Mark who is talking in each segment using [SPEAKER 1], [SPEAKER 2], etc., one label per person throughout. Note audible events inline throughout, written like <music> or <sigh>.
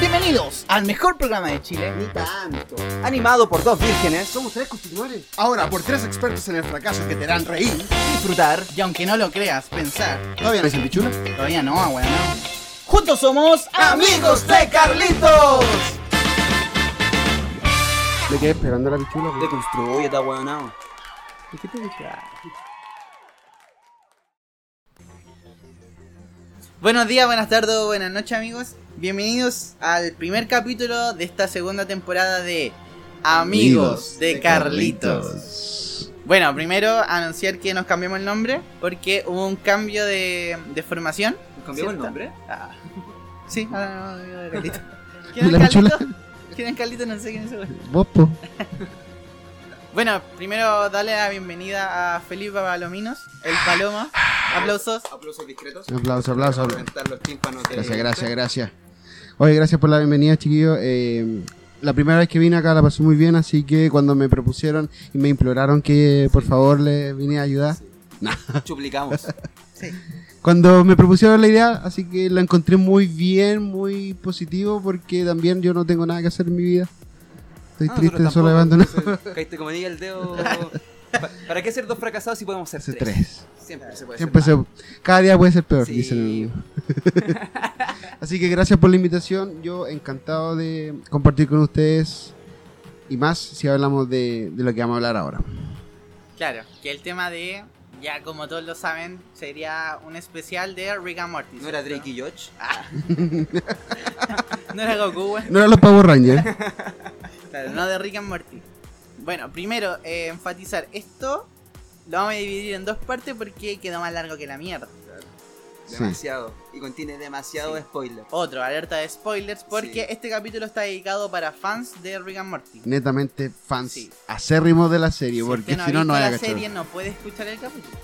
[SPEAKER 1] Bienvenidos al mejor programa de Chile,
[SPEAKER 2] Ni tanto.
[SPEAKER 1] animado por dos vírgenes,
[SPEAKER 2] Somos tres constitucionales.
[SPEAKER 3] Ahora, por tres expertos en el fracaso que te harán reír,
[SPEAKER 1] disfrutar y aunque no lo creas, pensar.
[SPEAKER 3] ¿todavía no dicen pichula?
[SPEAKER 1] Todavía no, weón. Juntos somos
[SPEAKER 2] Amigos de Carlitos.
[SPEAKER 3] Me quedé esperando la pichula. güey.
[SPEAKER 2] Deconstruye, está huevonao.
[SPEAKER 1] Buenos días, buenas tardes, o buenas noches, amigos. Bienvenidos al primer capítulo de esta segunda temporada de Amigos de Carlitos. Bueno, primero anunciar que nos cambiamos el nombre porque hubo un cambio de, de formación.
[SPEAKER 2] ¿Cambiamos el
[SPEAKER 1] ¿Cierto?
[SPEAKER 2] nombre?
[SPEAKER 1] Ah. Sí, ahora no, no, Carlito.
[SPEAKER 4] ¿Y
[SPEAKER 1] ¿Quién
[SPEAKER 4] la
[SPEAKER 1] es Carlito?
[SPEAKER 4] chula?
[SPEAKER 1] ¿Quién es Carlito? No sé quién es ese güey.
[SPEAKER 4] Vos, po.
[SPEAKER 1] Bueno, primero dale la bienvenida a Felipe Palominos, el Paloma. Aplausos.
[SPEAKER 2] Aplausos discretos.
[SPEAKER 4] Aplauso, aplauso,
[SPEAKER 2] Para
[SPEAKER 4] aplauso.
[SPEAKER 2] reventar los tímpanos de-
[SPEAKER 4] Gracias, gracias, gracias. Oye, gracias por la bienvenida, chiquillos. Eh, la primera vez que vine acá la pasé muy bien, así que cuando me propusieron y me imploraron que por favor les vine a ayudar,
[SPEAKER 2] Chuplicamos. Ah,
[SPEAKER 4] cuando me propusieron la idea, así que la encontré muy bien, muy positivo, porque también yo no tengo nada que hacer en mi vida. Estoy
[SPEAKER 2] Ah,
[SPEAKER 4] triste,
[SPEAKER 2] nosotros
[SPEAKER 4] solo
[SPEAKER 2] tampoco,
[SPEAKER 4] abandonado.
[SPEAKER 2] entonces, Caíste como diga el dedo. Pa- ¿Para qué ser dos fracasados si podemos ser
[SPEAKER 4] Hace
[SPEAKER 2] tres?
[SPEAKER 4] tres.
[SPEAKER 2] Siempre se puede
[SPEAKER 4] Siempre
[SPEAKER 2] ser.
[SPEAKER 4] se- cada día puede ser peor,
[SPEAKER 2] Sí.
[SPEAKER 4] dicen el amigo. <laughs> Así que gracias por la invitación. Yo encantado de compartir con ustedes y más si hablamos de, de lo que vamos a hablar ahora.
[SPEAKER 1] Claro, que el tema de, ya como todos lo saben, sería un especial de Rick and Morty.
[SPEAKER 2] más. ¿No era
[SPEAKER 1] ¿cierto?
[SPEAKER 2] Drake y Ah, George?
[SPEAKER 1] No era Goku, güey.
[SPEAKER 4] No eran los Power Rangers.
[SPEAKER 1] <laughs> Claro, no de Rick and Morty. Bueno, primero, eh, enfatizar, esto lo vamos a dividir en dos partes porque quedó más largo que la mierda.
[SPEAKER 4] Sí.
[SPEAKER 2] Demasiado. Y contiene demasiado spoiler.
[SPEAKER 1] Otro, alerta de spoilers, porque
[SPEAKER 2] Sí.
[SPEAKER 1] este capítulo está dedicado para fans de Rick and Morty.
[SPEAKER 4] Netamente fans
[SPEAKER 1] Sí.
[SPEAKER 4] acérrimos de la serie, porque
[SPEAKER 1] usted
[SPEAKER 4] si no, no
[SPEAKER 1] ha
[SPEAKER 4] hay
[SPEAKER 1] visto la serie
[SPEAKER 4] cachorro.
[SPEAKER 1] no puede escuchar el capítulo.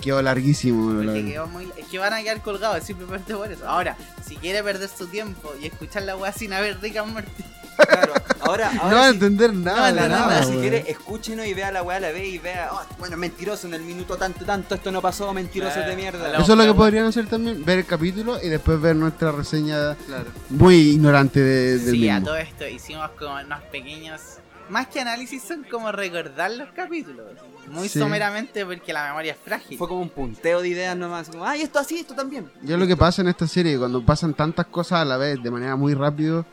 [SPEAKER 4] Quedó larguísimo. la
[SPEAKER 1] Porque
[SPEAKER 4] verdad.
[SPEAKER 1] quedó muy- Es que van a quedar colgados, simplemente por eso. Ahora, si quiere perder su tiempo y escuchar la weá sin haber Rick and Morty,
[SPEAKER 2] Claro. Ahora,
[SPEAKER 4] No van a
[SPEAKER 2] ahora sí-
[SPEAKER 4] entender nada.
[SPEAKER 1] no,
[SPEAKER 4] de
[SPEAKER 2] Claro,
[SPEAKER 1] no,
[SPEAKER 4] nada,
[SPEAKER 1] no,
[SPEAKER 2] si
[SPEAKER 4] güey.
[SPEAKER 2] quiere, escúchenos y vea la weá, la ve y vea. "Oh, bueno, mentiroso en el minuto tanto, tanto, esto no pasó, mentirosos
[SPEAKER 1] Claro.
[SPEAKER 2] de mierda.
[SPEAKER 1] La-
[SPEAKER 4] Eso es lo que
[SPEAKER 1] la-
[SPEAKER 4] podrían hacer también, ver el capítulo y después ver nuestra reseña
[SPEAKER 2] <laughs> Claro.
[SPEAKER 4] muy ignorante de, del
[SPEAKER 1] sí, a
[SPEAKER 4] mismo.
[SPEAKER 1] todo esto hicimos como unos pequeños. Más que análisis, son como recordar los capítulos. Muy
[SPEAKER 4] Sí.
[SPEAKER 1] someramente porque la memoria es frágil.
[SPEAKER 2] Fue como un punteo de ideas nomás. Como, ay, esto así, esto también.
[SPEAKER 4] Yo lo que pasa en esta serie, cuando pasan tantas cosas a la vez de manera muy rápido,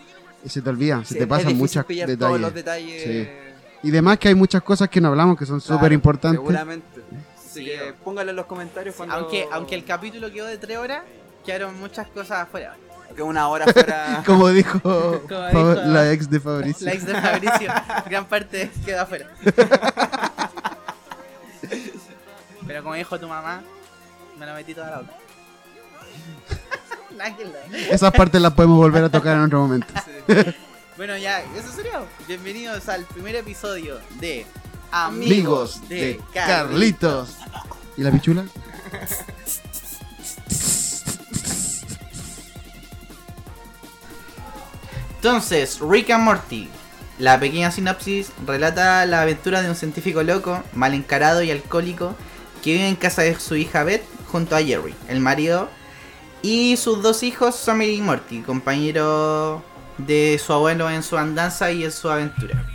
[SPEAKER 4] se te olvidan, se
[SPEAKER 2] Sí,
[SPEAKER 4] te
[SPEAKER 2] es
[SPEAKER 4] pasan
[SPEAKER 2] difícil
[SPEAKER 4] muchas
[SPEAKER 2] pillar
[SPEAKER 4] detalles.
[SPEAKER 2] todos los detalles.
[SPEAKER 4] Sí. Y demás que hay muchas cosas que no hablamos que son
[SPEAKER 2] Claro,
[SPEAKER 4] súper importantes.
[SPEAKER 2] Seguramente. Así
[SPEAKER 1] Sí,
[SPEAKER 2] que póngale en los comentarios eh, cuando.
[SPEAKER 1] Aunque, aunque el capítulo quedó de 3 horas, quedaron muchas cosas afuera.
[SPEAKER 2] Que una hora fuera.
[SPEAKER 4] <laughs> Como dijo
[SPEAKER 1] Como
[SPEAKER 4] Fa-
[SPEAKER 1] dijo-
[SPEAKER 4] la ex de Fabricio.
[SPEAKER 1] La ex de Fabricio, gran parte quedó afuera. Pero como dijo tu mamá, me la metí toda la boca. Nada que ver.
[SPEAKER 4] Esas partes las podemos volver a tocar en otro momento.
[SPEAKER 1] bueno, ya, eso sería. Bienvenidos al primer episodio de
[SPEAKER 4] Amigos de Carlitos. ¿Y la pichula?
[SPEAKER 1] Entonces, Rick and Morty. La pequeña sinopsis relata la aventura de un científico loco, mal encarado y alcohólico, que vive en casa de su hija Beth junto a Jerry, el marido, y sus dos hijos, Summer y Morty, compañero de su abuelo en su andanza y en su aventura.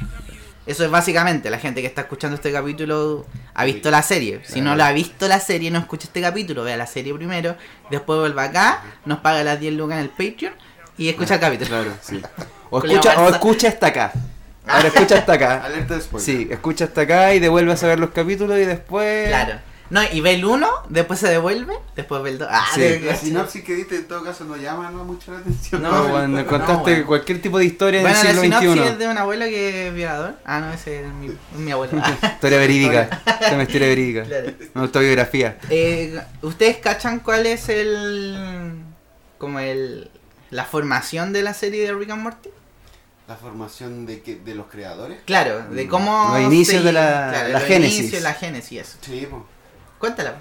[SPEAKER 1] Eso es básicamente, la gente que está escuchando este capítulo ha visto la serie. Si no la ha visto la serie, no escucha este capítulo, vea la serie primero, después vuelva acá, nos paga las 10 lucas en el Patreon y escucha el capítulo.
[SPEAKER 2] O escucha, o
[SPEAKER 1] Culeado.
[SPEAKER 2] escucha hasta acá. Ahora escucha
[SPEAKER 1] <laughs>
[SPEAKER 2] hasta acá.
[SPEAKER 3] Alerta de spoiler.
[SPEAKER 2] Sí, escucha hasta acá y devuelve a ver los capítulos y después.
[SPEAKER 1] Claro. No, y ve el 1, después se devuelve, después ve el 2. Ah,
[SPEAKER 2] Sí.
[SPEAKER 1] de-
[SPEAKER 3] La sinopsis que diste en todo caso no llama no mucho la atención.
[SPEAKER 2] No, cuando
[SPEAKER 1] No,
[SPEAKER 2] contaste
[SPEAKER 1] bueno.
[SPEAKER 2] cualquier tipo de historia
[SPEAKER 1] Bueno, la
[SPEAKER 2] del siglo
[SPEAKER 1] sinopsis es
[SPEAKER 2] XXI.
[SPEAKER 1] de un abuelo que es violador. Ah, no, ese es mi, mi
[SPEAKER 2] <laughs>
[SPEAKER 1] abuelo. Ah,
[SPEAKER 2] Historia verídica. Es una historia verídica.
[SPEAKER 1] claro.
[SPEAKER 2] Una autobiografía.
[SPEAKER 1] Eh, ¿Ustedes cachan cuál es el. como el. la formación de la serie de Rick and Morty?
[SPEAKER 3] La formación de, que, de los creadores.
[SPEAKER 1] Claro, de cómo.
[SPEAKER 2] Mm, Los inicios
[SPEAKER 1] se-
[SPEAKER 2] de la-
[SPEAKER 1] claro,
[SPEAKER 2] la
[SPEAKER 1] los
[SPEAKER 2] génesis.
[SPEAKER 1] inicios, la génesis, eso.
[SPEAKER 3] Sí, po.
[SPEAKER 1] Cuéntala.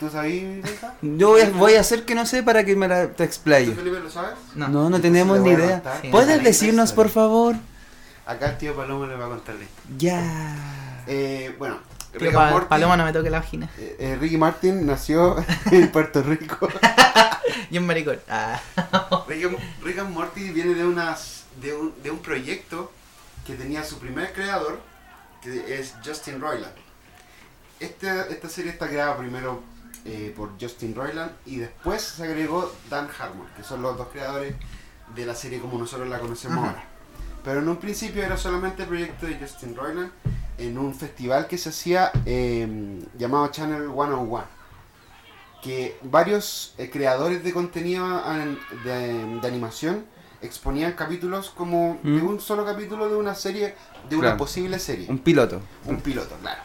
[SPEAKER 3] ¿Tú sabías Lisa?
[SPEAKER 2] <laughs> Yo voy a, voy a hacer que no sé para que me la te
[SPEAKER 3] ¿Tú,
[SPEAKER 2] explaye.
[SPEAKER 3] Felipe, lo sabes?
[SPEAKER 1] No.
[SPEAKER 2] No, no tenemos ni idea.
[SPEAKER 1] Sí,
[SPEAKER 2] ¿Puedes
[SPEAKER 1] también.
[SPEAKER 2] decirnos, por favor?
[SPEAKER 3] Acá el tío Palomo le va a contarle.
[SPEAKER 2] Ya.
[SPEAKER 3] Eh, bueno,
[SPEAKER 1] Tío,
[SPEAKER 3] Rick and
[SPEAKER 1] pa-
[SPEAKER 3] Morty-
[SPEAKER 1] Paloma no me toque la vagina.
[SPEAKER 3] eh,
[SPEAKER 4] <laughs>
[SPEAKER 3] eh, Ricky Martin nació en Puerto Rico.
[SPEAKER 1] Y un maricón. Ah. <laughs> No.
[SPEAKER 4] Rick and, Rick and Morty viene de, unas, de, un, de un proyecto que tenía su primer creador, que es Justin Roiland. Esta, esta serie está creada primero eh, por Justin Roiland y después se agregó Dan Harmon, que son los dos creadores de la serie como nosotros la conocemos
[SPEAKER 1] Ajá.
[SPEAKER 4] ahora. Pero en un principio era solamente el proyecto de Justin Roiland en un festival que se hacía eh, llamado Channel 101 que varios eh, creadores de contenido an- de, de animación exponían capítulos como de
[SPEAKER 3] Mm.
[SPEAKER 4] un solo capítulo de una serie, de una
[SPEAKER 3] Claro.
[SPEAKER 4] posible serie,
[SPEAKER 3] Un
[SPEAKER 4] un,
[SPEAKER 3] piloto.
[SPEAKER 4] piloto, claro.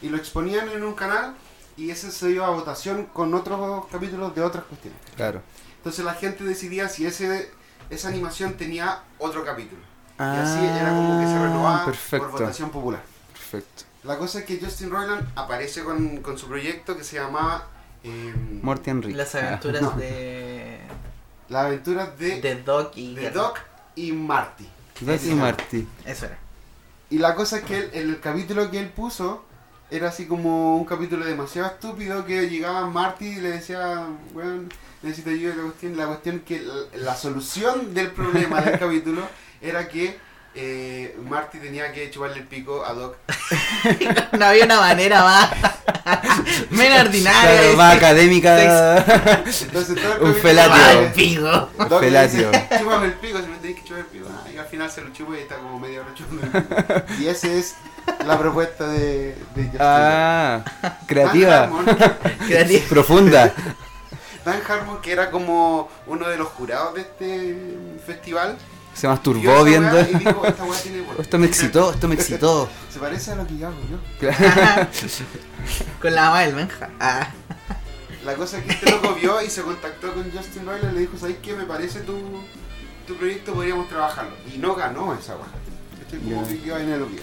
[SPEAKER 4] Y lo exponían en un canal y ese se iba a votación con otros capítulos de otras cuestiones.
[SPEAKER 3] Claro.
[SPEAKER 4] Entonces la gente decidía si ese esa animación tenía otro capítulo. y así era como que se renovaba
[SPEAKER 3] Ah, Perfecto.
[SPEAKER 4] por votación popular.
[SPEAKER 3] Perfecto.
[SPEAKER 4] La cosa es que Justin Roiland aparece con, con su proyecto que se llamaba... em,
[SPEAKER 3] Morty and Rick.
[SPEAKER 1] Las
[SPEAKER 2] Ah.
[SPEAKER 1] aventuras
[SPEAKER 4] No.
[SPEAKER 1] de.
[SPEAKER 4] Las aventuras de,
[SPEAKER 1] de Doc y.
[SPEAKER 4] de Doc y Marty.
[SPEAKER 3] Ah, Doc y Marty.
[SPEAKER 1] Eso era.
[SPEAKER 4] Y la cosa es que él- el capítulo que él puso era así como un capítulo demasiado estúpido que llegaba Marty y le decía, bueno, necesito ayuda en la cuestión. La cuestión que la, la solución del problema
[SPEAKER 3] <laughs>
[SPEAKER 4] del capítulo era que eh, Marty tenía que chuparle el pico a Doc.
[SPEAKER 1] No había una manera más.
[SPEAKER 3] <laughs>
[SPEAKER 1] menos ordinaria.
[SPEAKER 3] Claro,
[SPEAKER 1] de
[SPEAKER 3] más
[SPEAKER 1] decir,
[SPEAKER 2] <laughs>
[SPEAKER 3] académica.
[SPEAKER 4] Entonces, todo el
[SPEAKER 3] <laughs> Un
[SPEAKER 4] capítulo-
[SPEAKER 3] felatio.
[SPEAKER 1] "Mal pico".
[SPEAKER 4] Doc le dice,
[SPEAKER 3] Felatio.
[SPEAKER 4] <laughs> Chúpame el pico, si me tenés que chupar el pico. Ah, y al final se lo chupa y está como media hora chupando el pico.
[SPEAKER 3] <laughs>
[SPEAKER 4] Y esa es la propuesta de, de Justin. Ah,
[SPEAKER 3] Ah,
[SPEAKER 4] Dan
[SPEAKER 1] <laughs>
[SPEAKER 3] creativa.
[SPEAKER 4] Harmon-
[SPEAKER 1] Creativo.
[SPEAKER 3] Profunda.
[SPEAKER 4] Dan Harmon, que era como uno de los jurados de este festival,
[SPEAKER 3] Se
[SPEAKER 4] vio esa
[SPEAKER 3] masturbó
[SPEAKER 4] weá
[SPEAKER 3] viendo.
[SPEAKER 4] Y dijo, esta weá tiene porte".
[SPEAKER 3] Esto me excitó, esto me excitó.
[SPEAKER 4] Se parece a lo que yo hago yo.
[SPEAKER 1] Con la mamá del Benja. Ah,
[SPEAKER 4] La cosa es que este loco vio y se contactó con Justin Roiland y le dijo, ¿sabes qué? Me parece tu, tu proyecto, podríamos trabajarlo. Y no ganó esa weá. Estoy como
[SPEAKER 3] Ya.
[SPEAKER 4] que quedó en el olvido.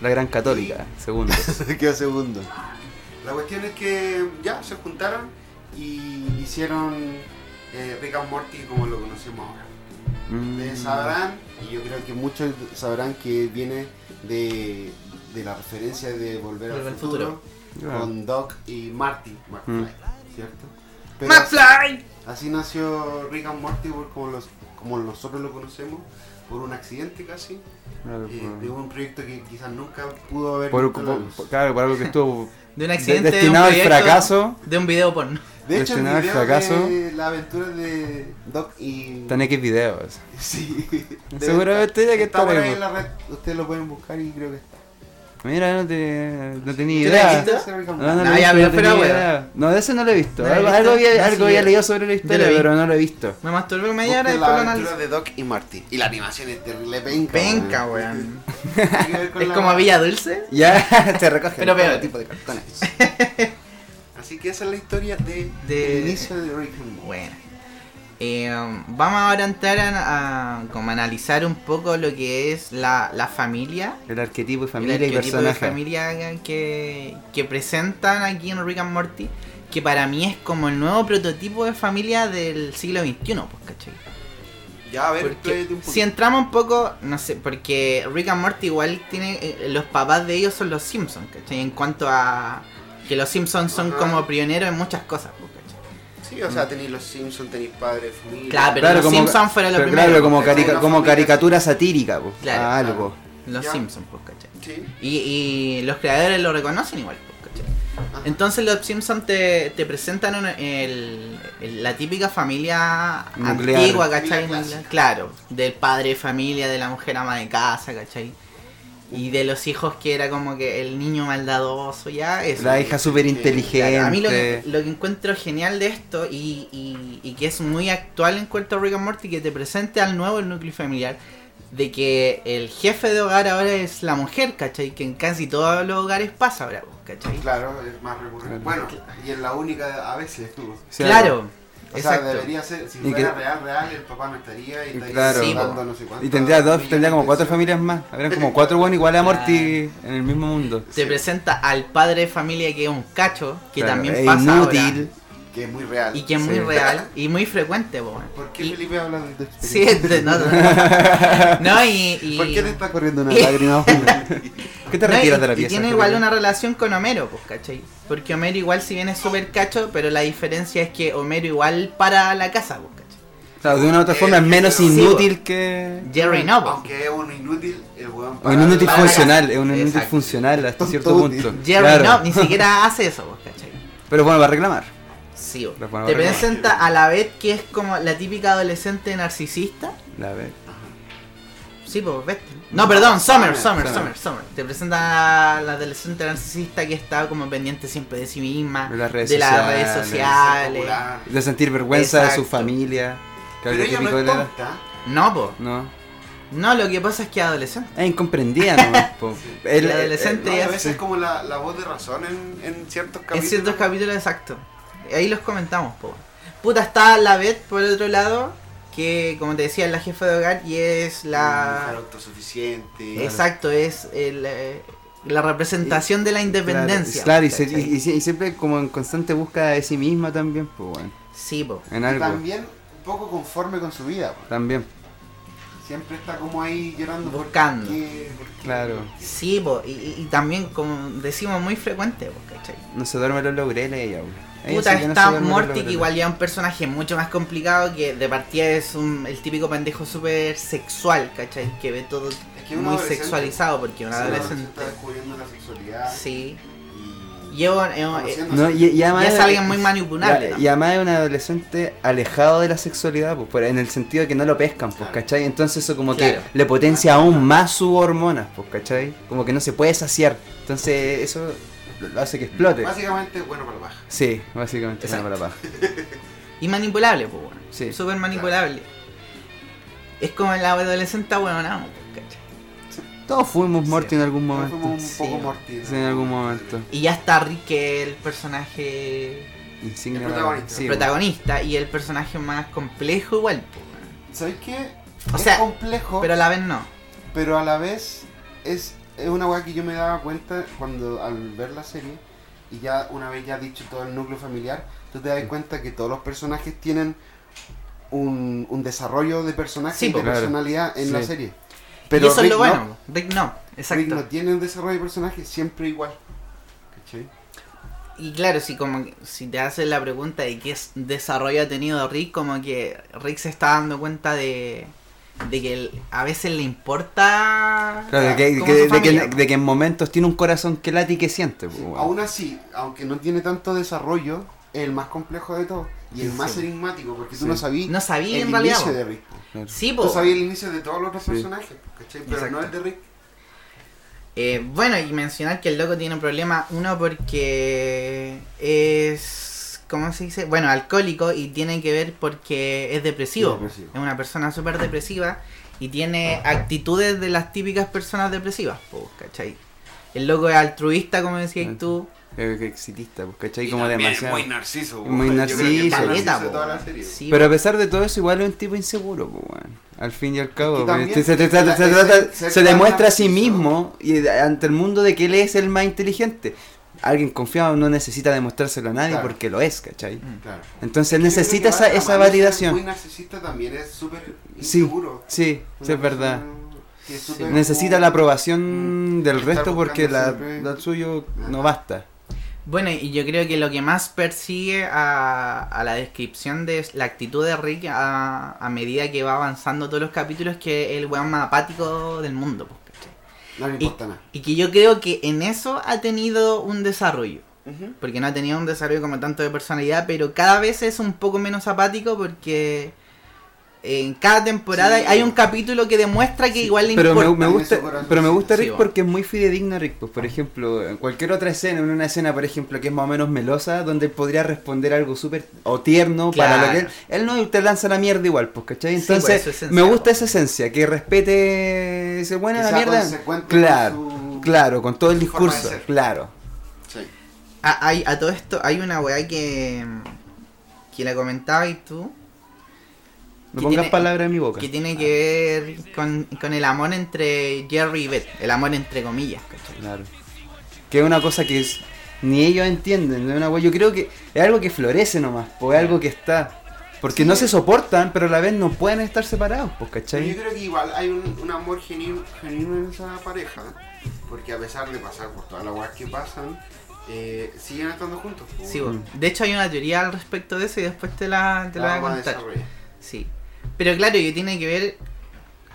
[SPEAKER 3] La gran católica, segundo.
[SPEAKER 4] Se quedó segundo. La cuestión es que ya se juntaron y hicieron eh, Rick and Morty como lo conocemos ahora. Ustedes sabrán, y yo creo que muchos sabrán que viene de, de la referencia de Volver al
[SPEAKER 1] Volver al
[SPEAKER 4] futuro,
[SPEAKER 3] Claro.
[SPEAKER 4] con Doc y Marty McFly,
[SPEAKER 3] Ah. Mm.
[SPEAKER 4] ¿cierto? Pero así,
[SPEAKER 1] ¡McFly!
[SPEAKER 4] así nació Rick and Morty por- como, los, como nosotros lo conocemos, por un accidente casi,
[SPEAKER 2] Mm,
[SPEAKER 3] Claro,
[SPEAKER 4] eh,
[SPEAKER 3] por-
[SPEAKER 4] de un proyecto que quizás nunca pudo haber
[SPEAKER 3] por,
[SPEAKER 4] visto la
[SPEAKER 3] por-
[SPEAKER 4] luz.
[SPEAKER 3] por- claro, por algo que estuvo
[SPEAKER 1] De un
[SPEAKER 3] de-
[SPEAKER 1] accidente. de un
[SPEAKER 3] destinado al
[SPEAKER 1] proyecto-
[SPEAKER 3] fracaso,
[SPEAKER 1] De un video porno.
[SPEAKER 4] De hecho, el
[SPEAKER 3] Destinado al
[SPEAKER 4] video
[SPEAKER 3] fracaso.
[SPEAKER 4] de la aventura de Doc y...
[SPEAKER 3] tan X videos.
[SPEAKER 4] <laughs> Sí.
[SPEAKER 3] Seguramente
[SPEAKER 4] Está-
[SPEAKER 3] ya que
[SPEAKER 4] está por
[SPEAKER 3] está
[SPEAKER 4] ahí
[SPEAKER 3] ahí.
[SPEAKER 4] en la red, ustedes lo pueden buscar y creo que está.
[SPEAKER 3] Mira, no, te, no tenía
[SPEAKER 1] ¿Tú la
[SPEAKER 3] idea.
[SPEAKER 1] viste?
[SPEAKER 4] Ese es Rick and
[SPEAKER 3] No,
[SPEAKER 4] Morty.
[SPEAKER 3] no, lo he
[SPEAKER 1] Ah, ya,
[SPEAKER 3] visto, no
[SPEAKER 1] pero
[SPEAKER 3] tenía
[SPEAKER 1] fuera,
[SPEAKER 3] idea. No, de ese no lo he visto.
[SPEAKER 1] ¿No lo
[SPEAKER 3] algo
[SPEAKER 1] viste?
[SPEAKER 3] algo había,
[SPEAKER 1] No, sí,
[SPEAKER 3] algo
[SPEAKER 1] yo-
[SPEAKER 3] había leído sobre la historia,
[SPEAKER 1] vi.
[SPEAKER 3] pero no lo he
[SPEAKER 1] <laughs>
[SPEAKER 3] visto.
[SPEAKER 1] Me masturbé media hora y después
[SPEAKER 4] Busquen la
[SPEAKER 1] lo
[SPEAKER 4] aventura
[SPEAKER 1] analizo.
[SPEAKER 4] de Doc y Marty. Y la animación es terrible penca.
[SPEAKER 1] Penca,
[SPEAKER 4] weón.
[SPEAKER 1] weón. <laughs>
[SPEAKER 4] Tiene que ver con
[SPEAKER 1] Es
[SPEAKER 4] la-
[SPEAKER 1] como Villa Dulce.
[SPEAKER 3] Ya, se recoge.
[SPEAKER 1] Pero peor.
[SPEAKER 4] tipo de cartones. Así que esa es la historia de,
[SPEAKER 1] De-
[SPEAKER 4] el inicio de Rick and Morty.
[SPEAKER 1] Bueno. Eh, vamos ahora a entrar a, a como analizar un poco lo que es la, la familia.
[SPEAKER 3] El arquetipo de
[SPEAKER 1] el
[SPEAKER 3] familia y
[SPEAKER 1] arquetipo de
[SPEAKER 3] personaje.
[SPEAKER 1] familia que, que presentan aquí en Rick and Morty. Que para mí es como el nuevo prototipo de familia del siglo XXI, pues, ¿cachai?
[SPEAKER 4] Ya, a ver,
[SPEAKER 1] Porque,
[SPEAKER 4] espérate un poquito.
[SPEAKER 1] si entramos un poco, no sé, porque Rick and Morty igual tiene. eh, los papás de ellos son los Simpsons, ¿cachai? En cuanto a. Que los Simpsons son
[SPEAKER 4] Ajá.
[SPEAKER 1] como pioneros en muchas cosas, pues, ¿cachai?
[SPEAKER 4] Sí, o sea, tenéis los Simpsons, tenéis padre, familia.
[SPEAKER 1] Claro, pero
[SPEAKER 3] Claro,
[SPEAKER 1] los
[SPEAKER 3] como-
[SPEAKER 1] Simpsons fueron los
[SPEAKER 3] Pero
[SPEAKER 1] primeros.
[SPEAKER 3] claro, como,
[SPEAKER 1] pues, ¿cachai?
[SPEAKER 3] carica-
[SPEAKER 4] Una
[SPEAKER 3] como
[SPEAKER 4] familia.
[SPEAKER 3] caricatura satírica, po, Ah,
[SPEAKER 1] Claro,
[SPEAKER 3] a algo.
[SPEAKER 1] Los
[SPEAKER 4] Ya.
[SPEAKER 1] Simpsons, pues, ¿cachai?
[SPEAKER 4] Sí.
[SPEAKER 1] Y, y los creadores lo reconocen igual, pues, ¿cachai? Entonces los Simpsons te, te presentan una- el- el- la típica familia
[SPEAKER 3] Nuclear.
[SPEAKER 1] antigua, ¿cachai?
[SPEAKER 4] Familia clásica.
[SPEAKER 1] Claro, del padre de familia, de la mujer ama de casa, ¿cachai? Y de los hijos que era como que el niño maldadoso, ya, eso.
[SPEAKER 3] La hija súper inteligente.
[SPEAKER 1] Claro, a mí lo que, lo que encuentro genial de esto y, y- y que es muy actual en cuanto a Rick and Morty, que te presente al nuevo el núcleo familiar, de que el jefe de hogar ahora es la mujer, ¿cachai? Que en casi todos los hogares pasa ahora, ¿cachai?
[SPEAKER 4] Claro, es más recurrente.
[SPEAKER 3] Claro.
[SPEAKER 4] Bueno, y es la única a veces estuvo.
[SPEAKER 3] O sea,
[SPEAKER 1] Claro,
[SPEAKER 4] O sea,
[SPEAKER 1] exacto.
[SPEAKER 4] debería ser, si
[SPEAKER 3] Y
[SPEAKER 4] fuera
[SPEAKER 3] que-
[SPEAKER 4] real, real, el papá no estaría y estaría
[SPEAKER 3] Claro.
[SPEAKER 1] Sí,
[SPEAKER 4] dando
[SPEAKER 1] po.
[SPEAKER 4] no sé cuánto.
[SPEAKER 3] Y tendría dos, tendría como cuatro familias más. Habrían como cuatro buenos iguales a Morty en el mismo mundo.
[SPEAKER 1] Te
[SPEAKER 4] sí.
[SPEAKER 1] presenta al padre de familia que es un cacho, que
[SPEAKER 3] Claro,
[SPEAKER 1] también
[SPEAKER 3] es
[SPEAKER 1] pasa
[SPEAKER 3] inútil.
[SPEAKER 4] Que es muy real.
[SPEAKER 1] ahora, y que es muy
[SPEAKER 3] Sí.
[SPEAKER 1] real y muy frecuente, po, weón.
[SPEAKER 4] <laughs> ¿Por qué
[SPEAKER 1] Y-
[SPEAKER 4] Felipe habla de tu
[SPEAKER 1] Sí, <laughs>
[SPEAKER 4] experiencia?
[SPEAKER 1] es de- no, no,
[SPEAKER 4] <laughs>
[SPEAKER 1] no. No, y, y-
[SPEAKER 4] ¿Por qué te está corriendo una lágrima?
[SPEAKER 3] ¿Qué te
[SPEAKER 1] No,
[SPEAKER 3] retiras
[SPEAKER 1] y-
[SPEAKER 3] de la
[SPEAKER 1] y
[SPEAKER 3] pieza?
[SPEAKER 1] tiene igual una relación con Homero, pues, ¿cachai? Porque Homero igual si bien es súper cacho, pero la diferencia es que Homero igual para la casa, pues, ¿cachai?
[SPEAKER 3] Claro, de una u otra forma es menos
[SPEAKER 4] Sí,
[SPEAKER 3] inútil que.
[SPEAKER 1] Jerry no, pues. po.
[SPEAKER 4] Aunque es un inútil, el weón.
[SPEAKER 3] Un inútil
[SPEAKER 1] Para-
[SPEAKER 3] funcional, es un inútil
[SPEAKER 1] Exacto.
[SPEAKER 3] funcional hasta
[SPEAKER 4] Ah, Tonto
[SPEAKER 3] cierto
[SPEAKER 4] útil.
[SPEAKER 3] punto.
[SPEAKER 1] Jerry
[SPEAKER 3] Claro.
[SPEAKER 1] no, ni siquiera <laughs> hace eso, po, ¿cachai?
[SPEAKER 3] Pero bueno, va a reclamar.
[SPEAKER 1] Sí, po.
[SPEAKER 3] Lo ponemos
[SPEAKER 1] Te
[SPEAKER 3] acá.
[SPEAKER 1] presenta a la vez que es como la típica adolescente narcisista.
[SPEAKER 3] La ve-
[SPEAKER 1] Sí, pues vete. No, perdón, Summer, Summer,
[SPEAKER 3] Summer.
[SPEAKER 1] Summer, Summer. Te presenta a la adolescente narcisista que está como pendiente siempre Ah, de sí misma,
[SPEAKER 3] De las redes
[SPEAKER 1] las
[SPEAKER 3] sociales,
[SPEAKER 1] redes
[SPEAKER 3] de
[SPEAKER 1] sociales.
[SPEAKER 3] De sentir vergüenza de su
[SPEAKER 1] Exacto.
[SPEAKER 3] familia. que
[SPEAKER 4] Pero
[SPEAKER 3] algo
[SPEAKER 4] ella no
[SPEAKER 3] típico
[SPEAKER 4] es
[SPEAKER 3] de la edad.
[SPEAKER 4] tonta.
[SPEAKER 1] No, po.
[SPEAKER 3] No.
[SPEAKER 1] No, lo que pasa es que es adolescente.
[SPEAKER 3] Es incomprendida nomás, po. eh,
[SPEAKER 4] Sí.
[SPEAKER 3] El-
[SPEAKER 1] El
[SPEAKER 3] el-
[SPEAKER 1] adolescente.
[SPEAKER 4] No, y a veces
[SPEAKER 1] Sí.
[SPEAKER 4] es como la, la voz de razón en, en ciertos capítulos.
[SPEAKER 1] En ciertos capítulos, exacto. Ahí los comentamos, po. Puta, está la Beth por el otro lado, que como te decía, es la jefa de hogar y es
[SPEAKER 3] Mm,
[SPEAKER 4] Una mujer
[SPEAKER 1] la...
[SPEAKER 4] Mm, autosuficiente.
[SPEAKER 1] Exacto, es el, eh, la representación de la independencia.
[SPEAKER 3] Claro, claro, y, se-
[SPEAKER 1] ¿cachai?
[SPEAKER 3] y- y sie- y siempre como en constante búsqueda de sí misma también, pues bueno,
[SPEAKER 1] Sí, po.
[SPEAKER 3] en
[SPEAKER 4] Y
[SPEAKER 3] algo. También.
[SPEAKER 4] también un poco conforme con su vida. po. Siempre está como ahí llorando. por
[SPEAKER 1] Buscando.
[SPEAKER 4] qué, por qué.
[SPEAKER 3] claro.
[SPEAKER 1] Sí, po, y, y- y también, como decimos, muy frecuente, po, ¿cachai?
[SPEAKER 3] No se duerme los laureles ella, güey. Ella
[SPEAKER 1] Puta,
[SPEAKER 3] sí que no se
[SPEAKER 1] está
[SPEAKER 3] duerme los
[SPEAKER 1] Morty, que
[SPEAKER 3] laureles.
[SPEAKER 1] igual ya es un personaje mucho más complicado, que de partida es un, el típico pendejo súper sexual, ¿cachai? Que ve todo
[SPEAKER 4] Es que un
[SPEAKER 1] muy
[SPEAKER 4] adolescente-
[SPEAKER 1] sexualizado, porque un
[SPEAKER 4] Sí, un
[SPEAKER 1] adolescente...
[SPEAKER 4] está descubriendo la sexualidad.
[SPEAKER 1] Sí,
[SPEAKER 4] Y...
[SPEAKER 1] llevo... eh, eh,
[SPEAKER 4] conociéndose.
[SPEAKER 3] No, y, y además
[SPEAKER 1] ya es alguien muy manipulable.
[SPEAKER 3] Ya-
[SPEAKER 1] ¿no?
[SPEAKER 3] Y además es un adolescente alejado de la sexualidad, pues, por- en el sentido de que no lo pescan, pues,
[SPEAKER 4] Claro.
[SPEAKER 3] ¿cachai? Entonces eso como
[SPEAKER 1] Claro.
[SPEAKER 3] que le potencia aún más sus hormonas, pues, ¿cachai? Como que no se puede saciar. Entonces eso lo- lo hace que explote.
[SPEAKER 4] Básicamente, bueno para la baja.
[SPEAKER 3] Sí, básicamente.
[SPEAKER 1] Exacto.
[SPEAKER 3] bueno, para la paja.
[SPEAKER 1] Y manipulable, pues, bueno.
[SPEAKER 3] Sí.
[SPEAKER 1] Súper manipulable. Es como la adolescente, bueno, no, ¿cachai?
[SPEAKER 3] Todos fuimos Morty
[SPEAKER 1] Sí.
[SPEAKER 3] en algún
[SPEAKER 4] Pero
[SPEAKER 3] momento.
[SPEAKER 4] fuimos un
[SPEAKER 1] sí,
[SPEAKER 4] poco
[SPEAKER 1] bueno.
[SPEAKER 4] mortidos.
[SPEAKER 3] Sí, en algún momento.
[SPEAKER 1] Y ya está Rick, que es el personaje
[SPEAKER 3] Insignia
[SPEAKER 4] El
[SPEAKER 3] para-
[SPEAKER 4] protagonista.
[SPEAKER 3] sí,
[SPEAKER 1] protagonista y el personaje más complejo igual, po, bueno.
[SPEAKER 4] ¿Sabéis qué?
[SPEAKER 1] O
[SPEAKER 4] es
[SPEAKER 1] sea,
[SPEAKER 4] complejo,
[SPEAKER 1] pero
[SPEAKER 4] pero...
[SPEAKER 1] a la vez no.
[SPEAKER 4] a la vez es, es una weá que yo me daba cuenta cuando al ver la serie y ya una vez ya dicho todo el núcleo familiar, tú te das cuenta que todos los personajes tienen un, un desarrollo de personaje
[SPEAKER 1] Sí,
[SPEAKER 4] y de
[SPEAKER 1] po.
[SPEAKER 3] Claro.
[SPEAKER 4] personalidad en
[SPEAKER 3] Sí.
[SPEAKER 4] la serie.
[SPEAKER 1] y eso
[SPEAKER 4] Rick
[SPEAKER 1] es lo
[SPEAKER 4] no.
[SPEAKER 1] bueno, po. Rick no,
[SPEAKER 4] Rick
[SPEAKER 1] exacto.
[SPEAKER 4] no tiene un desarrollo de personaje siempre igual. ¿Cachai?
[SPEAKER 1] Y claro, si como que- si te haces la pregunta de qué es- desarrollo ha tenido Rick, como que Rick se está dando cuenta de, de que él- a veces le importa
[SPEAKER 3] Claro, de que,
[SPEAKER 1] como
[SPEAKER 3] que-
[SPEAKER 1] su
[SPEAKER 3] de, que,
[SPEAKER 1] familia, po.
[SPEAKER 3] de que en momentos tiene un corazón que late y que siente. pues,
[SPEAKER 4] Sí,
[SPEAKER 3] bueno.
[SPEAKER 4] Aún así, aunque no tiene tanto desarrollo, es el más complejo de todos y el más enigmático, porque tú
[SPEAKER 3] Sí.
[SPEAKER 4] no sabías
[SPEAKER 1] No sabía
[SPEAKER 4] el
[SPEAKER 1] en realidad.
[SPEAKER 4] inicio
[SPEAKER 1] po.
[SPEAKER 4] de Rick. po.
[SPEAKER 3] Claro.
[SPEAKER 1] Sí,
[SPEAKER 4] Tú
[SPEAKER 1] po.
[SPEAKER 4] sabías el inicio de todos los otros
[SPEAKER 3] Sí.
[SPEAKER 4] personajes, po, ¿cachai? Pero
[SPEAKER 1] Exacto.
[SPEAKER 4] no el de Rick.
[SPEAKER 1] Eh, bueno, y mencionar que el loco tiene un problema, uno porque es, ¿cómo se dice? Bueno, alcohólico y tiene que ver porque es depresivo.
[SPEAKER 4] Depresivo.
[SPEAKER 1] Es una persona súper depresiva y tiene actitudes de las típicas personas depresivas, po, ¿cachai? El loco es altruista, como decías tú.
[SPEAKER 3] Eh, que exitista, pues, ¿cachai? Como demasiado.
[SPEAKER 4] Muy narciso. po.
[SPEAKER 3] Muy
[SPEAKER 4] Yo creo que es el más
[SPEAKER 3] narciso.
[SPEAKER 1] Paleta,
[SPEAKER 4] narciso de
[SPEAKER 1] po.
[SPEAKER 4] toda la serie, po.
[SPEAKER 1] Sí,
[SPEAKER 3] Pero a
[SPEAKER 1] po.
[SPEAKER 3] pesar de todo eso, igual es un tipo inseguro, pues, weón. Al fin y al cabo,
[SPEAKER 4] Y también
[SPEAKER 3] pues, se, se- se-
[SPEAKER 4] la-
[SPEAKER 3] se-
[SPEAKER 4] ese
[SPEAKER 3] trata-
[SPEAKER 4] ser
[SPEAKER 3] se
[SPEAKER 4] tan
[SPEAKER 3] demuestra a sí
[SPEAKER 4] narciso.
[SPEAKER 3] mismo y de- ante el mundo de que él es el más inteligente. Alguien confiado no necesita demostrárselo a nadie
[SPEAKER 4] Claro.
[SPEAKER 3] porque lo es, ¿cachai?
[SPEAKER 1] Mm.
[SPEAKER 4] Claro.
[SPEAKER 3] Entonces
[SPEAKER 4] Yo creo
[SPEAKER 3] necesita
[SPEAKER 4] que
[SPEAKER 3] esa,
[SPEAKER 4] va de la mano,
[SPEAKER 3] esa
[SPEAKER 4] ser Muy
[SPEAKER 3] validación.
[SPEAKER 4] narcisista también es súper
[SPEAKER 3] Sí.
[SPEAKER 4] inseguro.
[SPEAKER 3] Sí, sí,
[SPEAKER 4] Una
[SPEAKER 3] es verdad.
[SPEAKER 4] persona que es
[SPEAKER 1] Sí.
[SPEAKER 4] súper
[SPEAKER 3] Necesita
[SPEAKER 4] como-
[SPEAKER 3] la aprobación del
[SPEAKER 4] Mm. Está
[SPEAKER 3] resto porque la,
[SPEAKER 4] buscando siempre-
[SPEAKER 3] la suyo no basta.
[SPEAKER 1] Bueno, y yo creo que lo que más persigue a, a la descripción de la actitud de Rick a, a medida que va avanzando todos los capítulos es que es el weón más apático del mundo, po, ¿cachai?
[SPEAKER 4] No le importa nada.
[SPEAKER 1] Y que yo creo que en eso ha tenido un desarrollo. Porque no ha tenido un desarrollo como tanto de personalidad, pero cada vez es un poco menos apático porque en cada temporada
[SPEAKER 4] Sí.
[SPEAKER 1] hay un capítulo que demuestra que igual le
[SPEAKER 3] Pero me,
[SPEAKER 1] importa.
[SPEAKER 3] me
[SPEAKER 4] en
[SPEAKER 3] gusta,
[SPEAKER 4] su corazón,
[SPEAKER 3] pero me
[SPEAKER 4] sí.
[SPEAKER 3] gusta
[SPEAKER 1] Sí,
[SPEAKER 3] Rick
[SPEAKER 1] bueno.
[SPEAKER 3] porque es muy fidedigno a Rick. Pues, por ejemplo, en cualquier otra escena, en una escena, por ejemplo, que es más o menos melosa, donde él podría responder algo súper o tierno para lo que él,
[SPEAKER 1] Claro.
[SPEAKER 3] él no te lanza la mierda igual, pues, ¿cachai?
[SPEAKER 1] Sí, pues,
[SPEAKER 3] Entonces,
[SPEAKER 1] su esencia,
[SPEAKER 3] me gusta
[SPEAKER 1] pues.
[SPEAKER 3] esa esencia, que respete, dice, bueno,
[SPEAKER 4] Que
[SPEAKER 3] la
[SPEAKER 4] sea
[SPEAKER 3] mierda.
[SPEAKER 4] consecuente con
[SPEAKER 3] Claro,
[SPEAKER 4] su-
[SPEAKER 3] claro, con todo el
[SPEAKER 4] su forma de
[SPEAKER 3] discurso,
[SPEAKER 4] ser.
[SPEAKER 3] claro.
[SPEAKER 4] Sí.
[SPEAKER 1] A, hay- a todo esto hay una weá que, que la comentabas y tú,
[SPEAKER 3] No
[SPEAKER 1] Que
[SPEAKER 3] pongas
[SPEAKER 1] tiene-
[SPEAKER 3] palabras en mi boca.
[SPEAKER 1] que tiene que ver con, con el amor entre Jerry y Beth. El amor entre comillas, ¿cachai?
[SPEAKER 3] Claro. Que es una cosa que es- ni ellos entienden. ¿no? Una wea- yo creo que es algo que florece nomás, pues algo que está. Porque no se soportan, pero a la vez no pueden estar separados, pues,
[SPEAKER 4] Pero Yo
[SPEAKER 3] ¿cachai?
[SPEAKER 4] creo que igual hay un, un amor genuino, genuino en esa pareja, porque a pesar de pasar por todas las weas que pasan, eh, siguen estando juntos. pues. po.
[SPEAKER 1] Sí, po. De hecho hay una teoría al respecto de eso y después te la, te la
[SPEAKER 4] La
[SPEAKER 1] voy a
[SPEAKER 4] vamos a
[SPEAKER 1] contar.
[SPEAKER 4] desarrollar.
[SPEAKER 1] Sí. Pero claro, que tiene que ver.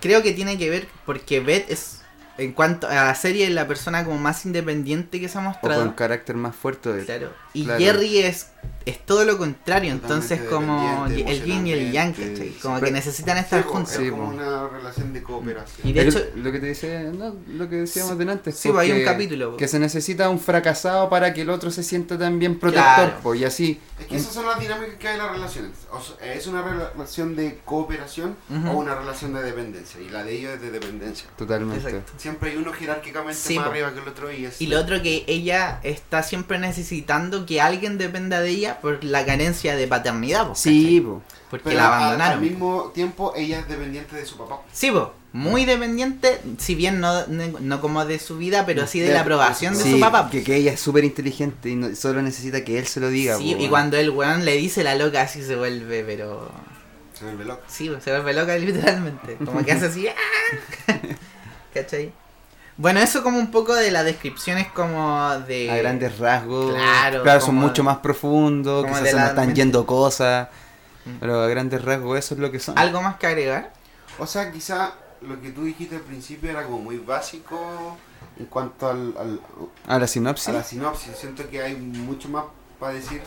[SPEAKER 1] Creo que tiene que ver porque Beth es, en cuanto a la serie, la persona como más independiente que se ha
[SPEAKER 3] O con
[SPEAKER 1] mostrado.
[SPEAKER 3] un carácter más fuerte de
[SPEAKER 1] Claro. Y
[SPEAKER 3] claro.
[SPEAKER 1] Jerry es, es todo lo contrario, entonces como el
[SPEAKER 4] Totalmente
[SPEAKER 1] yin y el yang,
[SPEAKER 4] emocionalmente,
[SPEAKER 1] ¿cachai? Como
[SPEAKER 3] siempre-
[SPEAKER 1] que necesitan estar
[SPEAKER 4] Sí, po,
[SPEAKER 1] juntos.
[SPEAKER 4] es
[SPEAKER 3] Sí,
[SPEAKER 4] como
[SPEAKER 3] po.
[SPEAKER 4] una relación de
[SPEAKER 1] Y
[SPEAKER 4] cooperación.
[SPEAKER 1] de
[SPEAKER 3] Es
[SPEAKER 1] hecho,
[SPEAKER 3] lo que te decía, no, lo que decíamos
[SPEAKER 1] Sí,
[SPEAKER 3] delante.
[SPEAKER 1] sí, pues, hay un
[SPEAKER 3] porque-
[SPEAKER 1] capítulo, pues.
[SPEAKER 3] Que se necesita un fracasado para que el otro se sienta también protector,
[SPEAKER 1] Claro.
[SPEAKER 3] pues, y así.
[SPEAKER 4] Es que esas son las dinámicas que hay en las relaciones. O sea, es una relación de cooperación
[SPEAKER 1] Ujú.
[SPEAKER 4] o una relación de dependencia. Y la de ellos es de dependencia.
[SPEAKER 3] Totalmente.
[SPEAKER 1] Exacto.
[SPEAKER 4] Siempre hay uno jerárquicamente
[SPEAKER 1] Sí,
[SPEAKER 4] más
[SPEAKER 1] po.
[SPEAKER 4] arriba que el otro y es...
[SPEAKER 1] y lo otro que ella está siempre necesitando que alguien dependa de ella por la carencia de paternidad, po,
[SPEAKER 3] Sí,
[SPEAKER 1] ¿cachai?
[SPEAKER 3] pues.
[SPEAKER 1] porque
[SPEAKER 4] Pero
[SPEAKER 1] la
[SPEAKER 4] a-
[SPEAKER 1] abandonaron.
[SPEAKER 4] Al mismo tiempo ella es dependiente de su papá.
[SPEAKER 1] Sí, po, muy dependiente, si bien no, no, no como de su vida, pero sí de,
[SPEAKER 3] De-
[SPEAKER 1] la aprobación de
[SPEAKER 3] Sí,
[SPEAKER 1] su papá. pues. po.
[SPEAKER 3] Que, que ella es súper inteligente y no- solo necesita que él se lo diga.
[SPEAKER 1] Sí,
[SPEAKER 3] pues,
[SPEAKER 1] y
[SPEAKER 3] bueno.
[SPEAKER 1] cuando el weón le dice la loca, así se vuelve, pero.
[SPEAKER 4] Se vuelve loca.
[SPEAKER 1] Sí, pues, se vuelve loca <laughs> literalmente. Como que hace así. ¡ah! <laughs> ¿Cachai? Bueno, eso como un poco de las descripciones como de...
[SPEAKER 3] A grandes rasgos.
[SPEAKER 1] Eh, Claro,
[SPEAKER 3] son
[SPEAKER 1] como-
[SPEAKER 3] mucho más profundos,
[SPEAKER 1] como
[SPEAKER 3] quizás
[SPEAKER 1] de
[SPEAKER 3] se
[SPEAKER 1] la
[SPEAKER 3] nos están
[SPEAKER 1] mente.
[SPEAKER 3] yendo cosas.
[SPEAKER 1] Mm.
[SPEAKER 3] Pero a grandes rasgos eso es lo que son.
[SPEAKER 1] ¿Algo más que agregar?
[SPEAKER 4] O sea, quizá lo que tú dijiste al principio era como muy básico en cuanto al- al,
[SPEAKER 3] A la sinopsis.
[SPEAKER 4] a la sinopsis. Siento que hay mucho más para decir,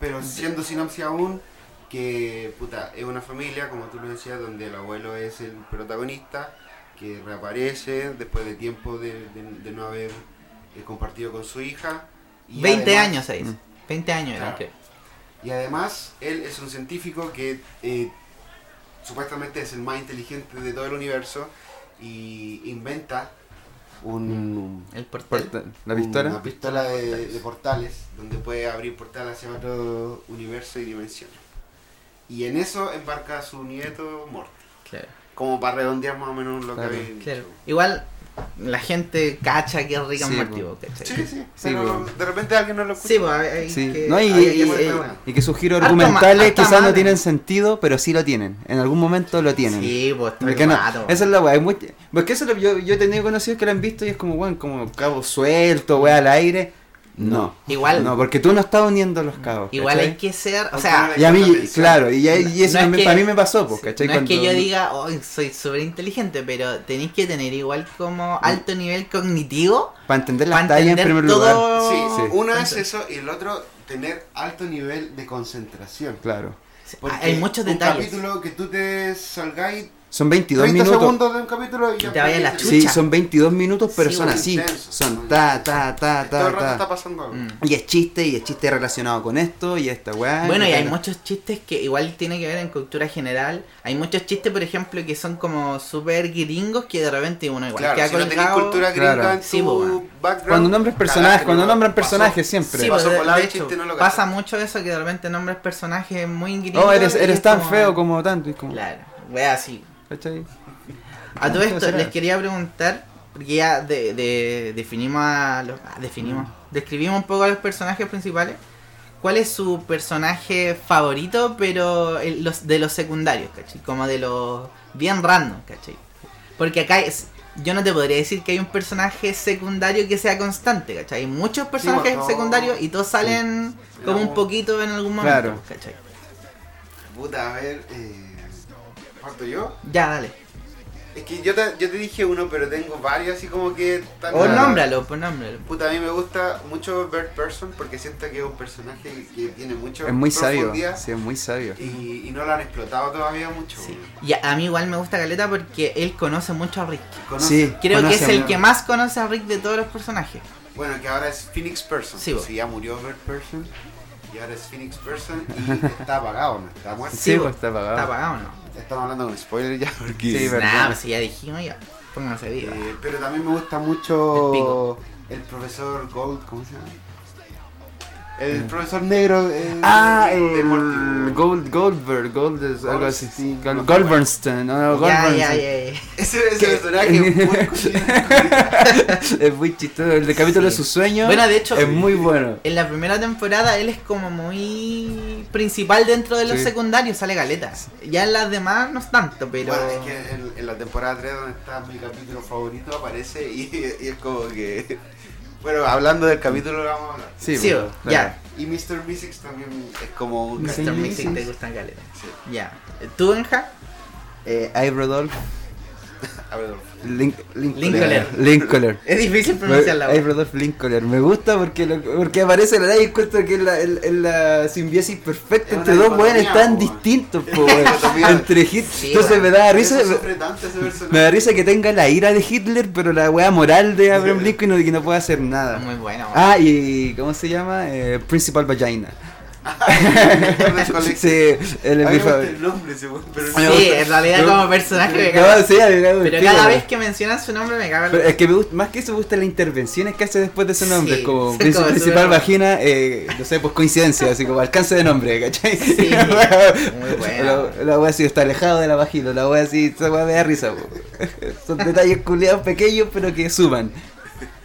[SPEAKER 4] pero siendo sinopsis aún, que puta, es una familia, como tú lo decías, donde el abuelo es el protagonista, que reaparece después de tiempo de, de- de no haber eh, compartido con su hija.
[SPEAKER 1] 20
[SPEAKER 4] además-
[SPEAKER 1] años, se
[SPEAKER 3] mm.
[SPEAKER 1] dice. 20 años eran,
[SPEAKER 4] Claro.
[SPEAKER 1] creo.
[SPEAKER 4] Y además, él es un científico que eh, supuestamente es el más inteligente de todo el universo y inventa un,
[SPEAKER 1] El portal.
[SPEAKER 3] Porta- La pistola.
[SPEAKER 4] Una pistola de, de portales, donde puede abrir portales hacia otro universo y dimensiones. Y en eso embarca a su nieto Mort.
[SPEAKER 1] Claro,
[SPEAKER 4] Como para redondear más o menos lo
[SPEAKER 3] Claro.
[SPEAKER 4] que habéis
[SPEAKER 1] claro.
[SPEAKER 4] dicho.
[SPEAKER 1] Igual la gente cacha que es rica
[SPEAKER 3] Sí,
[SPEAKER 1] en Morty,
[SPEAKER 3] po.
[SPEAKER 1] po, ¿cachai?
[SPEAKER 4] Sí, sí,
[SPEAKER 3] Sí,
[SPEAKER 4] pero
[SPEAKER 3] bueno.
[SPEAKER 4] de repente alguien no lo escucha.
[SPEAKER 1] Sí, pues hay
[SPEAKER 3] Sí.
[SPEAKER 1] que...
[SPEAKER 3] No, y,
[SPEAKER 1] hay
[SPEAKER 3] y-
[SPEAKER 1] que-
[SPEAKER 3] y-
[SPEAKER 4] bueno.
[SPEAKER 3] y que sus giros
[SPEAKER 1] Harta ma-
[SPEAKER 3] argumentales
[SPEAKER 1] harta
[SPEAKER 3] quizás
[SPEAKER 1] madre.
[SPEAKER 3] no tienen sentido, pero sí lo tienen. En algún momento lo tienen.
[SPEAKER 1] Sí, pues todo el
[SPEAKER 3] Porque no,
[SPEAKER 1] rato,
[SPEAKER 3] esa es la weá. hay mucha- Porque eso lo- yo, yo he tenido conocidos que lo han visto y es como, weón, como cabo suelto, weá al aire. No.
[SPEAKER 1] Igual-
[SPEAKER 3] No, porque tú no estás uniendo los cabos.
[SPEAKER 1] Igual
[SPEAKER 3] ¿cachai?
[SPEAKER 1] hay que ser... O
[SPEAKER 4] Hay
[SPEAKER 1] sea,
[SPEAKER 4] que-
[SPEAKER 3] Y a mí,
[SPEAKER 4] Atención.
[SPEAKER 3] claro, y, y eso
[SPEAKER 1] No es
[SPEAKER 3] también
[SPEAKER 1] que-
[SPEAKER 3] para mí me pasó, pues, ¿cachai?
[SPEAKER 1] No es que
[SPEAKER 3] Cuando-
[SPEAKER 1] yo diga, "Oh, soy súper inteligente, pero tenéis que tener igual como alto nivel cognitivo
[SPEAKER 3] Para entender las
[SPEAKER 1] para
[SPEAKER 3] tallas en
[SPEAKER 1] entender
[SPEAKER 3] primer lugar.
[SPEAKER 1] todo.
[SPEAKER 4] Sí,
[SPEAKER 3] Sí.
[SPEAKER 4] uno es eso y el otro tener alto nivel de concentración.
[SPEAKER 3] Claro.
[SPEAKER 4] Porque
[SPEAKER 1] Ah, Hay muchos
[SPEAKER 4] Un
[SPEAKER 1] detalles.
[SPEAKER 4] capítulo que tú te salgáis
[SPEAKER 3] Son 22
[SPEAKER 4] 30
[SPEAKER 3] minutos.
[SPEAKER 4] segundos de un capítulo y ya
[SPEAKER 1] te vaya la
[SPEAKER 4] perdiste.
[SPEAKER 1] chucha.
[SPEAKER 3] Sí, son 22 minutos, pero
[SPEAKER 1] Sí,
[SPEAKER 3] son
[SPEAKER 1] weón.
[SPEAKER 3] así.
[SPEAKER 4] Intenso.
[SPEAKER 3] Son ta, ta, ta,
[SPEAKER 4] Todo el
[SPEAKER 3] ta,
[SPEAKER 4] rato está
[SPEAKER 3] ta.
[SPEAKER 4] pasando algo.
[SPEAKER 1] Mm.
[SPEAKER 3] Y es chiste, y es chiste relacionado con esto, y esta weá.
[SPEAKER 1] Bueno, y hay
[SPEAKER 3] tal.
[SPEAKER 1] muchos chistes que igual tiene que ver en cultura general. Hay muchos chistes, por ejemplo, que son como súper gringos que de repente uno igual
[SPEAKER 4] Claro,
[SPEAKER 1] queda
[SPEAKER 4] si no tenés
[SPEAKER 1] colgado.
[SPEAKER 4] cultura gringa
[SPEAKER 3] Claro.
[SPEAKER 4] en tu
[SPEAKER 1] Sí, po, weón.
[SPEAKER 4] background.
[SPEAKER 3] Cuando nombres personajes,
[SPEAKER 4] cagaste,
[SPEAKER 3] cuando
[SPEAKER 4] no,
[SPEAKER 3] nombran
[SPEAKER 4] pasó.
[SPEAKER 3] personajes siempre.
[SPEAKER 1] Sí,
[SPEAKER 4] Pasó
[SPEAKER 1] pues, de-
[SPEAKER 4] por lado
[SPEAKER 1] de
[SPEAKER 4] el chiste,
[SPEAKER 1] hecho,
[SPEAKER 4] no lo caché.
[SPEAKER 1] pasa mucho eso que de repente nombres personajes muy gringos.
[SPEAKER 3] Oh, eres,
[SPEAKER 1] y
[SPEAKER 3] eres
[SPEAKER 1] es
[SPEAKER 3] tan feo como tanto. y como,
[SPEAKER 1] Claro, wea así.
[SPEAKER 3] ¿cachai?
[SPEAKER 1] A todo esto
[SPEAKER 3] Será.
[SPEAKER 1] les quería preguntar, porque ya de- de- definimos a los, ah, definimos, describimos un poco a los personajes principales. ¿Cuál es su personaje favorito, pero el- los, de los secundarios, cachai? Como de los bien random, cachai? Porque acá es, yo no te podría decir que hay un personaje secundario que sea constante, cachai? Hay muchos personajes
[SPEAKER 4] bueno, no.
[SPEAKER 1] secundarios y todos salen como un poquito en algún momento,
[SPEAKER 3] Claro.
[SPEAKER 1] cachai?
[SPEAKER 4] Puta, a ver, eh, ¿parto yo?
[SPEAKER 1] Ya, dale.
[SPEAKER 4] Es que yo te, yo te dije uno, pero tengo varios así como que... están-
[SPEAKER 1] O
[SPEAKER 3] Claro.
[SPEAKER 1] nómbralo, pues nómbralo.
[SPEAKER 4] Puta, a mí me gusta mucho Bird Person porque siento que es un personaje que tiene mucho
[SPEAKER 3] Es muy sabio.
[SPEAKER 4] profundidad
[SPEAKER 3] Sí, es muy sabio.
[SPEAKER 4] y, y no lo han explotado todavía mucho.
[SPEAKER 1] Sí. Y a, a mí igual me gusta Caleta porque él conoce mucho a Rick.
[SPEAKER 4] Conoce-
[SPEAKER 3] Sí.
[SPEAKER 1] Creo
[SPEAKER 3] Conoce Ah.
[SPEAKER 1] que es el
[SPEAKER 3] a-
[SPEAKER 1] que más conoce a Rick de todos los personajes.
[SPEAKER 4] Bueno, que ahora es Phoenix Person.
[SPEAKER 1] Sí,
[SPEAKER 4] Sí,
[SPEAKER 1] bo.
[SPEAKER 4] ya murió Bird Person y ahora es Phoenix Person y está apagado, no está muerto.
[SPEAKER 3] Sí,
[SPEAKER 1] Sí,
[SPEAKER 3] pues
[SPEAKER 1] bo.
[SPEAKER 3] está apagado.
[SPEAKER 1] Está apagado, ¿no?
[SPEAKER 4] Estamos hablando con spoiler ya porque...
[SPEAKER 3] Sí, verdad.
[SPEAKER 1] Nah, pues si ya dijimos ya. Pónganse viva.
[SPEAKER 4] Eh, pero también me gusta
[SPEAKER 1] El
[SPEAKER 4] mucho
[SPEAKER 1] pico.
[SPEAKER 4] el, profesor Gold, ¿cómo se llama? El profesor negro eh,
[SPEAKER 3] Mm. Ah,
[SPEAKER 4] de
[SPEAKER 3] el
[SPEAKER 4] Morty.
[SPEAKER 3] Gold, Goldberg, Gold es algo así.
[SPEAKER 4] Goldstein,
[SPEAKER 3] Gol-
[SPEAKER 4] no sé
[SPEAKER 3] Goldbernstein, no, no,
[SPEAKER 1] Ya,
[SPEAKER 3] Goldbernstein.
[SPEAKER 1] ya, ya, ya.
[SPEAKER 4] Ese, ese personaje es
[SPEAKER 3] <laughs>
[SPEAKER 4] muy curioso.
[SPEAKER 3] Es muy chistoso. El de capítulo de sus sueños
[SPEAKER 1] Bueno, de hecho,
[SPEAKER 3] es muy bueno.
[SPEAKER 1] en la primera temporada él es como muy principal dentro de los
[SPEAKER 3] Sí.
[SPEAKER 1] secundarios, sale Caleta. Ya en las demás no es tanto, pero...
[SPEAKER 4] Bueno, es que en, en la temporada 3 donde está mi capítulo favorito aparece y, y es como que... Bueno, hablando del capítulo vamos a hablar.
[SPEAKER 1] Sí,
[SPEAKER 3] Sí,
[SPEAKER 1] bo,
[SPEAKER 3] bueno, claro.
[SPEAKER 1] ya.
[SPEAKER 4] Y Mr. Mystics también es como un...
[SPEAKER 1] Mr.
[SPEAKER 3] Sí,
[SPEAKER 1] Mixing
[SPEAKER 3] sí.
[SPEAKER 1] te gustan Caleta.
[SPEAKER 4] Sí.
[SPEAKER 1] Ya. ¿Tú, Benja?
[SPEAKER 3] eh, Ive Rodolph,
[SPEAKER 4] A ver,
[SPEAKER 3] Link,
[SPEAKER 1] Lincoln. <laughs>
[SPEAKER 3] Lincoln.
[SPEAKER 1] Es difícil pronunciar la
[SPEAKER 3] Ive Rodolph Lincoln. Me gusta porque, lo- porque aparece la y encuentro que es la, el- el- la simbiosis perfecta
[SPEAKER 4] Es
[SPEAKER 3] entre
[SPEAKER 4] una
[SPEAKER 3] dos weones
[SPEAKER 4] dicotomía,
[SPEAKER 3] tan
[SPEAKER 4] po, weón.
[SPEAKER 3] distintos, po, weón.
[SPEAKER 4] dicotomía.
[SPEAKER 3] entre hit.
[SPEAKER 1] Sí,
[SPEAKER 3] Entonces
[SPEAKER 1] weón.
[SPEAKER 3] me da
[SPEAKER 4] Por
[SPEAKER 3] risa.
[SPEAKER 4] eso sufre tanto ese personaje.
[SPEAKER 3] Me da risa que tenga la ira de Hitler, pero la wea moral de Abraham Lincoln y que no puede hacer nada.
[SPEAKER 1] Muy buena. weón.
[SPEAKER 3] Ah, y ¿cómo se llama? Eh, Principal Vagina.
[SPEAKER 4] <laughs> Sí,
[SPEAKER 3] <laughs> Sí, él es mi favorito.
[SPEAKER 4] el este nombre, ese weón, pero
[SPEAKER 3] Me
[SPEAKER 1] sí,
[SPEAKER 3] gusta.
[SPEAKER 1] en realidad
[SPEAKER 3] Me-
[SPEAKER 1] como personaje me cago.
[SPEAKER 3] No, sí, a mí me gusta,
[SPEAKER 1] Pero cada
[SPEAKER 3] güey.
[SPEAKER 1] vez que mencionas su nombre me cago. en-
[SPEAKER 3] Pero es que me gusta, más que eso me gustan las intervenciones que hace después de ese nombre,
[SPEAKER 1] Sí, <laughs>
[SPEAKER 3] como
[SPEAKER 1] sí,
[SPEAKER 3] princi-
[SPEAKER 1] como
[SPEAKER 3] principal
[SPEAKER 1] súper-
[SPEAKER 3] vagina, eh, no sé, pues coincidencia, así como alcance de nombre, ¿cachai? <laughs>
[SPEAKER 1] Sí, muy bueno.
[SPEAKER 3] La, la wea así está alejado de la vagina, la wea así, esa wea me da risa. po. <laughs> Son detalles culiados pequeños pero que suman.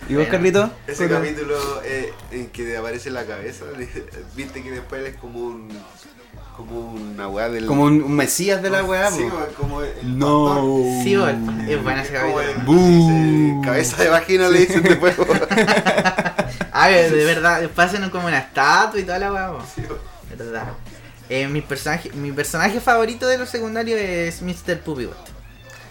[SPEAKER 3] ¿Y vos,
[SPEAKER 1] Bueno,
[SPEAKER 3] Carlito?
[SPEAKER 4] Ese
[SPEAKER 3] ¿Cómo?
[SPEAKER 4] capítulo eh, en que aparece la cabeza, <laughs> viste que después él es como un. como una weá del. <laughs>
[SPEAKER 3] Como un, un mesías de la wea,
[SPEAKER 4] Sí,
[SPEAKER 3] po.
[SPEAKER 4] como- como el. pastor.
[SPEAKER 3] No.
[SPEAKER 1] Sí, weón, es buena esa
[SPEAKER 4] Como
[SPEAKER 1] cabeza.
[SPEAKER 4] el-
[SPEAKER 3] Buu.
[SPEAKER 4] dice, Cabeza de vagina le dicen después. <laughs> weón.
[SPEAKER 1] Ah, pero de verdad, pasen como una estatua y toda la weá. weón.
[SPEAKER 4] Sí, weón.
[SPEAKER 1] Verdad. Eh, mi, personaje, mi personaje favorito de los secundarios es Mr. Puppybot.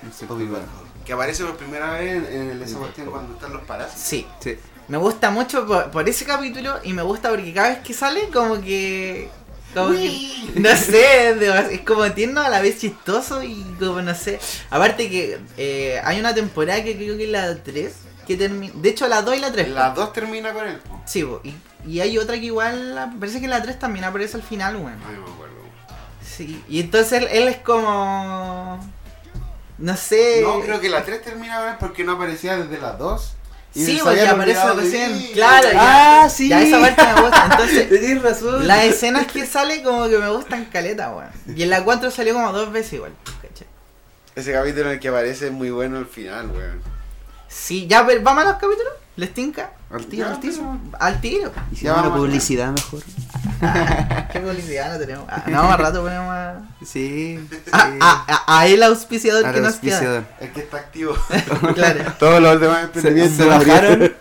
[SPEAKER 3] pues,
[SPEAKER 4] Que aparece por primera vez en, en el de Sebastián cuando están los parásitos.
[SPEAKER 1] Sí.
[SPEAKER 3] Sí.
[SPEAKER 1] Me gusta mucho por, por ese capítulo y me gusta porque cada vez que sale como que... Como que no sé, es de- es como tierno a la vez chistoso y como no sé. Aparte que eh, hay una temporada que creo que es la 3 que termina... De hecho la 2 y la 3.
[SPEAKER 4] Las dos termina con él. po.
[SPEAKER 1] Sí, po, y, y hay otra que igual... ap- Parece que la 3 también aparece al final, weón.
[SPEAKER 4] Ay, me acuerdo.
[SPEAKER 1] Sí. Y entonces él, él es como... No sé...
[SPEAKER 4] No, creo que la 3 termina con él porque no aparecía desde las 2.
[SPEAKER 1] Sí, porque aparece recién. claro, ya.
[SPEAKER 3] Ah, sí.
[SPEAKER 1] Ya esa parte me gusta.
[SPEAKER 4] <laughs>
[SPEAKER 1] Entonces,
[SPEAKER 3] Tienes razón.
[SPEAKER 1] las escenas que sale como que me gustan caleta, weón. Y en la 4 salió como dos veces igual. ¿cachai?
[SPEAKER 4] Ese capítulo en el que aparece es muy bueno al final, weón.
[SPEAKER 1] Sí, ya, pero vamos a los capítulos. ¿Les tinca?
[SPEAKER 3] Al tiro,
[SPEAKER 4] Ya,
[SPEAKER 3] al tiro.
[SPEAKER 1] Al tiro.
[SPEAKER 3] Hicimos una
[SPEAKER 4] vamos.
[SPEAKER 3] publicidad mejor.
[SPEAKER 1] Qué publicidad no tenemos.
[SPEAKER 4] <laughs>
[SPEAKER 1] Ah, no, más rato ponemos a.
[SPEAKER 3] Sí.
[SPEAKER 1] A, a- a- a el auspiciador que nos
[SPEAKER 4] El que está activo.
[SPEAKER 1] queda. <laughs> Claro.
[SPEAKER 4] <laughs> Todos
[SPEAKER 1] <laughs>
[SPEAKER 4] los demás
[SPEAKER 3] Se, se bajaron,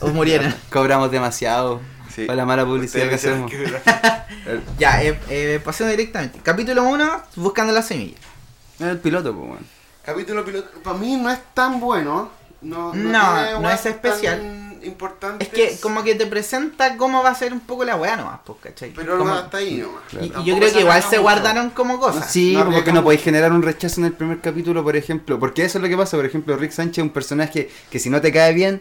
[SPEAKER 1] O murieron.
[SPEAKER 3] cobramos demasiado
[SPEAKER 4] Sí.
[SPEAKER 3] para la mala publicidad
[SPEAKER 4] Ustedes
[SPEAKER 3] que
[SPEAKER 4] hicieron
[SPEAKER 3] hacemos.
[SPEAKER 4] que-
[SPEAKER 1] Ya, eh, eh, pasemos directamente. Capítulo 1, buscando la semilla.
[SPEAKER 3] El piloto, pues, weón.
[SPEAKER 4] <laughs> Capítulo piloto. Para mí no es tan bueno. No,
[SPEAKER 1] No,
[SPEAKER 4] tiene
[SPEAKER 1] no
[SPEAKER 4] weas
[SPEAKER 1] es especial.
[SPEAKER 4] tan importantes,
[SPEAKER 1] Es que como que te presenta cómo va a ser un poco la weá nomás, pues, ¿cachai?
[SPEAKER 4] Pero
[SPEAKER 1] Como-
[SPEAKER 4] no, hasta ahí nomás.
[SPEAKER 1] Y- Y, yo
[SPEAKER 4] Tampoco
[SPEAKER 1] creo que igual se
[SPEAKER 4] mucho.
[SPEAKER 1] guardaron como cosas.
[SPEAKER 3] Sí,
[SPEAKER 4] no
[SPEAKER 3] como que no
[SPEAKER 4] arriesgamos.
[SPEAKER 3] podéis generar un rechazo en el primer capítulo, por ejemplo. Porque eso es lo que pasa, por ejemplo, Rick Sánchez es un personaje que si no te cae bien,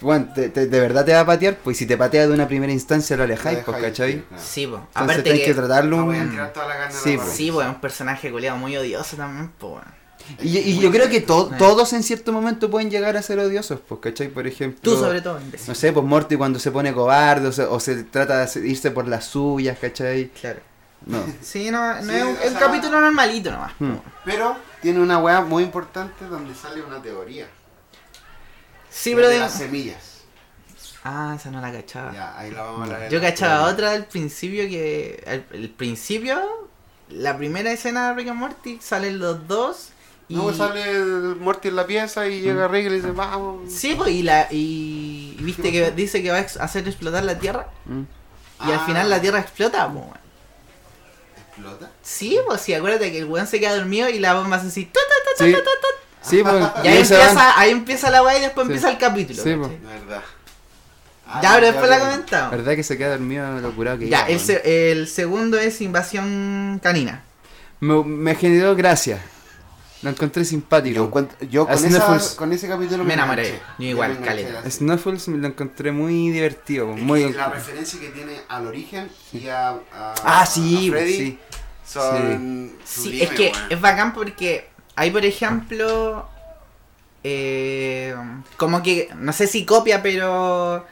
[SPEAKER 3] bueno, te- te- de verdad te va a patear, pues y si te patea de una primera instancia lo alejáis,
[SPEAKER 4] Lo
[SPEAKER 3] pues,
[SPEAKER 4] dejáis,
[SPEAKER 3] ¿cachai?
[SPEAKER 4] sí, claro.
[SPEAKER 1] Sí, pues, po.
[SPEAKER 3] Entonces
[SPEAKER 1] Aparte
[SPEAKER 3] tenéis que,
[SPEAKER 1] que,
[SPEAKER 3] tratarlo.
[SPEAKER 4] No
[SPEAKER 3] un-
[SPEAKER 4] voy a tirar toda la gana a la
[SPEAKER 3] Sí, pues.
[SPEAKER 4] pared.
[SPEAKER 1] sí, pues. po, es un personaje culiado muy odioso también, po. weón.
[SPEAKER 3] Y, y yo creo que to- todos en cierto momento pueden llegar a ser odiosos, pues, ¿cachai? Por ejemplo...
[SPEAKER 1] Tú sobre todo, imbécil.
[SPEAKER 3] No sé, pues Morty cuando se pone cobarde o se, o se trata de hacer- irse por las suyas, ¿cachai?
[SPEAKER 1] Claro.
[SPEAKER 4] <laughs>
[SPEAKER 3] No.
[SPEAKER 1] Sí, no, no
[SPEAKER 4] Sí,
[SPEAKER 1] es un,
[SPEAKER 4] o
[SPEAKER 1] es un
[SPEAKER 4] sea-
[SPEAKER 1] capítulo normalito nomás. po.
[SPEAKER 3] Hmm.
[SPEAKER 4] Pero tiene una weá muy importante donde sale una teoría.
[SPEAKER 1] Sí,
[SPEAKER 4] La
[SPEAKER 1] pero...
[SPEAKER 4] de
[SPEAKER 1] de-
[SPEAKER 4] las semillas.
[SPEAKER 1] Ah, esa no la cachaba.
[SPEAKER 4] Ya, ahí la vamos a hablar.
[SPEAKER 1] Yo cachaba
[SPEAKER 4] Pero-
[SPEAKER 1] otra al principio que... Al el principio, la primera escena de Rick and Morty, salen los dos y... Mm.
[SPEAKER 4] No, pues sale el Morty en la pieza y llega Rick y le dice, vamos.
[SPEAKER 1] Sí, po, y, la, y y viste
[SPEAKER 4] ¿Qué
[SPEAKER 1] que
[SPEAKER 4] pasó?
[SPEAKER 1] dice que va a ex- hacer explotar la Tierra
[SPEAKER 3] Mm.
[SPEAKER 1] y al
[SPEAKER 4] Ah.
[SPEAKER 1] final la Tierra explota, po, weón.
[SPEAKER 4] ¿Explota?
[SPEAKER 1] Sí, pues sí, acuérdate que el weón se queda dormido y la bomba hace así. tut, tut,
[SPEAKER 3] Sí, sí pues...
[SPEAKER 1] Y ahí
[SPEAKER 3] ellos se van.
[SPEAKER 1] empieza, ahí empieza la weá y después
[SPEAKER 3] Sí.
[SPEAKER 1] empieza el capítulo.
[SPEAKER 3] Sí,
[SPEAKER 1] ¿cachai?
[SPEAKER 4] No, verdad. Ah,
[SPEAKER 1] Ah, ya, pero después la
[SPEAKER 4] comenta
[SPEAKER 1] comentamos.
[SPEAKER 3] ¿Verdad que se queda dormido de lo curado que
[SPEAKER 1] Ya,
[SPEAKER 3] iba,
[SPEAKER 1] el,
[SPEAKER 3] weón?
[SPEAKER 1] se- el segundo es invasión canina.
[SPEAKER 3] me, me generó gracia. Lo encontré
[SPEAKER 4] Yo,
[SPEAKER 3] simpático.
[SPEAKER 4] encuentro- yo
[SPEAKER 3] A
[SPEAKER 4] con,
[SPEAKER 3] Snuffles.
[SPEAKER 4] esa, con ese capítulo
[SPEAKER 1] Me enamoré. Yo igual,
[SPEAKER 4] me enganché
[SPEAKER 1] caleta.
[SPEAKER 4] de la-
[SPEAKER 3] Snuffles me lo encontré muy divertido,
[SPEAKER 4] Es
[SPEAKER 3] muy...
[SPEAKER 4] que La referencia que tiene al origen y a. a-
[SPEAKER 3] Ah, sí,
[SPEAKER 4] a Freddy
[SPEAKER 3] sí.
[SPEAKER 4] Son.
[SPEAKER 1] Sí,
[SPEAKER 4] sublimes,
[SPEAKER 1] es que
[SPEAKER 4] weón.
[SPEAKER 1] es bacán porque hay, por ejemplo, eh, como que, no sé si copia, pero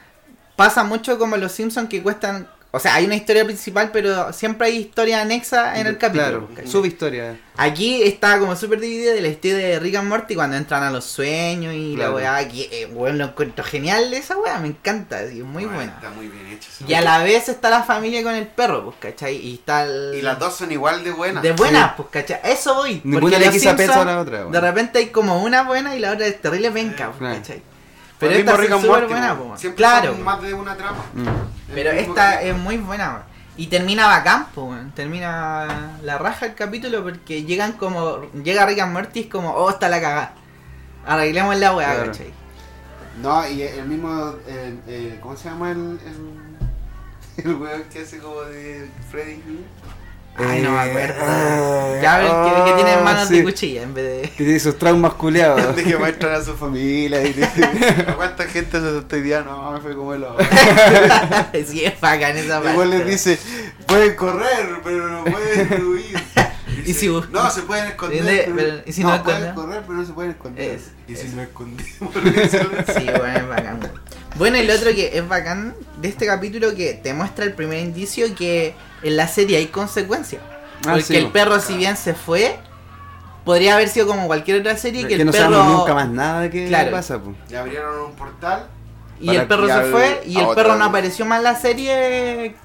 [SPEAKER 1] pasa mucho como los Simpsons que cuestan... O sea, hay una historia principal, pero siempre hay historia anexa en el capítulo.
[SPEAKER 3] Claro,
[SPEAKER 1] ¿cachai?
[SPEAKER 3] subhistoria.
[SPEAKER 1] Aquí está como súper dividida el estilo de Rick and Morty cuando entran a los sueños y
[SPEAKER 3] Claro.
[SPEAKER 1] la weá que eh, weón, lo encuentro genial esa weá, me encanta, así, es muy
[SPEAKER 4] Weón,
[SPEAKER 1] buena.
[SPEAKER 4] Está muy bien hecho. esa
[SPEAKER 1] Y a
[SPEAKER 4] weón.
[SPEAKER 1] la vez está la familia con el perro, pues, ¿cachai? Y está el-
[SPEAKER 4] Y las dos son igual de buenas.
[SPEAKER 1] de buenas, pues, ¿cachai? A Eso voy.
[SPEAKER 3] Ninguna
[SPEAKER 1] porque
[SPEAKER 3] le
[SPEAKER 1] los
[SPEAKER 3] quiso pensar a
[SPEAKER 1] Simpsons,
[SPEAKER 3] la otra, weón.
[SPEAKER 1] De repente hay como una buena y la otra es terrible venca, pues,
[SPEAKER 3] Claro.
[SPEAKER 1] ¿cachai?
[SPEAKER 4] Por
[SPEAKER 1] Pero
[SPEAKER 4] el mismo
[SPEAKER 1] esta es
[SPEAKER 4] Rick and
[SPEAKER 1] súper
[SPEAKER 4] Morty,
[SPEAKER 1] buena,
[SPEAKER 4] weón.
[SPEAKER 1] pues.
[SPEAKER 4] Siempre
[SPEAKER 1] Claro.
[SPEAKER 4] son más de una trama.
[SPEAKER 3] Mm.
[SPEAKER 4] El
[SPEAKER 1] Pero
[SPEAKER 4] mismo
[SPEAKER 1] esta
[SPEAKER 4] capítulo.
[SPEAKER 1] es muy buena, weón. Y termina bacán, po, weón. Termina la raja el capítulo porque llegan como. Llega Rick and Morty y es como, oh, está la cagada. Arreglemos la weá,
[SPEAKER 3] Claro.
[SPEAKER 1] ¿cachai?
[SPEAKER 4] No, y el mismo. eh, eh, ¿Cómo se llama el. el, <laughs> el weón que hace como de Freddy Krueger?
[SPEAKER 1] Ay, no me acuerdo.
[SPEAKER 3] Eh,
[SPEAKER 1] Ya ves que, que tienen manos
[SPEAKER 3] Ah, sí.
[SPEAKER 1] de cuchilla en vez de. <laughs>
[SPEAKER 3] Que tiene sus traumas culeados.
[SPEAKER 4] <laughs> De que va a entrar a su familia y dice, ¿a cuánta gente se estoy diciendo? No, me fue como el agua".
[SPEAKER 1] sí, es bacán esa parte.
[SPEAKER 4] Igual les dice, pueden correr, pero no pueden huir.
[SPEAKER 1] <laughs> Y si bus-
[SPEAKER 4] no, se pueden esconder.
[SPEAKER 1] Ende-
[SPEAKER 4] pero-
[SPEAKER 1] pero- y si
[SPEAKER 4] no,
[SPEAKER 1] no
[SPEAKER 4] pueden
[SPEAKER 1] escondemos?
[SPEAKER 4] correr, pero no se pueden esconder.
[SPEAKER 1] Es-
[SPEAKER 4] y si no escondemos, <laughs> ¿Qué
[SPEAKER 1] Sí, bueno, es bacán. weón. Bueno, el otro que es bacán de este capítulo que te muestra el primer indicio que en la serie hay consecuencias.
[SPEAKER 3] Ah,
[SPEAKER 1] Porque
[SPEAKER 3] sí,
[SPEAKER 1] el
[SPEAKER 3] bo.
[SPEAKER 1] perro, si bien se fue, podría haber sido como cualquier otra serie que,
[SPEAKER 3] que
[SPEAKER 1] el
[SPEAKER 3] no
[SPEAKER 1] perro.
[SPEAKER 3] sabemos nunca más nada de qué
[SPEAKER 1] Claro.
[SPEAKER 3] pasa, po.
[SPEAKER 4] Le abrieron un portal.
[SPEAKER 1] Y
[SPEAKER 3] para
[SPEAKER 1] el perro se
[SPEAKER 3] criar
[SPEAKER 1] fue y
[SPEAKER 3] a
[SPEAKER 1] el
[SPEAKER 3] otro.
[SPEAKER 1] perro no apareció más en la serie.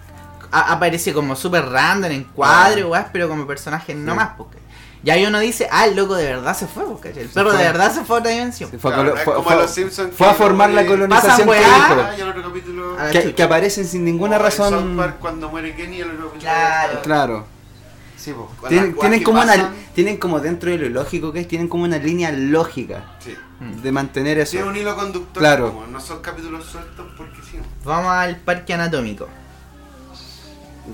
[SPEAKER 1] A- aparece como súper random en cuadro, weas, pero como personaje no
[SPEAKER 3] Ah. Sí.
[SPEAKER 1] más. Porque ya ahí uno dice, ah, el loco de verdad se fue, porque el perro
[SPEAKER 3] fue.
[SPEAKER 1] de verdad se fue a otra dimensión.
[SPEAKER 3] Se fue a
[SPEAKER 4] Claro,
[SPEAKER 3] colo-
[SPEAKER 4] es
[SPEAKER 3] fue-
[SPEAKER 4] como
[SPEAKER 3] fue-
[SPEAKER 4] los Simpsons
[SPEAKER 3] fue a
[SPEAKER 4] que-
[SPEAKER 3] formar la
[SPEAKER 4] que-
[SPEAKER 3] colonización
[SPEAKER 1] Pasan
[SPEAKER 3] que
[SPEAKER 1] weá.
[SPEAKER 3] dijo,
[SPEAKER 4] Ah, y el otro capítulo.
[SPEAKER 1] A la
[SPEAKER 3] que,
[SPEAKER 1] chucha.
[SPEAKER 3] que aparecen sin ninguna
[SPEAKER 4] como en
[SPEAKER 3] razón.
[SPEAKER 4] South Park, cuando muere Kenny, el otro capítulo.
[SPEAKER 1] Claro.
[SPEAKER 3] Claro.
[SPEAKER 4] Sí, pues, con
[SPEAKER 3] Tienen,
[SPEAKER 4] las cosas
[SPEAKER 3] tienen
[SPEAKER 4] que
[SPEAKER 3] como una,
[SPEAKER 4] pasan,
[SPEAKER 3] tienen como dentro de lo lógico que es, tienen como una línea lógica
[SPEAKER 4] Sí.
[SPEAKER 1] Mm.
[SPEAKER 3] de mantener eso.
[SPEAKER 4] Tiene un hilo conductor.
[SPEAKER 3] Claro.
[SPEAKER 4] como no son capítulos sueltos porque sí.
[SPEAKER 1] Vamos al parque anatómico.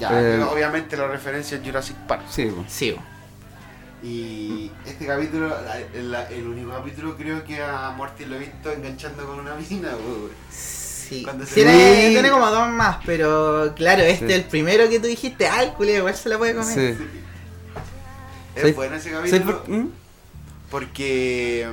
[SPEAKER 4] Ya,
[SPEAKER 3] Eh.
[SPEAKER 4] obviamente la referencia es Jurassic Park.
[SPEAKER 3] Sí, po.
[SPEAKER 1] Sí, pues. bo.
[SPEAKER 4] Y
[SPEAKER 1] Mm.
[SPEAKER 4] este capítulo, la- la- el único capítulo creo que a Morty lo he visto enganchando con una mina, <laughs> weón.
[SPEAKER 1] Sí.
[SPEAKER 4] Cuando se-
[SPEAKER 1] Tiene,
[SPEAKER 3] Sí.
[SPEAKER 1] tiene como dos más, pero claro, este
[SPEAKER 3] Sí.
[SPEAKER 1] el primero que tú dijiste, ay, culiao, igual se la puede comer.
[SPEAKER 3] Sí.
[SPEAKER 4] Es
[SPEAKER 3] ¿Sabes-
[SPEAKER 4] bueno ese
[SPEAKER 3] ¿Sabes
[SPEAKER 4] capítulo
[SPEAKER 3] por- mm?
[SPEAKER 4] porque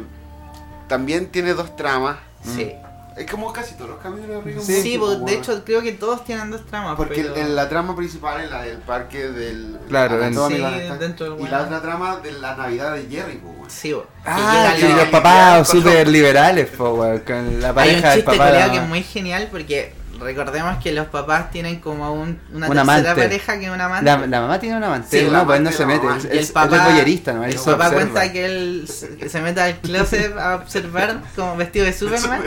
[SPEAKER 4] también tiene dos tramas.
[SPEAKER 1] Sí,
[SPEAKER 3] Mm.
[SPEAKER 4] Es como casi todos los capítulos de Rick and
[SPEAKER 1] sí,
[SPEAKER 4] Morty,
[SPEAKER 3] pues,
[SPEAKER 1] bo,
[SPEAKER 4] weón.
[SPEAKER 1] de hecho creo que todos tienen dos tramas.
[SPEAKER 4] Porque
[SPEAKER 1] pero-
[SPEAKER 4] el- la trama principal es la del parque del...
[SPEAKER 3] Claro, del-
[SPEAKER 4] anatómico,
[SPEAKER 1] Sí,
[SPEAKER 4] donde está-
[SPEAKER 1] dentro del
[SPEAKER 4] Y la
[SPEAKER 1] weón.
[SPEAKER 4] otra trama de la Navidad de Jerry, weón.
[SPEAKER 1] Sí, pues. bo.
[SPEAKER 3] Ah,
[SPEAKER 1] Que
[SPEAKER 3] que
[SPEAKER 1] llegan
[SPEAKER 3] los
[SPEAKER 1] los-
[SPEAKER 3] papás súper liberales, po, weón, con la
[SPEAKER 1] Hay un
[SPEAKER 3] pareja del
[SPEAKER 1] chiste
[SPEAKER 3] papá.
[SPEAKER 1] coreano
[SPEAKER 3] la-
[SPEAKER 1] que es muy genial porque recordemos que los papás tienen como un, una
[SPEAKER 3] Un
[SPEAKER 1] tercera
[SPEAKER 3] amante.
[SPEAKER 1] pareja que es un amante.
[SPEAKER 3] La, la mamá tiene una
[SPEAKER 4] Sí,
[SPEAKER 3] mantela,
[SPEAKER 4] la
[SPEAKER 3] no, pues él no
[SPEAKER 4] amante
[SPEAKER 3] se
[SPEAKER 4] de la
[SPEAKER 3] mete,
[SPEAKER 4] mamá.
[SPEAKER 3] él,
[SPEAKER 1] Y
[SPEAKER 3] él-
[SPEAKER 1] el
[SPEAKER 3] él
[SPEAKER 1] papá-
[SPEAKER 3] es boyerista, ¿no? Él
[SPEAKER 1] el
[SPEAKER 3] se
[SPEAKER 1] papá
[SPEAKER 3] observa.
[SPEAKER 1] cuenta que él se se mete al closet a observar como vestido de
[SPEAKER 4] <laughs>
[SPEAKER 1] Superman.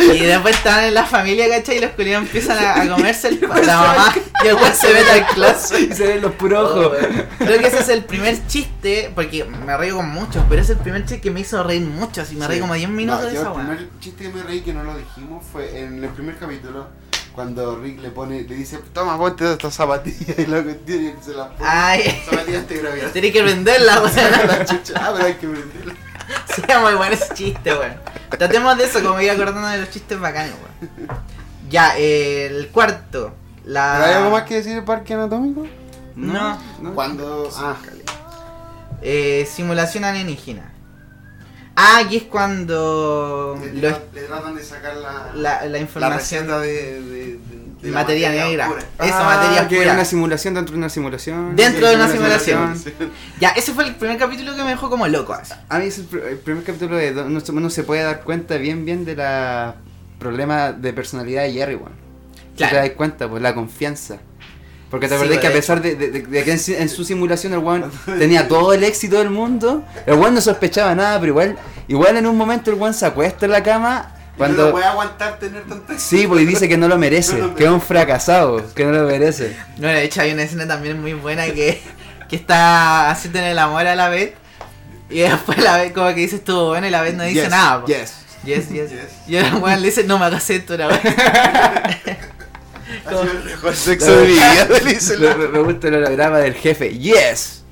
[SPEAKER 1] Y después están en la familia, ¿cachai? Y los culiados empiezan a, a comerse
[SPEAKER 4] <laughs>
[SPEAKER 1] el, la mamá <laughs> y después se mete al closet.
[SPEAKER 3] Y <laughs> se ven los puros
[SPEAKER 1] Oh,
[SPEAKER 3] ojos.
[SPEAKER 1] weón. Creo que ese es el primer chiste, porque me río con muchos, pero es el primer chiste que me hizo reír mucho, así me reí como 10 minutos
[SPEAKER 4] No,
[SPEAKER 1] de
[SPEAKER 4] yo
[SPEAKER 1] esa
[SPEAKER 4] El
[SPEAKER 1] weá.
[SPEAKER 4] primer chiste que me reí que no lo dijimos fue en el primer capítulo cuando Rick le pone, le dice, toma ponte estas zapatillas <laughs> y lo que tiene se las pone.
[SPEAKER 1] Ay,
[SPEAKER 4] Zapatillas te gravías.
[SPEAKER 1] tenés que venderla, weón.
[SPEAKER 4] <laughs>
[SPEAKER 1] <laughs>
[SPEAKER 4] La chucha, ah, pero hay que venderla.
[SPEAKER 1] Sí, era muy bueno ese chiste, weón. Tratemos de eso, como ir acordando de los chistes bacanos, weón. Ya, eh, el cuarto. La...
[SPEAKER 4] ¿Hay algo más que decir del parque anatómico?
[SPEAKER 1] No.
[SPEAKER 4] Cuando. Ah,
[SPEAKER 1] Eh, simulación alienígena. Ah, y es cuando
[SPEAKER 4] le,
[SPEAKER 1] lo-
[SPEAKER 4] tra- le tratan de sacar la,
[SPEAKER 1] la, la
[SPEAKER 4] la
[SPEAKER 1] información
[SPEAKER 4] receta de, de, de- de la
[SPEAKER 1] materia negra.
[SPEAKER 4] oscura.
[SPEAKER 1] Eso,
[SPEAKER 3] Ah,
[SPEAKER 1] materia
[SPEAKER 3] que
[SPEAKER 1] pura.
[SPEAKER 3] era una simulación dentro de una simulación.
[SPEAKER 1] dentro de una
[SPEAKER 3] Sí,
[SPEAKER 1] simulación.
[SPEAKER 4] Sí.
[SPEAKER 1] Ya, ese fue el primer capítulo que me dejó como loco así.
[SPEAKER 3] A mí es el, pr- el primer capítulo de do- no se- uno se puede dar cuenta bien bien de la problema de personalidad de Jerry, weón. Si
[SPEAKER 1] Claro.
[SPEAKER 3] te das cuenta, pues la confianza. Porque te
[SPEAKER 1] Sí, pues,
[SPEAKER 3] acordás
[SPEAKER 1] de
[SPEAKER 3] que a
[SPEAKER 1] hecho.
[SPEAKER 3] pesar de, de- de- de que en, si- en su simulación el weón tenía todo el éxito del mundo, el weón no sospechaba nada, pero igual, igual en un momento el weón se acuesta en la cama
[SPEAKER 4] <laughs> Cuando. No
[SPEAKER 3] cuando...
[SPEAKER 4] voy a aguantar tener tanta. <laughs>
[SPEAKER 3] Sí, pues y dice que no lo merece,
[SPEAKER 4] No lo
[SPEAKER 3] que es un fracasado, que no lo merece.
[SPEAKER 1] No, de hecho hay una escena también muy buena que, que está haciendo el amor a la vez. Y después la vez como que dice estuvo bueno y la vez no dice
[SPEAKER 3] Yes,
[SPEAKER 1] nada. pues. po.
[SPEAKER 3] yes.
[SPEAKER 1] Yes, yes.
[SPEAKER 4] Yes.
[SPEAKER 1] Y ahora weón le dice, no me hagas esto una vez.
[SPEAKER 4] Ha sido el mejor sexo de mi vida, <laughs> le dice la-
[SPEAKER 3] Me me- me gusta el holograma del jefe. Yes,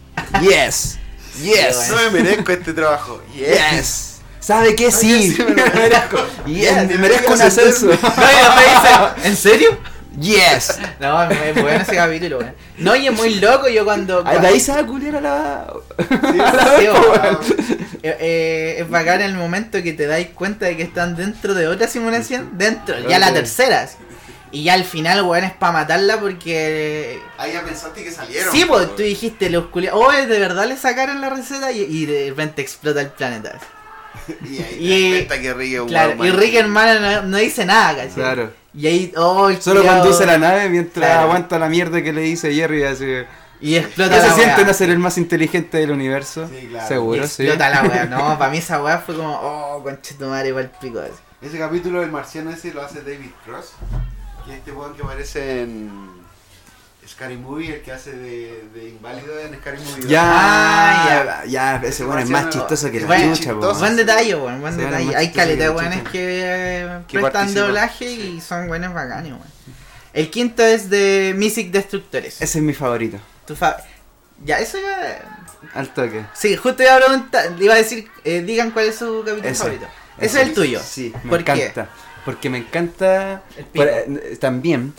[SPEAKER 3] yes, yes.
[SPEAKER 4] No me merezco este trabajo.
[SPEAKER 3] Yes. <laughs> ¿Sabe qué?
[SPEAKER 4] Ay,
[SPEAKER 3] Sí.
[SPEAKER 4] sí, me lo
[SPEAKER 3] <laughs>
[SPEAKER 4] merezco.
[SPEAKER 1] <laughs>
[SPEAKER 3] Yes.
[SPEAKER 4] Me
[SPEAKER 3] Merezco un
[SPEAKER 4] merezco
[SPEAKER 3] ascenso.
[SPEAKER 1] No, y después dice, ¿en serio?
[SPEAKER 3] <laughs> Yes.
[SPEAKER 1] No, es bueno ese capítulo, weón. No, y es muy loco yo cuando...
[SPEAKER 3] Ah, De ahí se va a culiar a la.
[SPEAKER 4] Sí,
[SPEAKER 1] <laughs> Sí,
[SPEAKER 4] sí,
[SPEAKER 1] weón.
[SPEAKER 4] weón.
[SPEAKER 1] Eh, eh, es bacán el momento que te dais cuenta de que están dentro de otra simulación. Dentro, ya la
[SPEAKER 3] Ok.
[SPEAKER 1] tercera. así. Y ya al final, weón, es para matarla porque...
[SPEAKER 4] Ahí Ah, ya pensaste que salieron.
[SPEAKER 1] Sí, pues
[SPEAKER 4] weón.
[SPEAKER 1] tú dijiste, los culiados, oh, de verdad le sacaron la receta y, y de repente explota el planeta.
[SPEAKER 4] <laughs> Y ahí
[SPEAKER 1] y-
[SPEAKER 4] te das cuenta que Rick es un
[SPEAKER 1] Claro,
[SPEAKER 4] weón
[SPEAKER 1] y
[SPEAKER 4] mal.
[SPEAKER 1] Rick hermano no, no dice nada, ¿cachai?
[SPEAKER 3] Claro.
[SPEAKER 1] Y ahí, oh, el
[SPEAKER 3] Solo
[SPEAKER 1] culiao-
[SPEAKER 3] conduce la nave mientras
[SPEAKER 1] Claro.
[SPEAKER 3] aguanta la mierda que le dice Jerry. Así.
[SPEAKER 1] Y
[SPEAKER 3] No
[SPEAKER 1] explota
[SPEAKER 3] se
[SPEAKER 1] la
[SPEAKER 3] siente
[SPEAKER 1] weá.
[SPEAKER 3] no ser el más inteligente del universo.
[SPEAKER 4] Sí, claro.
[SPEAKER 1] Y
[SPEAKER 3] Seguro, sí.
[SPEAKER 1] explota la weá. No, para mí esa weá fue como, oh, conche tu madre, igual pico. así.
[SPEAKER 4] Ese capítulo del marciano ese lo hace David Cross. Y este weón que aparece en. Scary Movie, el que hace de, de inválido en Scary Movie.
[SPEAKER 3] Ya,
[SPEAKER 1] Ah,
[SPEAKER 3] ya, ya, ese bueno es más chistoso que la
[SPEAKER 1] Bueno,
[SPEAKER 3] chucha,
[SPEAKER 4] chistoso. Bueno,
[SPEAKER 3] weón.
[SPEAKER 1] Buen detalle, weón, buen
[SPEAKER 3] Sí,
[SPEAKER 1] detalle.
[SPEAKER 3] bueno,
[SPEAKER 1] Hay
[SPEAKER 3] mucho
[SPEAKER 1] caleta de
[SPEAKER 3] sí,
[SPEAKER 1] weones
[SPEAKER 3] mucho.
[SPEAKER 1] que, eh,
[SPEAKER 3] Que
[SPEAKER 1] prestan
[SPEAKER 3] participan.
[SPEAKER 1] doblaje y son buenos bacanes, weón. El quinto es de Music Destructores.
[SPEAKER 3] Ese es mi favorito,
[SPEAKER 1] Tu fa- Ya, eso ya...
[SPEAKER 3] al toque.
[SPEAKER 1] Sí, justo iba a preguntar, iba a decir, eh, digan cuál es su capítulo
[SPEAKER 3] Ese.
[SPEAKER 1] favorito. Ese,
[SPEAKER 3] Ese.
[SPEAKER 1] es el tuyo.
[SPEAKER 3] Sí, me
[SPEAKER 1] ¿Por qué?
[SPEAKER 3] encanta. Porque me encanta.
[SPEAKER 1] El pico.
[SPEAKER 3] Para- eh, también.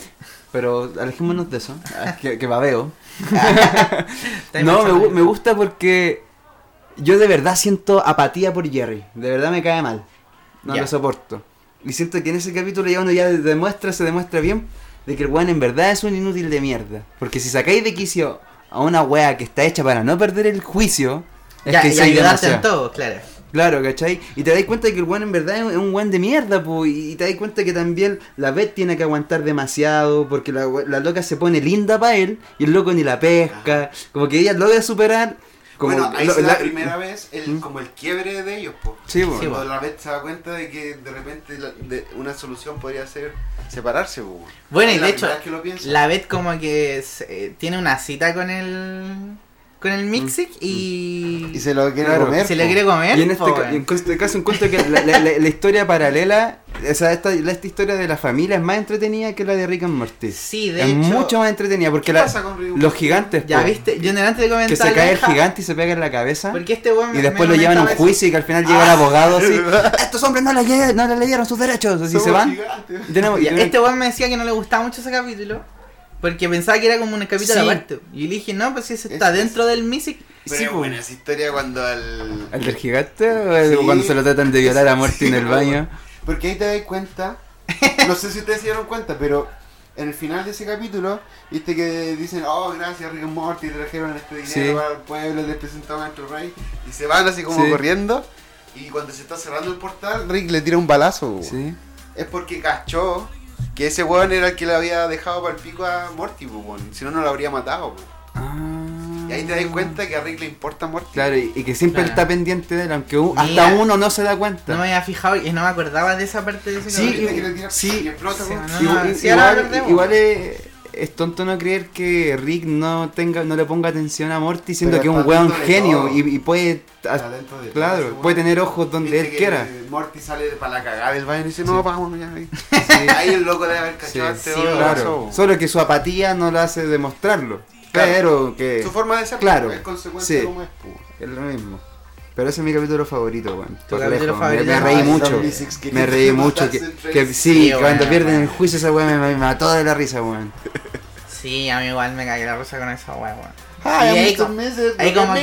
[SPEAKER 3] Pero alejémonos de <laughs> eso. que, que babeo.
[SPEAKER 1] Está
[SPEAKER 3] no, me,
[SPEAKER 1] emocionado.
[SPEAKER 3] gu- me gusta porque. Yo de verdad siento apatía por Jerry. De verdad me cae mal. No
[SPEAKER 1] Ya.
[SPEAKER 3] lo soporto. Y siento que en ese capítulo ya uno ya demuestra, se demuestra bien. De que el weón en verdad es un inútil de mierda. Porque si sacáis de quicio a una wea que está hecha para no perder el juicio. Es
[SPEAKER 1] Ya,
[SPEAKER 3] que
[SPEAKER 1] y
[SPEAKER 3] soy
[SPEAKER 1] ayudarte
[SPEAKER 3] demasiado.
[SPEAKER 1] en todo, claro.
[SPEAKER 3] Claro, ¿cachai? Y te das cuenta que el weón en verdad es un- es un weón de mierda, po. Y y te das cuenta que también la Beth tiene que aguantar demasiado, porque la, we- la loca se pone linda para él, y el loco ni la pesca.
[SPEAKER 1] Ah.
[SPEAKER 3] Como que ella logra superar. Como
[SPEAKER 4] bueno, ahí
[SPEAKER 3] lo-
[SPEAKER 4] es la,
[SPEAKER 3] la-
[SPEAKER 4] primera vez, el,
[SPEAKER 3] ¿Mm?
[SPEAKER 4] como el quiebre de ellos, po.
[SPEAKER 3] Sí, po.
[SPEAKER 1] Sí, po.
[SPEAKER 4] Cuando la vez se da cuenta de que de repente la- de- una solución podría ser separarse, po.
[SPEAKER 1] Bueno, y
[SPEAKER 4] Es la
[SPEAKER 1] de hecho,
[SPEAKER 4] primera vez que lo pienso.
[SPEAKER 1] La Beth como que se- eh, tiene una cita con el con el Mixic
[SPEAKER 3] Mm.
[SPEAKER 1] y,
[SPEAKER 2] Y se lo quiere
[SPEAKER 3] Claro,
[SPEAKER 2] comer.
[SPEAKER 1] se le
[SPEAKER 2] po.
[SPEAKER 1] quiere comer.
[SPEAKER 3] Y en este,
[SPEAKER 1] po,
[SPEAKER 3] ca-
[SPEAKER 1] weón.
[SPEAKER 3] y en este caso encuentro que la, la- la- la historia paralela, o sea, esta, la- esta historia de la familia es más entretenida que la de Rick and Morty.
[SPEAKER 1] Sí, de
[SPEAKER 3] es
[SPEAKER 1] hecho.
[SPEAKER 3] mucho más entretenida, porque
[SPEAKER 4] ¿Qué
[SPEAKER 3] la-
[SPEAKER 4] pasa con Rick?
[SPEAKER 3] los gigantes,
[SPEAKER 1] Ya
[SPEAKER 3] po,
[SPEAKER 1] viste, yo en antes de comentar
[SPEAKER 3] que se cae el gigante y se pega en la cabeza.
[SPEAKER 1] Porque este weón
[SPEAKER 3] Y
[SPEAKER 1] me-
[SPEAKER 3] después
[SPEAKER 1] me
[SPEAKER 3] lo llevan a un
[SPEAKER 1] comentaba
[SPEAKER 3] juicio y que al final
[SPEAKER 1] Ah.
[SPEAKER 3] llega el abogado
[SPEAKER 1] <laughs>
[SPEAKER 3] así. "A Estos hombres no le, lle- no le leyeron sus derechos. Así
[SPEAKER 4] Somos
[SPEAKER 3] se van.
[SPEAKER 4] gigantes.
[SPEAKER 3] Y tenemos-
[SPEAKER 1] eso.
[SPEAKER 3] y
[SPEAKER 1] Ya,
[SPEAKER 3] tenemos-
[SPEAKER 1] Este weón me decía que no le gustaba mucho ese capítulo. Porque pensaba que era como un capítulo
[SPEAKER 3] Sí.
[SPEAKER 1] aparte. Y le dije, no, pues si ese está
[SPEAKER 4] Es-
[SPEAKER 1] dentro del Mixic.
[SPEAKER 4] Pero
[SPEAKER 3] Sí, pues.
[SPEAKER 4] es
[SPEAKER 3] po.
[SPEAKER 4] buena esa historia cuando al...
[SPEAKER 3] ¿El del gigante? o el-
[SPEAKER 4] Sí.
[SPEAKER 3] Cuando se lo tratan de violar a muerte en el
[SPEAKER 4] Sí,
[SPEAKER 3] baño.
[SPEAKER 4] Porque ahí te das
[SPEAKER 3] <laughs>
[SPEAKER 4] cuenta, no sé si ustedes se dieron cuenta, pero en el final de ese capítulo, viste que dicen, oh, gracias Rick and Morty, trajeron este dinero
[SPEAKER 3] Sí.
[SPEAKER 4] para el pueblo, les presentamos a nuestro rey, y se van así como
[SPEAKER 3] Sí.
[SPEAKER 4] corriendo, y cuando se está cerrando el portal, Rick le tira un balazo, weón.
[SPEAKER 3] Sí.
[SPEAKER 4] es porque cachó que ese weón era el que le había dejado para el pico a Morty, po, weón. si no, no lo habría matado, po. y ahí te das cuenta que a Rick le importa Morty.
[SPEAKER 3] Ah. Mm. Claro, y, y que siempre él
[SPEAKER 1] Claro.
[SPEAKER 3] está pendiente de él, aunque un-
[SPEAKER 1] Mira.
[SPEAKER 3] hasta uno no se da cuenta.
[SPEAKER 1] No me había fijado y no me acordaba de esa parte de ese
[SPEAKER 3] Sí,
[SPEAKER 1] capítulo.
[SPEAKER 4] Viste que le tira-
[SPEAKER 3] sí,
[SPEAKER 4] y explota,
[SPEAKER 1] sí,
[SPEAKER 4] weón.
[SPEAKER 1] no,
[SPEAKER 3] Igu-
[SPEAKER 1] Ah,
[SPEAKER 3] i-
[SPEAKER 1] sí, ahora
[SPEAKER 3] igual
[SPEAKER 1] perdemos.
[SPEAKER 3] igual es, es tonto no creer que Rick no tenga no le ponga atención a Morty, siendo
[SPEAKER 4] Pero
[SPEAKER 3] que es un
[SPEAKER 4] está
[SPEAKER 3] weón
[SPEAKER 4] dentro de
[SPEAKER 3] genio
[SPEAKER 4] todo.
[SPEAKER 3] y, y puede.
[SPEAKER 4] Está dentro de todo ese
[SPEAKER 3] Claro,
[SPEAKER 4] weón.
[SPEAKER 3] puede tener ojos donde
[SPEAKER 4] Viste
[SPEAKER 3] él
[SPEAKER 4] que
[SPEAKER 3] quiera.
[SPEAKER 4] Morty sale para la cagada del baño y dice, no, vamos, ya. ahí".
[SPEAKER 3] <laughs> Sí.
[SPEAKER 4] Ahí el loco debe haber cachado
[SPEAKER 3] Sí,
[SPEAKER 4] este
[SPEAKER 1] sí,
[SPEAKER 4] otro
[SPEAKER 3] Claro,
[SPEAKER 4] brazo.
[SPEAKER 3] solo que su apatía no la hace demostrarlo. Claro,
[SPEAKER 4] Claro.
[SPEAKER 3] que
[SPEAKER 4] Su forma de ser
[SPEAKER 3] Claro,
[SPEAKER 4] es consecuente
[SPEAKER 3] sí.
[SPEAKER 4] como es. po.
[SPEAKER 3] es lo mismo. Pero ese es mi capítulo favorito, weón. Por
[SPEAKER 1] capítulo
[SPEAKER 3] lejos, me-
[SPEAKER 1] favorito.
[SPEAKER 3] Me,
[SPEAKER 1] Ah,
[SPEAKER 3] reí
[SPEAKER 1] son
[SPEAKER 3] mucho.
[SPEAKER 4] mis ex queridos <laughs>
[SPEAKER 3] Me reí
[SPEAKER 4] que
[SPEAKER 3] mucho. Que,
[SPEAKER 4] matasen tres.
[SPEAKER 3] que sí,
[SPEAKER 1] Sí, weón,
[SPEAKER 3] cuando pierden
[SPEAKER 1] weón.
[SPEAKER 3] el juicio esa weón me, me mató de la risa, weón.
[SPEAKER 1] Sí, a mí igual me cagué la rosa con esa weá, weón.
[SPEAKER 4] Ay,
[SPEAKER 1] Y ahí
[SPEAKER 4] muchos
[SPEAKER 1] co-
[SPEAKER 4] meses
[SPEAKER 1] Ahí
[SPEAKER 4] lo
[SPEAKER 1] como,
[SPEAKER 4] amé.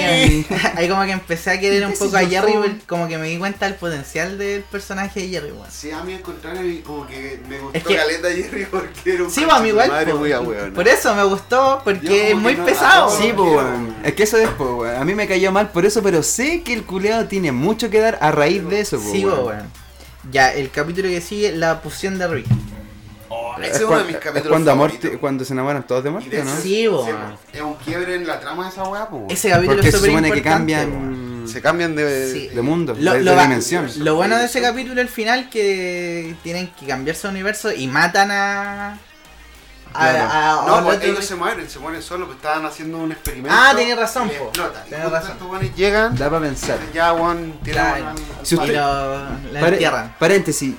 [SPEAKER 1] que, <laughs> ahí como que empecé a querer un
[SPEAKER 3] Ese
[SPEAKER 1] poco a
[SPEAKER 3] es
[SPEAKER 1] Jerry,
[SPEAKER 3] otro.
[SPEAKER 1] weón, como que me di cuenta del potencial del personaje de Jerry, weón.
[SPEAKER 4] Sí, a mí al contrario, y como que me gustó
[SPEAKER 1] Es que-
[SPEAKER 4] Caleta Jerry porque era un
[SPEAKER 1] Sí, pues, a mí igual,
[SPEAKER 4] madre
[SPEAKER 1] po.
[SPEAKER 4] muy a hueón.
[SPEAKER 1] Por eso me gustó,
[SPEAKER 4] Yo
[SPEAKER 1] porque
[SPEAKER 4] como
[SPEAKER 1] es muy
[SPEAKER 4] que no-
[SPEAKER 1] pesado.
[SPEAKER 4] no,
[SPEAKER 3] Sí,
[SPEAKER 4] no
[SPEAKER 3] po,
[SPEAKER 4] quiero,
[SPEAKER 3] weón.
[SPEAKER 4] weón.
[SPEAKER 3] Es que eso es, po, weón. A mí me cayó mal por eso, pero sé que el culeado tiene mucho que dar a raíz de eso, po,
[SPEAKER 1] sí,
[SPEAKER 3] pues, weón.
[SPEAKER 1] po, weón. Ya, el capítulo que sigue, la fusión de Rick.
[SPEAKER 4] Oh, ese
[SPEAKER 3] Es,
[SPEAKER 4] es uno de
[SPEAKER 3] cuan-
[SPEAKER 4] mis
[SPEAKER 3] es
[SPEAKER 4] capítulos
[SPEAKER 3] cuando, a
[SPEAKER 4] favoritos.
[SPEAKER 3] Morty- cuando se enamoran todos de
[SPEAKER 4] Y
[SPEAKER 3] Morty,
[SPEAKER 4] de
[SPEAKER 3] ¿o ¿no?
[SPEAKER 4] ese-
[SPEAKER 1] Sí, po.
[SPEAKER 4] weón. Es un quiebre en la trama de esa weá, po. weón.
[SPEAKER 1] Ese capítulo
[SPEAKER 3] Porque
[SPEAKER 1] es
[SPEAKER 3] se
[SPEAKER 1] súper
[SPEAKER 3] supone que
[SPEAKER 1] importante. weón.
[SPEAKER 3] cambian
[SPEAKER 4] Se cambian de...
[SPEAKER 1] Sí.
[SPEAKER 3] de mundo,
[SPEAKER 1] Lo-
[SPEAKER 3] de,
[SPEAKER 1] lo
[SPEAKER 3] de
[SPEAKER 1] va-
[SPEAKER 3] dimensión.
[SPEAKER 1] Lo bueno de ese capítulo al final que tienen que cambiarse de universo y matan a. a-
[SPEAKER 3] Claro.
[SPEAKER 1] a- a-
[SPEAKER 4] No,
[SPEAKER 1] al
[SPEAKER 4] pues
[SPEAKER 1] otro
[SPEAKER 4] ellos
[SPEAKER 1] Rick.
[SPEAKER 4] se mueren, se mueren solos, pues estaban haciendo un experimento.
[SPEAKER 1] Ah, tenés razón,
[SPEAKER 4] y
[SPEAKER 1] po.
[SPEAKER 4] explota. Y
[SPEAKER 1] Tenés
[SPEAKER 4] justo
[SPEAKER 1] razón.
[SPEAKER 4] estos buenos llegan,
[SPEAKER 3] Da para pensar.
[SPEAKER 4] ya weón, tiran
[SPEAKER 1] Claro.
[SPEAKER 4] al-
[SPEAKER 3] Si
[SPEAKER 1] Y
[SPEAKER 3] usted-
[SPEAKER 1] lo,
[SPEAKER 4] al-
[SPEAKER 1] la
[SPEAKER 3] Pare-
[SPEAKER 1] entierran.
[SPEAKER 3] Paréntesis.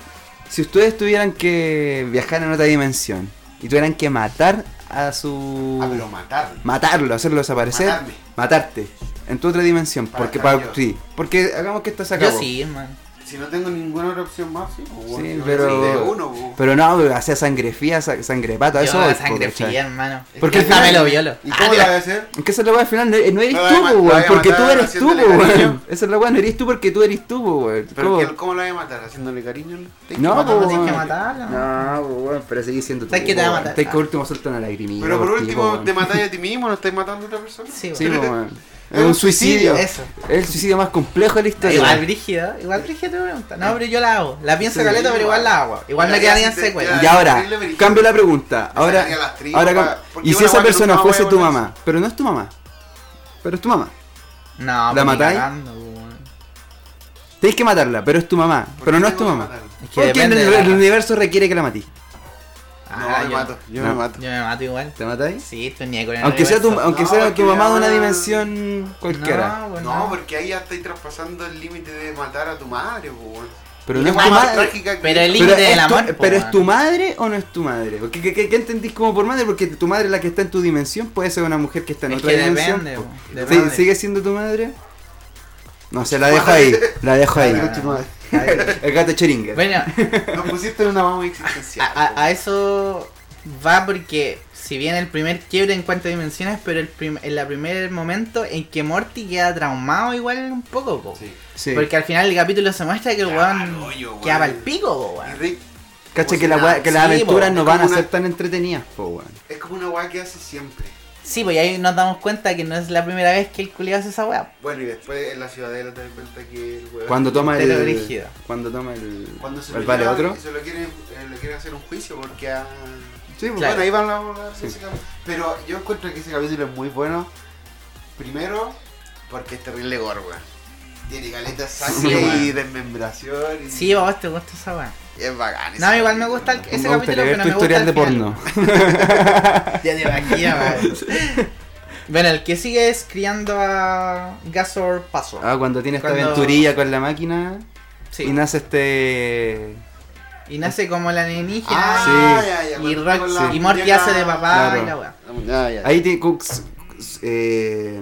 [SPEAKER 3] Si ustedes tuvieran que viajar en otra dimensión y tuvieran que matar a su.
[SPEAKER 4] Ah, pero matarlo.
[SPEAKER 3] matarlo, hacerlo desaparecer.
[SPEAKER 4] Matarme.
[SPEAKER 3] Matarte. En tu otra dimensión.
[SPEAKER 4] Para
[SPEAKER 3] porque
[SPEAKER 4] estar
[SPEAKER 3] para-
[SPEAKER 4] yo.
[SPEAKER 3] sí, Porque hagamos que esto se
[SPEAKER 1] Yo
[SPEAKER 3] acabó.
[SPEAKER 1] sí, man.
[SPEAKER 4] Si no tengo ninguna otra opción más, sí, pues, weón,
[SPEAKER 3] Sí,
[SPEAKER 4] si no
[SPEAKER 3] pero-
[SPEAKER 4] tengo idea, uno, pues.
[SPEAKER 3] Pero no, hacía sangre fría, sa- sangre pata, eso.
[SPEAKER 1] Yo
[SPEAKER 3] voy,
[SPEAKER 1] la
[SPEAKER 3] po,
[SPEAKER 1] sangre
[SPEAKER 3] ¿cachai?
[SPEAKER 1] fría, hermano.
[SPEAKER 3] Porque
[SPEAKER 1] Porque
[SPEAKER 3] al final-
[SPEAKER 1] me lo violo.
[SPEAKER 4] ¿Y
[SPEAKER 1] Ah,
[SPEAKER 4] cómo
[SPEAKER 1] la-
[SPEAKER 4] la voy a hacer?
[SPEAKER 3] Que esa es la weá al final, no, no eres
[SPEAKER 4] Lo
[SPEAKER 3] tú,
[SPEAKER 4] voy a
[SPEAKER 3] po,
[SPEAKER 4] ma-
[SPEAKER 3] weón,
[SPEAKER 4] lo voy a
[SPEAKER 3] porque tú
[SPEAKER 4] matar
[SPEAKER 3] eres tú,
[SPEAKER 4] haciéndole
[SPEAKER 3] po,
[SPEAKER 4] cariño.
[SPEAKER 3] weón. Esa es la weá, no eres tú porque tú eres tú, po, weón.
[SPEAKER 4] Pero
[SPEAKER 3] ¿Cómo?
[SPEAKER 4] que- ¿Cómo la voy a matar? ¿Haciéndole cariño? Te-
[SPEAKER 3] No,
[SPEAKER 1] Matarlo,
[SPEAKER 3] po,
[SPEAKER 1] tienes que
[SPEAKER 3] weón.
[SPEAKER 1] matarlo.
[SPEAKER 3] No, po, weón, pero seguís siendo tú.
[SPEAKER 1] Sabes que te va a matar.
[SPEAKER 3] Te que por último suelta una lagrimilla.
[SPEAKER 4] Pero por
[SPEAKER 3] por ti, po,
[SPEAKER 4] último,
[SPEAKER 3] weón.
[SPEAKER 4] ¿te matáis a ti mismo? ¿No estáis matando a otra persona?
[SPEAKER 1] Sí,
[SPEAKER 3] <laughs> Sí,
[SPEAKER 1] weón.
[SPEAKER 3] po, weón. Es un suicidio. Es
[SPEAKER 1] Eso.
[SPEAKER 3] el suicidio más complejo de la historia.
[SPEAKER 1] Igual brígida, igual brígida te pregunta. No, pero yo la hago. La pienso caleta, pero igual la hago. Igual
[SPEAKER 4] Ya,
[SPEAKER 1] me
[SPEAKER 4] ya,
[SPEAKER 1] quedaría en
[SPEAKER 4] si te-
[SPEAKER 1] secuela.
[SPEAKER 3] y
[SPEAKER 4] ya.
[SPEAKER 3] ahora,
[SPEAKER 4] Terrible brígido.
[SPEAKER 3] cambio la pregunta.
[SPEAKER 4] Me
[SPEAKER 3] Ahora,
[SPEAKER 4] sacaría las tripas,
[SPEAKER 3] ahora cam-
[SPEAKER 4] porque
[SPEAKER 3] y si
[SPEAKER 4] una
[SPEAKER 3] esa
[SPEAKER 4] weá que
[SPEAKER 3] persona
[SPEAKER 4] nunca
[SPEAKER 3] fuese
[SPEAKER 4] voy a
[SPEAKER 3] tu
[SPEAKER 4] volver a
[SPEAKER 3] mamá, pero no es tu mamá, pero es tu mamá.
[SPEAKER 1] No,
[SPEAKER 3] ¿La
[SPEAKER 1] pues, ni
[SPEAKER 3] matáis?
[SPEAKER 1] cagando, weón.
[SPEAKER 3] Tenés que matarla, pero es tu mamá,
[SPEAKER 4] ¿Por
[SPEAKER 3] pero
[SPEAKER 4] qué
[SPEAKER 3] no es tu
[SPEAKER 4] tengo que
[SPEAKER 3] mamá.
[SPEAKER 4] matarlo?
[SPEAKER 1] Es que
[SPEAKER 3] Porque el,
[SPEAKER 1] depende de la-
[SPEAKER 3] el universo requiere que la matís.
[SPEAKER 1] Ah, Ah,
[SPEAKER 4] me
[SPEAKER 1] yo-
[SPEAKER 4] mato, yo
[SPEAKER 3] No.
[SPEAKER 4] me mato.
[SPEAKER 1] Yo me mato igual.
[SPEAKER 3] ¿Te matáis?
[SPEAKER 1] Sí, estoy ni con el
[SPEAKER 3] Aunque sea, tu,
[SPEAKER 1] universo.
[SPEAKER 3] aunque
[SPEAKER 4] No,
[SPEAKER 3] sea
[SPEAKER 4] porque
[SPEAKER 3] tu mamá de una
[SPEAKER 4] ya-
[SPEAKER 3] dimensión cualquiera.
[SPEAKER 1] No, pues
[SPEAKER 4] No,
[SPEAKER 1] no.
[SPEAKER 4] porque ahí ya estáis traspasando el límite de matar a tu madre, po, weón.
[SPEAKER 3] Pero
[SPEAKER 4] Y
[SPEAKER 3] no es
[SPEAKER 4] la
[SPEAKER 3] tu
[SPEAKER 4] más
[SPEAKER 3] madre.
[SPEAKER 4] trágica que-
[SPEAKER 1] Pero el
[SPEAKER 3] Pero,
[SPEAKER 1] límite
[SPEAKER 3] es
[SPEAKER 1] del
[SPEAKER 3] tu,
[SPEAKER 1] amor. po,
[SPEAKER 3] pero es tu
[SPEAKER 1] weón.
[SPEAKER 3] madre o no es tu madre? Porque, ¿qué, qué- qué entendís como por madre? Porque tu madre es la que está en tu dimensión, puede ser una mujer que está en
[SPEAKER 1] Es
[SPEAKER 3] otra
[SPEAKER 1] que
[SPEAKER 3] dimensión.
[SPEAKER 1] depende,
[SPEAKER 3] po.
[SPEAKER 1] po,
[SPEAKER 3] Sí,
[SPEAKER 1] depende.
[SPEAKER 3] ¿Sigue siendo tu madre? No, se la dejo ahí, la dejo ahí.
[SPEAKER 1] <laughs> Ah, no.
[SPEAKER 3] El gato cheringa.
[SPEAKER 1] Bueno,
[SPEAKER 4] Nos pusiste en una
[SPEAKER 1] a,
[SPEAKER 4] mamá
[SPEAKER 3] Ah,
[SPEAKER 4] existencial.
[SPEAKER 1] a- a eso va porque si bien el primer quiebre en cuanto a dimensiones, pero el prim- en la primer momento en que Morty queda traumado igual un poco,
[SPEAKER 3] ah.
[SPEAKER 1] po.
[SPEAKER 4] po. Sí.
[SPEAKER 3] Sí.
[SPEAKER 1] Porque al final del capítulo se muestra que el
[SPEAKER 4] Ya,
[SPEAKER 1] weón
[SPEAKER 4] no, yo, weón.
[SPEAKER 1] queda pa'l pico, po,
[SPEAKER 4] Y
[SPEAKER 1] weón.
[SPEAKER 4] Rick
[SPEAKER 3] Cacha
[SPEAKER 4] Pues
[SPEAKER 3] que, la
[SPEAKER 4] nada,
[SPEAKER 3] wea- que las
[SPEAKER 1] sí,
[SPEAKER 3] aventuras
[SPEAKER 1] po,
[SPEAKER 3] no
[SPEAKER 4] es
[SPEAKER 3] van a
[SPEAKER 4] como
[SPEAKER 3] ser
[SPEAKER 4] una-
[SPEAKER 3] tan entretenidas, po, weón.
[SPEAKER 4] es como una weá que hace siempre.
[SPEAKER 1] Sí, pues y ahí nos damos cuenta que no es la primera vez que el culiado hace esa weá.
[SPEAKER 4] Bueno, y después en la ciudadela te das cuenta que el weón.
[SPEAKER 3] Cuando toma
[SPEAKER 1] Pero
[SPEAKER 3] el.
[SPEAKER 1] brígido.
[SPEAKER 3] Cuando toma el.
[SPEAKER 4] Cuando se
[SPEAKER 3] el
[SPEAKER 4] lo
[SPEAKER 3] vale
[SPEAKER 4] llevan,
[SPEAKER 3] otro.
[SPEAKER 4] Se lo quieren, eh, le quieren hacer un juicio porque a.
[SPEAKER 3] Sí, po.
[SPEAKER 1] Claro.
[SPEAKER 4] Bueno, ahí van las. las-
[SPEAKER 3] Sí.
[SPEAKER 4] ese cap- Pero yo encuentro que ese capítulo es muy bueno. Primero, porque es terrible gore, weón. Tiene caleta de sangre
[SPEAKER 3] Sí,
[SPEAKER 4] y desmembración. Y...
[SPEAKER 1] Sí, vos te gusta esa weá.
[SPEAKER 4] Es bacán. ese
[SPEAKER 1] No, igual me
[SPEAKER 4] capítulo.
[SPEAKER 1] gusta el- ese
[SPEAKER 3] me
[SPEAKER 1] capítulo,
[SPEAKER 3] gustaría ver
[SPEAKER 1] pero
[SPEAKER 3] tu
[SPEAKER 1] me gusta
[SPEAKER 3] historial
[SPEAKER 1] el
[SPEAKER 3] de
[SPEAKER 1] final.
[SPEAKER 3] porno.
[SPEAKER 1] Ya te imaginas,
[SPEAKER 3] <laughs>
[SPEAKER 1] weón. Bueno, el que sigue es criando a Gasor Paso.
[SPEAKER 3] Ah, cuando tiene esta
[SPEAKER 1] Cuando-
[SPEAKER 3] aventurilla con la máquina.
[SPEAKER 1] Sí.
[SPEAKER 3] Y nace este.
[SPEAKER 1] Y nace como la alienígena.
[SPEAKER 4] Ah,
[SPEAKER 3] Sí.
[SPEAKER 4] ya, ya,
[SPEAKER 1] y,
[SPEAKER 4] cuando
[SPEAKER 1] Rox-
[SPEAKER 4] con la
[SPEAKER 1] y Morty
[SPEAKER 4] muñeca-
[SPEAKER 1] hace de papá
[SPEAKER 3] Claro.
[SPEAKER 1] y la weá.
[SPEAKER 4] Ah, ya.
[SPEAKER 3] Ahí tiene. Cooks. Eh,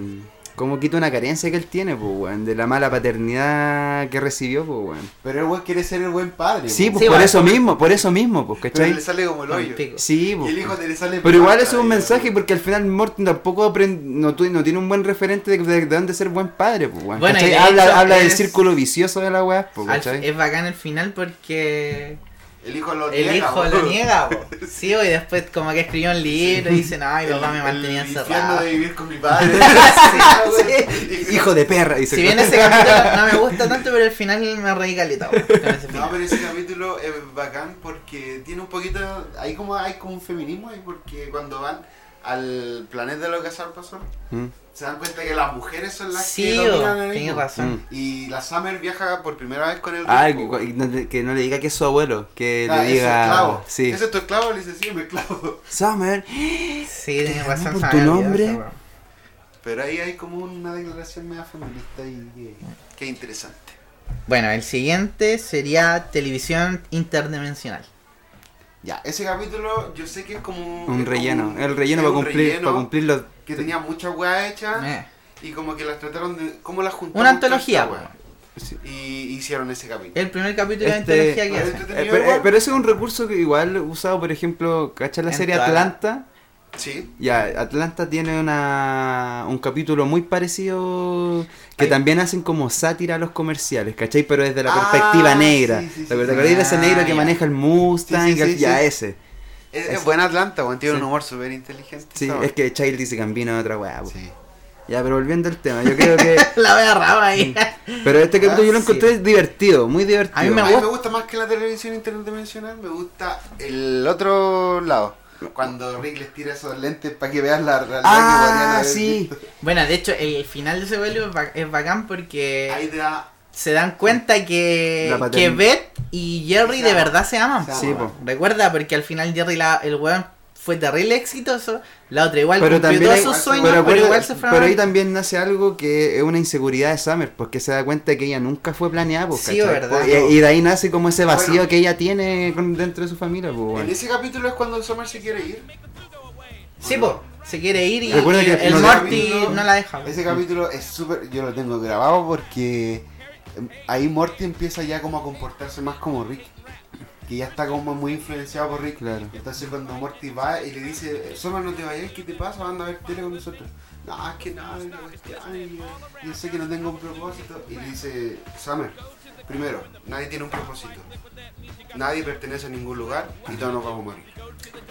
[SPEAKER 3] como quita una carencia que él tiene, pues, weón. De la mala paternidad que recibió, pues, weón.
[SPEAKER 4] Pero el weón quiere ser el buen padre.
[SPEAKER 3] Sí,
[SPEAKER 4] po.
[SPEAKER 3] pues
[SPEAKER 1] Sí,
[SPEAKER 3] por
[SPEAKER 1] weón.
[SPEAKER 3] eso mismo, por eso mismo, pues,
[SPEAKER 4] Pero <laughs> le
[SPEAKER 3] ¿cachai?
[SPEAKER 4] sale como el hoyo.
[SPEAKER 1] Pico.
[SPEAKER 3] Sí,
[SPEAKER 4] Y
[SPEAKER 3] pues.
[SPEAKER 4] el hijo te le sale.
[SPEAKER 3] Pero igual
[SPEAKER 4] plata,
[SPEAKER 3] eso es un
[SPEAKER 4] digamos.
[SPEAKER 3] mensaje
[SPEAKER 1] pues.
[SPEAKER 3] porque al final Morton tampoco aprende, no, tu- no tiene un buen referente de, de, de dónde ser buen padre, pues, weón,
[SPEAKER 1] Bueno, y
[SPEAKER 3] ¿cachai?
[SPEAKER 1] de
[SPEAKER 3] habla,
[SPEAKER 1] hecho
[SPEAKER 3] habla del
[SPEAKER 1] es-
[SPEAKER 3] círculo vicioso de la weá, pues,
[SPEAKER 1] Al-
[SPEAKER 3] ¿cachai?
[SPEAKER 1] es bacán el final porque
[SPEAKER 4] El hijo lo niega.
[SPEAKER 1] el hijo
[SPEAKER 4] po.
[SPEAKER 1] lo niega,
[SPEAKER 4] <laughs>
[SPEAKER 1] po. Sí, po, y después como que escribió un libro y dice, no, mi papá me mantenía
[SPEAKER 4] el infierno
[SPEAKER 1] encerrado.
[SPEAKER 4] de vivir con mi
[SPEAKER 1] <laughs>
[SPEAKER 4] padre. <laughs>
[SPEAKER 3] Sí, Hijo de perra, dice.
[SPEAKER 1] eh, Si bien ese
[SPEAKER 3] <laughs>
[SPEAKER 1] capítulo no me gusta tanto, pero el final me reí caleta, po, con ese
[SPEAKER 4] No,
[SPEAKER 1] final.
[SPEAKER 4] pero ese capítulo es bacán porque tiene un poquito. Hay como, hay como un feminismo ahí porque cuando van al planeta de los cazarpasos
[SPEAKER 3] Mm.
[SPEAKER 4] se dan cuenta que las mujeres son las
[SPEAKER 1] Sí,
[SPEAKER 4] que dominan
[SPEAKER 1] po,
[SPEAKER 4] el
[SPEAKER 1] tenés
[SPEAKER 4] ritmo.
[SPEAKER 1] razón.
[SPEAKER 4] Y la Summer viaja por primera vez con el.
[SPEAKER 3] Ah,
[SPEAKER 4] Rick,
[SPEAKER 3] que,
[SPEAKER 4] po.
[SPEAKER 3] que no, le- que no le diga que es su abuelo, que
[SPEAKER 4] Ah,
[SPEAKER 3] le
[SPEAKER 4] es su
[SPEAKER 3] diga...
[SPEAKER 4] esclavo.
[SPEAKER 3] Sí.
[SPEAKER 4] ¿Ese es tu esclavo? Le dice, sí, mi esclavo.
[SPEAKER 3] Summer.
[SPEAKER 1] Sí, tenés
[SPEAKER 3] llamó
[SPEAKER 1] razón. se me
[SPEAKER 3] Mm. por tu
[SPEAKER 1] había olvidado
[SPEAKER 3] nombre.
[SPEAKER 1] esa weá.
[SPEAKER 4] <laughs> Pero ahí hay como una declaración media feminista y que, que es interesante.
[SPEAKER 1] Bueno, el siguiente sería televisión interdimensional.
[SPEAKER 4] Ya, ese capítulo yo sé que es como... es
[SPEAKER 3] Un
[SPEAKER 4] como
[SPEAKER 3] relleno,
[SPEAKER 4] un-
[SPEAKER 3] el
[SPEAKER 4] es
[SPEAKER 3] relleno para
[SPEAKER 4] un
[SPEAKER 3] cumplir,
[SPEAKER 4] relleno
[SPEAKER 3] para cumplir los...
[SPEAKER 4] Que tenía muchas weas
[SPEAKER 3] Ah.
[SPEAKER 4] hechas
[SPEAKER 1] Eh.
[SPEAKER 4] y como que las trataron de... ¿Cómo las juntaron?
[SPEAKER 1] Una antología,
[SPEAKER 4] todas,
[SPEAKER 1] po.
[SPEAKER 3] Sí.
[SPEAKER 4] Y hicieron ese capítulo.
[SPEAKER 1] El primer capítulo
[SPEAKER 3] Este-
[SPEAKER 1] de antología que
[SPEAKER 4] Ah,
[SPEAKER 1] hacen.
[SPEAKER 4] este-
[SPEAKER 3] Eh, pero, eh, pero ese es un recurso que igual usado, por ejemplo, ¿cachai? La
[SPEAKER 1] En
[SPEAKER 3] serie
[SPEAKER 1] toda la-
[SPEAKER 3] Atlanta.
[SPEAKER 4] Sí.
[SPEAKER 3] Ya, Atlanta tiene una, un capítulo muy parecido que
[SPEAKER 1] Ay.
[SPEAKER 3] también hacen como sátira a los comerciales, ¿cachai? Pero desde la
[SPEAKER 4] Ah,
[SPEAKER 3] perspectiva negra.
[SPEAKER 4] sí, sí,
[SPEAKER 3] ¿Te
[SPEAKER 4] sí,
[SPEAKER 3] acuerdas
[SPEAKER 1] sí.
[SPEAKER 3] de ese negro
[SPEAKER 1] Ah,
[SPEAKER 3] que
[SPEAKER 1] ya.
[SPEAKER 3] maneja el Mustang?
[SPEAKER 4] Sí, sí, sí,
[SPEAKER 3] ya
[SPEAKER 4] sí.
[SPEAKER 3] ese.
[SPEAKER 4] Es,
[SPEAKER 3] Ese.
[SPEAKER 4] es buena Atlanta, weón. Tiene
[SPEAKER 3] Sí.
[SPEAKER 4] un humor súper inteligente.
[SPEAKER 3] Sí,
[SPEAKER 4] esa
[SPEAKER 3] es
[SPEAKER 4] wea.
[SPEAKER 3] que Child dice Gambino es otra weá. po.
[SPEAKER 4] Sí.
[SPEAKER 3] Ya, pero volviendo al tema, yo creo
[SPEAKER 4] <laughs>
[SPEAKER 3] que...
[SPEAKER 1] <laughs> La voy a agarrar ahí.
[SPEAKER 3] Pero este capítulo yo lo
[SPEAKER 1] Ah, sí.
[SPEAKER 3] encontré divertido, muy divertido. Ah,
[SPEAKER 1] A mí me
[SPEAKER 4] A mí
[SPEAKER 1] gusta.
[SPEAKER 4] me gusta más que la televisión interdimensional, me gusta el otro lado. Cuando Rick les tira esos lentes para que veas la realidad que podrían
[SPEAKER 3] Ah,
[SPEAKER 4] haber
[SPEAKER 3] sí.
[SPEAKER 4] visto.
[SPEAKER 1] Bueno, de hecho, el final de ese vuelo es ba- es bacán porque
[SPEAKER 4] Ahí te da
[SPEAKER 1] se dan cuenta que,
[SPEAKER 3] La paternidad.
[SPEAKER 1] que Beth y Jerry
[SPEAKER 4] Se
[SPEAKER 1] de
[SPEAKER 4] aman.
[SPEAKER 1] verdad se aman.
[SPEAKER 4] Se
[SPEAKER 3] Sí,
[SPEAKER 4] aman.
[SPEAKER 3] po.
[SPEAKER 1] Recuerda, porque al final Jerry, la- el weón, fue terrible exitoso. La otra igual
[SPEAKER 3] Pero
[SPEAKER 1] cumplió
[SPEAKER 3] también
[SPEAKER 1] todos
[SPEAKER 3] hay-
[SPEAKER 1] sus
[SPEAKER 4] pero
[SPEAKER 1] sueños, pero,
[SPEAKER 3] pero, acuerda-
[SPEAKER 1] igual se fue
[SPEAKER 3] pero
[SPEAKER 1] a-
[SPEAKER 3] ahí también nace algo que es una inseguridad de Summer, porque se da cuenta que ella nunca fue planeada, pues,
[SPEAKER 1] Sí,
[SPEAKER 3] ¿cachai?
[SPEAKER 1] verdad.
[SPEAKER 3] Y, y de ahí nace como ese vacío
[SPEAKER 4] Bueno.
[SPEAKER 3] que ella tiene con- dentro de su familia, pues, bueno.
[SPEAKER 4] En ese capítulo es cuando el Summer se quiere ir.
[SPEAKER 1] Sí, po. Se quiere ir y,
[SPEAKER 3] Recuerda
[SPEAKER 1] y
[SPEAKER 3] que
[SPEAKER 1] el
[SPEAKER 3] nos
[SPEAKER 1] Morty
[SPEAKER 4] deja-
[SPEAKER 1] no la deja. po.
[SPEAKER 4] Ese capítulo es súper. Yo lo tengo grabado porque em, ahí Morty empieza ya como a comportarse más como Rick. Que ya está como muy influenciado por Rick.
[SPEAKER 3] Claro.
[SPEAKER 4] Entonces cuando Morty va y le dice, Summer no te vayas, ¿qué te pasa? Van a ver tele con nosotros. No, es que nada, yo, yo sé que no tengo un propósito. Y le dice, Summer, primero, nadie tiene un propósito. Nadie pertenece a ningún lugar y todos nos vamos a morir.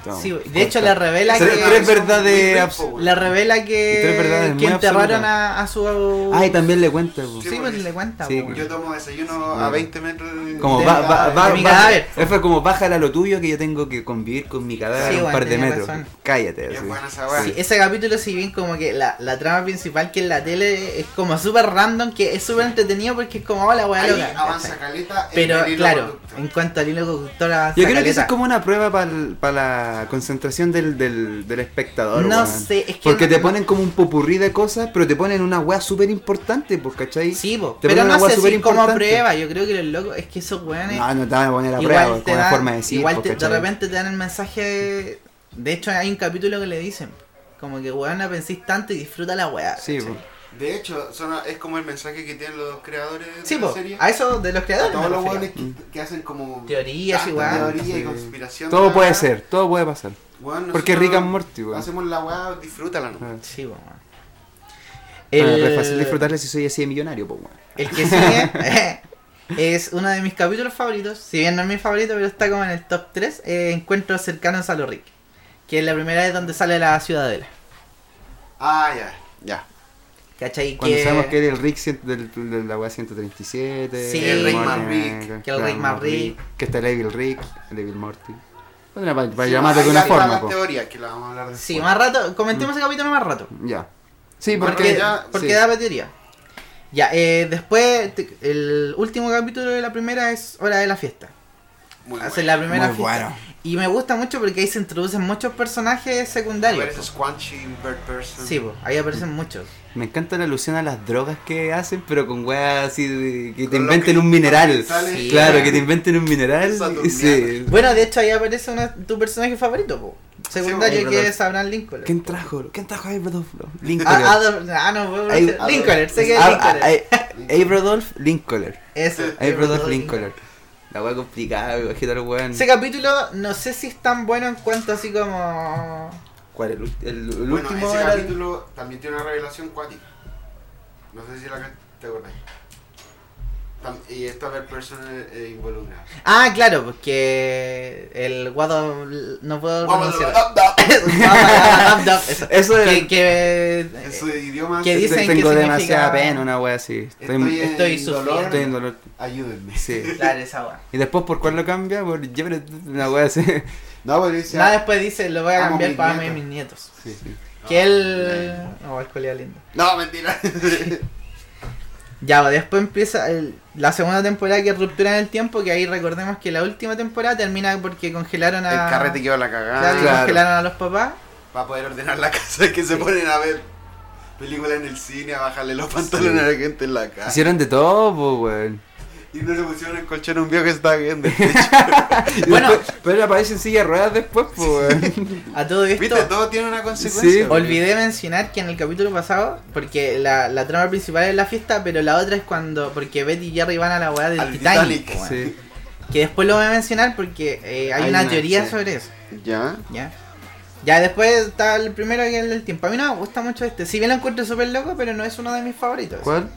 [SPEAKER 3] Toma.
[SPEAKER 1] Sí, po. de hecho, le revela
[SPEAKER 3] Tres-
[SPEAKER 1] que.
[SPEAKER 3] tres verdades
[SPEAKER 4] Muy
[SPEAKER 3] abs-
[SPEAKER 4] rico, güey.
[SPEAKER 1] Le revela que,
[SPEAKER 3] Y tres verdades
[SPEAKER 1] que
[SPEAKER 3] muy
[SPEAKER 1] enterraron
[SPEAKER 3] absolutas.
[SPEAKER 1] a, a su.
[SPEAKER 3] Ah, y también le cuenta, pues.
[SPEAKER 1] Sí, pues le cuenta.
[SPEAKER 3] Sí,
[SPEAKER 1] po.
[SPEAKER 3] güey.
[SPEAKER 4] Yo tomo desayuno a 20 metros de...
[SPEAKER 3] Como
[SPEAKER 1] de
[SPEAKER 3] va,
[SPEAKER 1] mi
[SPEAKER 3] va,
[SPEAKER 1] cadáver,
[SPEAKER 3] va,
[SPEAKER 1] de mi
[SPEAKER 3] baja-
[SPEAKER 1] cadáver.
[SPEAKER 3] es fue como bájala lo tuyo que yo tengo que convivir con mi cadáver
[SPEAKER 1] Sí,
[SPEAKER 3] un
[SPEAKER 1] bueno,
[SPEAKER 3] par de
[SPEAKER 1] tenía
[SPEAKER 3] metros.
[SPEAKER 1] razón.
[SPEAKER 3] Cállate.
[SPEAKER 4] Es
[SPEAKER 3] así.
[SPEAKER 4] buena esa weá.
[SPEAKER 1] Sí, ese capítulo, si bien como que la, la trama principal que es la tele es como súper random, que es súper entretenido porque es como, hola, weá,
[SPEAKER 4] Ahí,
[SPEAKER 1] loca.
[SPEAKER 4] avanza caleta en
[SPEAKER 1] Pero
[SPEAKER 4] el hilo
[SPEAKER 1] claro,
[SPEAKER 4] conductor.
[SPEAKER 1] en cuanto al hilo conductor avanza
[SPEAKER 3] Yo creo que eso es
[SPEAKER 1] caleta.
[SPEAKER 3] como una prueba para la concentración del, del, del espectador.
[SPEAKER 1] No
[SPEAKER 3] weón.
[SPEAKER 1] sé, es que
[SPEAKER 3] Porque
[SPEAKER 1] no-
[SPEAKER 3] te
[SPEAKER 1] no-
[SPEAKER 3] ponen como un popurrí de cosas, pero te ponen una weá súper importante, pues, ¿cachai?
[SPEAKER 1] Sí, po,
[SPEAKER 3] Te
[SPEAKER 1] pero
[SPEAKER 3] ponen
[SPEAKER 1] no
[SPEAKER 3] una weá
[SPEAKER 1] sé si como
[SPEAKER 3] superimportante.
[SPEAKER 1] prueba, yo creo que los locos, es que esos weones...
[SPEAKER 3] No, no te van a poner a prueba, con una
[SPEAKER 1] dan-
[SPEAKER 3] forma de decir.
[SPEAKER 1] igual
[SPEAKER 3] pues,
[SPEAKER 1] te- de
[SPEAKER 3] ¿cachai?
[SPEAKER 1] repente te dan el mensaje. De hecho, hay un capítulo que le dicen: Como que weona, pensís tanto y disfruta la weá.
[SPEAKER 3] Sí,
[SPEAKER 1] ¿cachai?
[SPEAKER 3] pues.
[SPEAKER 4] De hecho, son- es como el mensaje que tienen los creadores de
[SPEAKER 1] Sí,
[SPEAKER 4] la
[SPEAKER 1] po,
[SPEAKER 4] serie.
[SPEAKER 1] a eso de los
[SPEAKER 4] A
[SPEAKER 1] creadores.
[SPEAKER 4] todos
[SPEAKER 1] me
[SPEAKER 4] los
[SPEAKER 1] refiero.
[SPEAKER 4] hueones que, que hacen como
[SPEAKER 1] Teorías
[SPEAKER 4] tanta
[SPEAKER 1] igual.
[SPEAKER 4] Teoría y
[SPEAKER 3] Sí.
[SPEAKER 4] conspiración.
[SPEAKER 3] Todo
[SPEAKER 4] weón.
[SPEAKER 3] puede ser, todo puede pasar.
[SPEAKER 4] Weón,
[SPEAKER 3] Porque
[SPEAKER 4] nosotros
[SPEAKER 3] Rick and Morty, weón.
[SPEAKER 4] Hacemos la weá, disfrútala, ¿no?
[SPEAKER 3] Ah.
[SPEAKER 1] Sí, po, weón.
[SPEAKER 3] El...
[SPEAKER 1] El,
[SPEAKER 3] Ah, fácil disfrutarle si soy así de millonario, pues, weón.
[SPEAKER 1] el que sigue <laughs> es uno de mis capítulos favoritos. Si bien no es mi favorito, pero está como en el top 3. Encuentros cercanos a los Rick. Que es la primera vez donde sale la ciudadela.
[SPEAKER 4] Ah, ya.
[SPEAKER 3] Ya.
[SPEAKER 1] ¿Cachai?
[SPEAKER 3] Cuando
[SPEAKER 1] que...
[SPEAKER 3] sabemos que era el Rick cien- del, de la weá 137.
[SPEAKER 1] Sí, el Rick
[SPEAKER 3] Morty,
[SPEAKER 4] más Rick,
[SPEAKER 1] que el Rick más Rick.
[SPEAKER 3] Que está el Evil Rick, el Evil Morty. Bueno, para,
[SPEAKER 4] Sí,
[SPEAKER 3] llamarlo
[SPEAKER 4] ahí
[SPEAKER 3] de una
[SPEAKER 4] está
[SPEAKER 3] forma, pues.
[SPEAKER 4] la
[SPEAKER 3] po.
[SPEAKER 4] teoría que la vamos a hablar después.
[SPEAKER 1] Sí, más rato. Comentemos ese capítulo más rato.
[SPEAKER 3] Ya. Sí, porque,
[SPEAKER 1] Porque,
[SPEAKER 4] ya-
[SPEAKER 1] porque
[SPEAKER 3] sí.
[SPEAKER 1] da la teoría. Ya, eh, después, te- el último capítulo de la primera es Hora de la Fiesta.
[SPEAKER 4] Muy
[SPEAKER 1] Hace
[SPEAKER 4] bueno.
[SPEAKER 1] la primera
[SPEAKER 3] Muy
[SPEAKER 1] fiesta.
[SPEAKER 3] bueno.
[SPEAKER 1] Y me gusta mucho porque ahí se introducen muchos personajes secundarios.
[SPEAKER 4] Aparece Squanchy, Bird Person.
[SPEAKER 1] Sí, po, ahí aparecen muchos.
[SPEAKER 3] Me encanta la alusión a las drogas que hacen, pero con weas así de- que te
[SPEAKER 4] Con lo
[SPEAKER 3] inventen
[SPEAKER 4] que-
[SPEAKER 3] un mineral.
[SPEAKER 4] sale-
[SPEAKER 1] Sí.
[SPEAKER 3] Claro, que te inventen un mineral.
[SPEAKER 4] Eso
[SPEAKER 3] y- Sí.
[SPEAKER 1] Bueno, de hecho ahí aparece una- tu personaje favorito, po. secundario
[SPEAKER 4] Sí, po,
[SPEAKER 1] que
[SPEAKER 4] Abraham.
[SPEAKER 1] es Abraham Lincoln.
[SPEAKER 3] ¿Quién trajo? ¿Quién trajo a Abradolfo? Lincoln. Ah,
[SPEAKER 1] Ah, Adolf- ah, no, puedo
[SPEAKER 3] Ay,
[SPEAKER 1] pronunciar. Lincoln, sé que es Lincoln.
[SPEAKER 3] Abradolf eh, Lincoln.
[SPEAKER 1] Eso,
[SPEAKER 3] Abradolf Lincoln. La wea complicada, me imagino al weón.
[SPEAKER 1] Ese capítulo no sé si es tan bueno en cuanto así como...
[SPEAKER 3] ¿Cuál? El, ulti- el- el
[SPEAKER 4] Bueno,
[SPEAKER 3] último
[SPEAKER 4] ese
[SPEAKER 3] era el-
[SPEAKER 4] capítulo también tiene una revelación cuática. No sé si la te acordás. Tam- y esta eh, Bird Person es es involucrada.
[SPEAKER 1] Ah, claro, porque el guado no puedo
[SPEAKER 4] Vamos,
[SPEAKER 1] pronunciar.
[SPEAKER 4] da- da- da- <laughs>
[SPEAKER 1] Eso.
[SPEAKER 3] Eso era.
[SPEAKER 1] Que, que- eh,
[SPEAKER 4] En su idioma.
[SPEAKER 1] ¿Qué dice? dicen que
[SPEAKER 3] tengo
[SPEAKER 1] significa-
[SPEAKER 3] demasiada pena, una wea así. Estoy,
[SPEAKER 4] Estoy, en
[SPEAKER 1] estoy
[SPEAKER 4] dolor.
[SPEAKER 1] sufriendo.
[SPEAKER 3] estoy en dolor.
[SPEAKER 4] Ayúdenme.
[SPEAKER 3] Sí.
[SPEAKER 1] Claro, esa weá.
[SPEAKER 3] Y después, ¿por cuál lo cambia? Por Jeffrey- una wea así.
[SPEAKER 4] No, pero dice.
[SPEAKER 1] Nada después dice, lo voy a
[SPEAKER 4] Amo
[SPEAKER 1] cambiar
[SPEAKER 4] mis
[SPEAKER 1] para
[SPEAKER 4] nietos. Ah,
[SPEAKER 1] mis nietos.
[SPEAKER 3] Sí, sí.
[SPEAKER 1] Que él... No, el colía lindo.
[SPEAKER 4] <laughs> No,
[SPEAKER 1] <laughs>
[SPEAKER 4] mentira.
[SPEAKER 1] Ya, pues, después empieza el- la segunda temporada que es Ruptura en el Tiempo, que ahí recordemos que la última temporada termina porque congelaron a...
[SPEAKER 4] El carrete Ah, quedó la cagada.
[SPEAKER 1] Claro,
[SPEAKER 3] Claro.
[SPEAKER 1] congelaron a los papás.
[SPEAKER 4] Para poder ordenar la casa que se ponen a ver películas en el cine, a bajarle los pantalones a la gente en la casa.
[SPEAKER 3] Hicieron de todo, po, weón.
[SPEAKER 4] Y no se pusieron el colchón a un viejo que estaba
[SPEAKER 1] <laughs>
[SPEAKER 4] viendo.
[SPEAKER 3] <laughs> Y
[SPEAKER 1] Bueno.
[SPEAKER 3] después- pero aparecen silla de ruedas después, po, weón.
[SPEAKER 1] A todo esto...
[SPEAKER 4] Viste, todo tiene una consecuencia.
[SPEAKER 1] <laughs>
[SPEAKER 3] Sí.
[SPEAKER 1] Olvidé mencionar que en el capítulo pasado, porque la, la trama principal es la fiesta, pero la otra es cuando. Porque Betty y Jerry van a la weá del
[SPEAKER 4] Al
[SPEAKER 1] Titanic.
[SPEAKER 4] Titanic,
[SPEAKER 1] weón.
[SPEAKER 3] Sí.
[SPEAKER 1] Que después lo voy a mencionar porque eh, hay,
[SPEAKER 3] Hay
[SPEAKER 1] una,
[SPEAKER 3] una,
[SPEAKER 1] teoría
[SPEAKER 3] sí.
[SPEAKER 1] sobre eso.
[SPEAKER 4] Ya.
[SPEAKER 1] ¿ya? ya después está el primero que es el del tiempo. A mí no me gusta mucho este. Si bien lo encuentro súper loco, pero no es uno de mis favoritos.
[SPEAKER 3] ¿Cuál?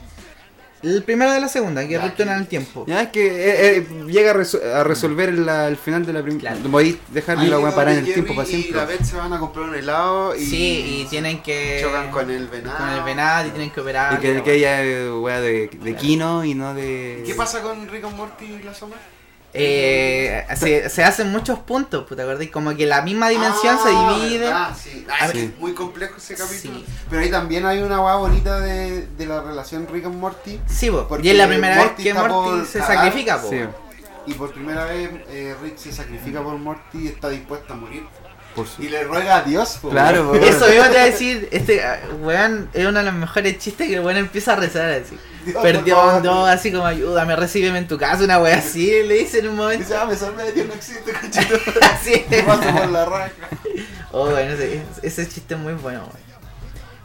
[SPEAKER 1] El primero de la segunda, que
[SPEAKER 4] Ya.
[SPEAKER 1] ruptura en el tiempo.
[SPEAKER 3] Ya es que eh, eh, llega a, resu- a resolver la- el final de la primera.
[SPEAKER 1] Claro.
[SPEAKER 3] Podéis dejar la weá parada en el tiempo para
[SPEAKER 4] Y la
[SPEAKER 3] siempre.
[SPEAKER 4] vez se van a comprar un helado y,
[SPEAKER 1] Sí, y tienen que.
[SPEAKER 4] chocan con el venado.
[SPEAKER 1] con el venado y tienen que operar.
[SPEAKER 3] Y que,
[SPEAKER 1] la
[SPEAKER 3] que
[SPEAKER 1] weá.
[SPEAKER 3] haya eh, weá de, de Kino y no de.
[SPEAKER 4] ¿Qué pasa con Rick and Morty y la sombra?
[SPEAKER 1] Eh, se, se hacen muchos puntos, puta, ¿verdad? Como que la misma dimensión
[SPEAKER 4] Ah,
[SPEAKER 1] se divide.
[SPEAKER 4] verdad, sí. Ah,
[SPEAKER 1] A
[SPEAKER 4] sí,
[SPEAKER 3] ver.
[SPEAKER 4] Muy complejo ese capítulo.
[SPEAKER 1] Sí.
[SPEAKER 4] Pero ahí también hay una guay bonita de, de la relación Rick and Morty.
[SPEAKER 1] Sí, po,
[SPEAKER 4] Porque
[SPEAKER 1] y es la primera
[SPEAKER 4] Morty
[SPEAKER 1] vez que
[SPEAKER 4] está
[SPEAKER 1] Morty
[SPEAKER 4] por
[SPEAKER 1] se
[SPEAKER 4] cagar.
[SPEAKER 1] sacrifica, po.
[SPEAKER 3] Sí,
[SPEAKER 4] Y por primera vez eh, Rick se sacrifica por Morty y está dispuesto a morir.
[SPEAKER 3] por su-
[SPEAKER 4] Y le ruega a Dios. po,
[SPEAKER 3] Claro,
[SPEAKER 4] güey.
[SPEAKER 3] po, weón.
[SPEAKER 1] Eso mismo te iba a decir, este ah, weón es uno de los mejores chistes que el weón empieza a rezar así.
[SPEAKER 4] Dios, por
[SPEAKER 1] Perdió
[SPEAKER 4] favor.
[SPEAKER 1] no, así como ayúdame, recíbeme en tu casa, una wea así, le dice en un momento
[SPEAKER 4] Dice, ah, me salvé de Dios, no existe, conchito. <laughs>
[SPEAKER 1] así. <laughs>
[SPEAKER 4] Me paso por la raja.
[SPEAKER 1] Oh, bueno, ese, ese chiste es muy bueno, weón.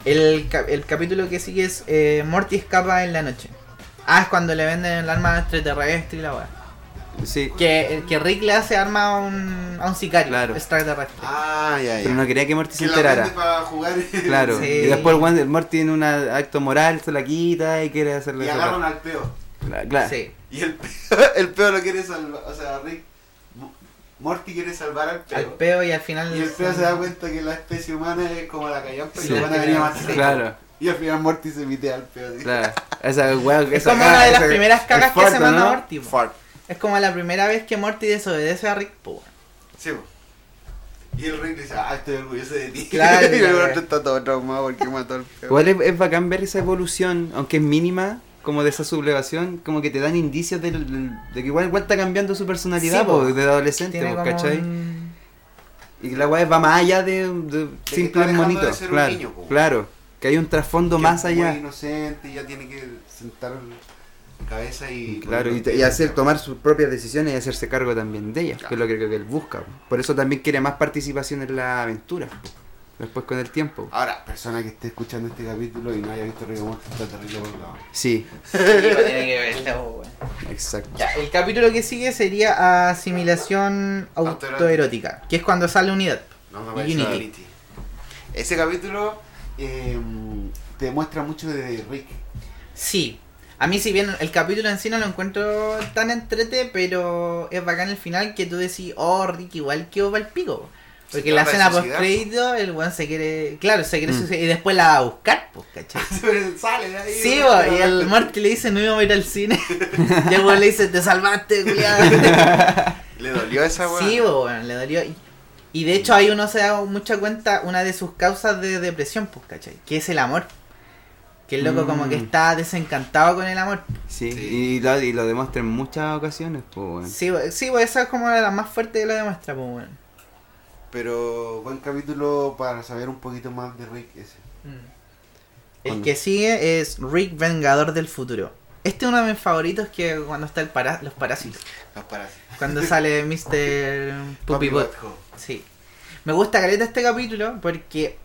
[SPEAKER 1] El, cap- el capítulo que sigue es eh, Morty escapa en la noche. Ah, es cuando le venden el arma extraterrestre y la wea.
[SPEAKER 3] sí.
[SPEAKER 1] Que, que Rick le hace arma a un, a un sicario
[SPEAKER 3] Claro.
[SPEAKER 1] extraterrestre.
[SPEAKER 4] Ah, ya, ya.
[SPEAKER 3] Pero no quería que Morty se
[SPEAKER 4] que la vende
[SPEAKER 3] enterara.
[SPEAKER 4] para jugar.
[SPEAKER 3] Claro.
[SPEAKER 1] Sí.
[SPEAKER 3] Y después el, weón- el Morty en un acto moral se la quita y quiere hacerle.
[SPEAKER 4] Y
[SPEAKER 3] esa
[SPEAKER 4] agarran
[SPEAKER 3] weá.
[SPEAKER 4] al peo.
[SPEAKER 3] Cla- Claro.
[SPEAKER 1] Sí.
[SPEAKER 4] Y el peo, <laughs> el peo lo quiere salvar. O sea, Rick. Mo- Morty quiere salvar al peo.
[SPEAKER 1] Al peo y al final.
[SPEAKER 4] Y el peo se da cuenta que la especie humana es como la callampa y
[SPEAKER 1] Sí.
[SPEAKER 4] la humana venía más
[SPEAKER 1] Sí.
[SPEAKER 4] cerca.
[SPEAKER 3] Claro,
[SPEAKER 4] Y al final Morty se mitea al peo. así.
[SPEAKER 3] claro. Esa weá.
[SPEAKER 1] Es
[SPEAKER 3] esa
[SPEAKER 1] como
[SPEAKER 3] caga-
[SPEAKER 1] una de las
[SPEAKER 3] esa-
[SPEAKER 1] primeras
[SPEAKER 3] el
[SPEAKER 1] cagas que se
[SPEAKER 3] farto,
[SPEAKER 1] manda
[SPEAKER 3] ¿no?
[SPEAKER 1] Morty. po.
[SPEAKER 4] Fart.
[SPEAKER 1] Es como la primera vez que Morty desobedece a Rick po.
[SPEAKER 4] Sí, po. Y el Rick le dice, ah, estoy orgulloso de
[SPEAKER 3] <laughs>
[SPEAKER 4] ti.
[SPEAKER 1] Claro,
[SPEAKER 4] y el
[SPEAKER 1] claro.
[SPEAKER 4] otro está todo traumado porque mató al peo.
[SPEAKER 3] Igual es, es bacán ver esa evolución, aunque es mínima, como de esa sublevación, como que te dan indicios del- del- de, que igual, igual está cambiando su personalidad,
[SPEAKER 1] Sí, pues,
[SPEAKER 3] po,
[SPEAKER 1] po.
[SPEAKER 3] de adolescente,
[SPEAKER 1] Tiene
[SPEAKER 3] po,
[SPEAKER 1] como
[SPEAKER 3] ¿cachai?
[SPEAKER 1] un-
[SPEAKER 3] Y que la weá va más allá de, de
[SPEAKER 4] que
[SPEAKER 3] simples
[SPEAKER 4] está dejando de
[SPEAKER 3] monitos.
[SPEAKER 4] ser un
[SPEAKER 3] claro,
[SPEAKER 4] niño, po.
[SPEAKER 3] claro, que hay un trasfondo más
[SPEAKER 4] que es muy
[SPEAKER 3] allá.
[SPEAKER 4] inocente y ya tiene que sentar cabeza y.
[SPEAKER 3] Claro, y, y hacer tomar sus propias decisiones y hacerse cargo también de ellas, que es lo que creo que él busca. po. Por eso también quiere más participación en la aventura, po, después con el tiempo. po.
[SPEAKER 4] Ahora, persona que esté escuchando este capítulo y no haya visto Rick and Morty está terrible por la
[SPEAKER 3] Sí,
[SPEAKER 1] Sí, pues, tiene <laughs> que ver esta, pues, weón.
[SPEAKER 3] exacto.
[SPEAKER 1] Ya, el capítulo que sigue sería asimilación
[SPEAKER 4] Autoerótica.
[SPEAKER 1] autoerótica, que es cuando sale unidad.
[SPEAKER 4] No me
[SPEAKER 1] Y
[SPEAKER 4] parece
[SPEAKER 1] Unity.
[SPEAKER 4] Unity. Ese capítulo eh, te muestra mucho de Rick. <laughs>
[SPEAKER 1] Sí. A mí si bien el capítulo en sí no lo encuentro tan entrete, pero es bacán el final que tú decís, oh Rick, igual quedó para el pico. Porque
[SPEAKER 4] Se
[SPEAKER 1] en la
[SPEAKER 4] trata de
[SPEAKER 1] escena post
[SPEAKER 4] suicidar,
[SPEAKER 1] crédito, el weón se quiere, claro, se quiere
[SPEAKER 3] Mm.
[SPEAKER 1] suicidar y después la va a buscar, pues, ¿cachai?
[SPEAKER 4] Sale de ahí.
[SPEAKER 1] Sí,
[SPEAKER 4] ¿no?
[SPEAKER 1] bo, y el Marty le dice, no íbamos a ir al cine. <laughs> y el weón le dice, te salvaste, culiado.
[SPEAKER 4] Le dolió esa weá.
[SPEAKER 1] Sí, bo, weón, le dolió. Y, y de hecho ahí uno se da mucha cuenta, una de sus causas de depresión, pues, ¿cachai? Que es el amor. Que el loco como que
[SPEAKER 3] Mm.
[SPEAKER 1] está desencantado con el amor.
[SPEAKER 3] Sí,
[SPEAKER 4] Sí.
[SPEAKER 3] Y, lo, y lo demuestra en muchas ocasiones, pues, weón.
[SPEAKER 1] Sí, bo- sí bo, esa es como la más fuerte que lo demuestra, pues, weón.
[SPEAKER 4] Pero buen capítulo para saber un poquito más de Rick ese.
[SPEAKER 1] El
[SPEAKER 3] Cuando-
[SPEAKER 1] Mm. que sigue es Rick Vengador del Futuro. Este es uno de mis favoritos que cuando está el para los parásitos.
[SPEAKER 4] Los parásitos.
[SPEAKER 1] Cuando sale Mr. Puppy Bot.
[SPEAKER 4] Butthole.
[SPEAKER 1] Sí. Me gusta caleta este capítulo porque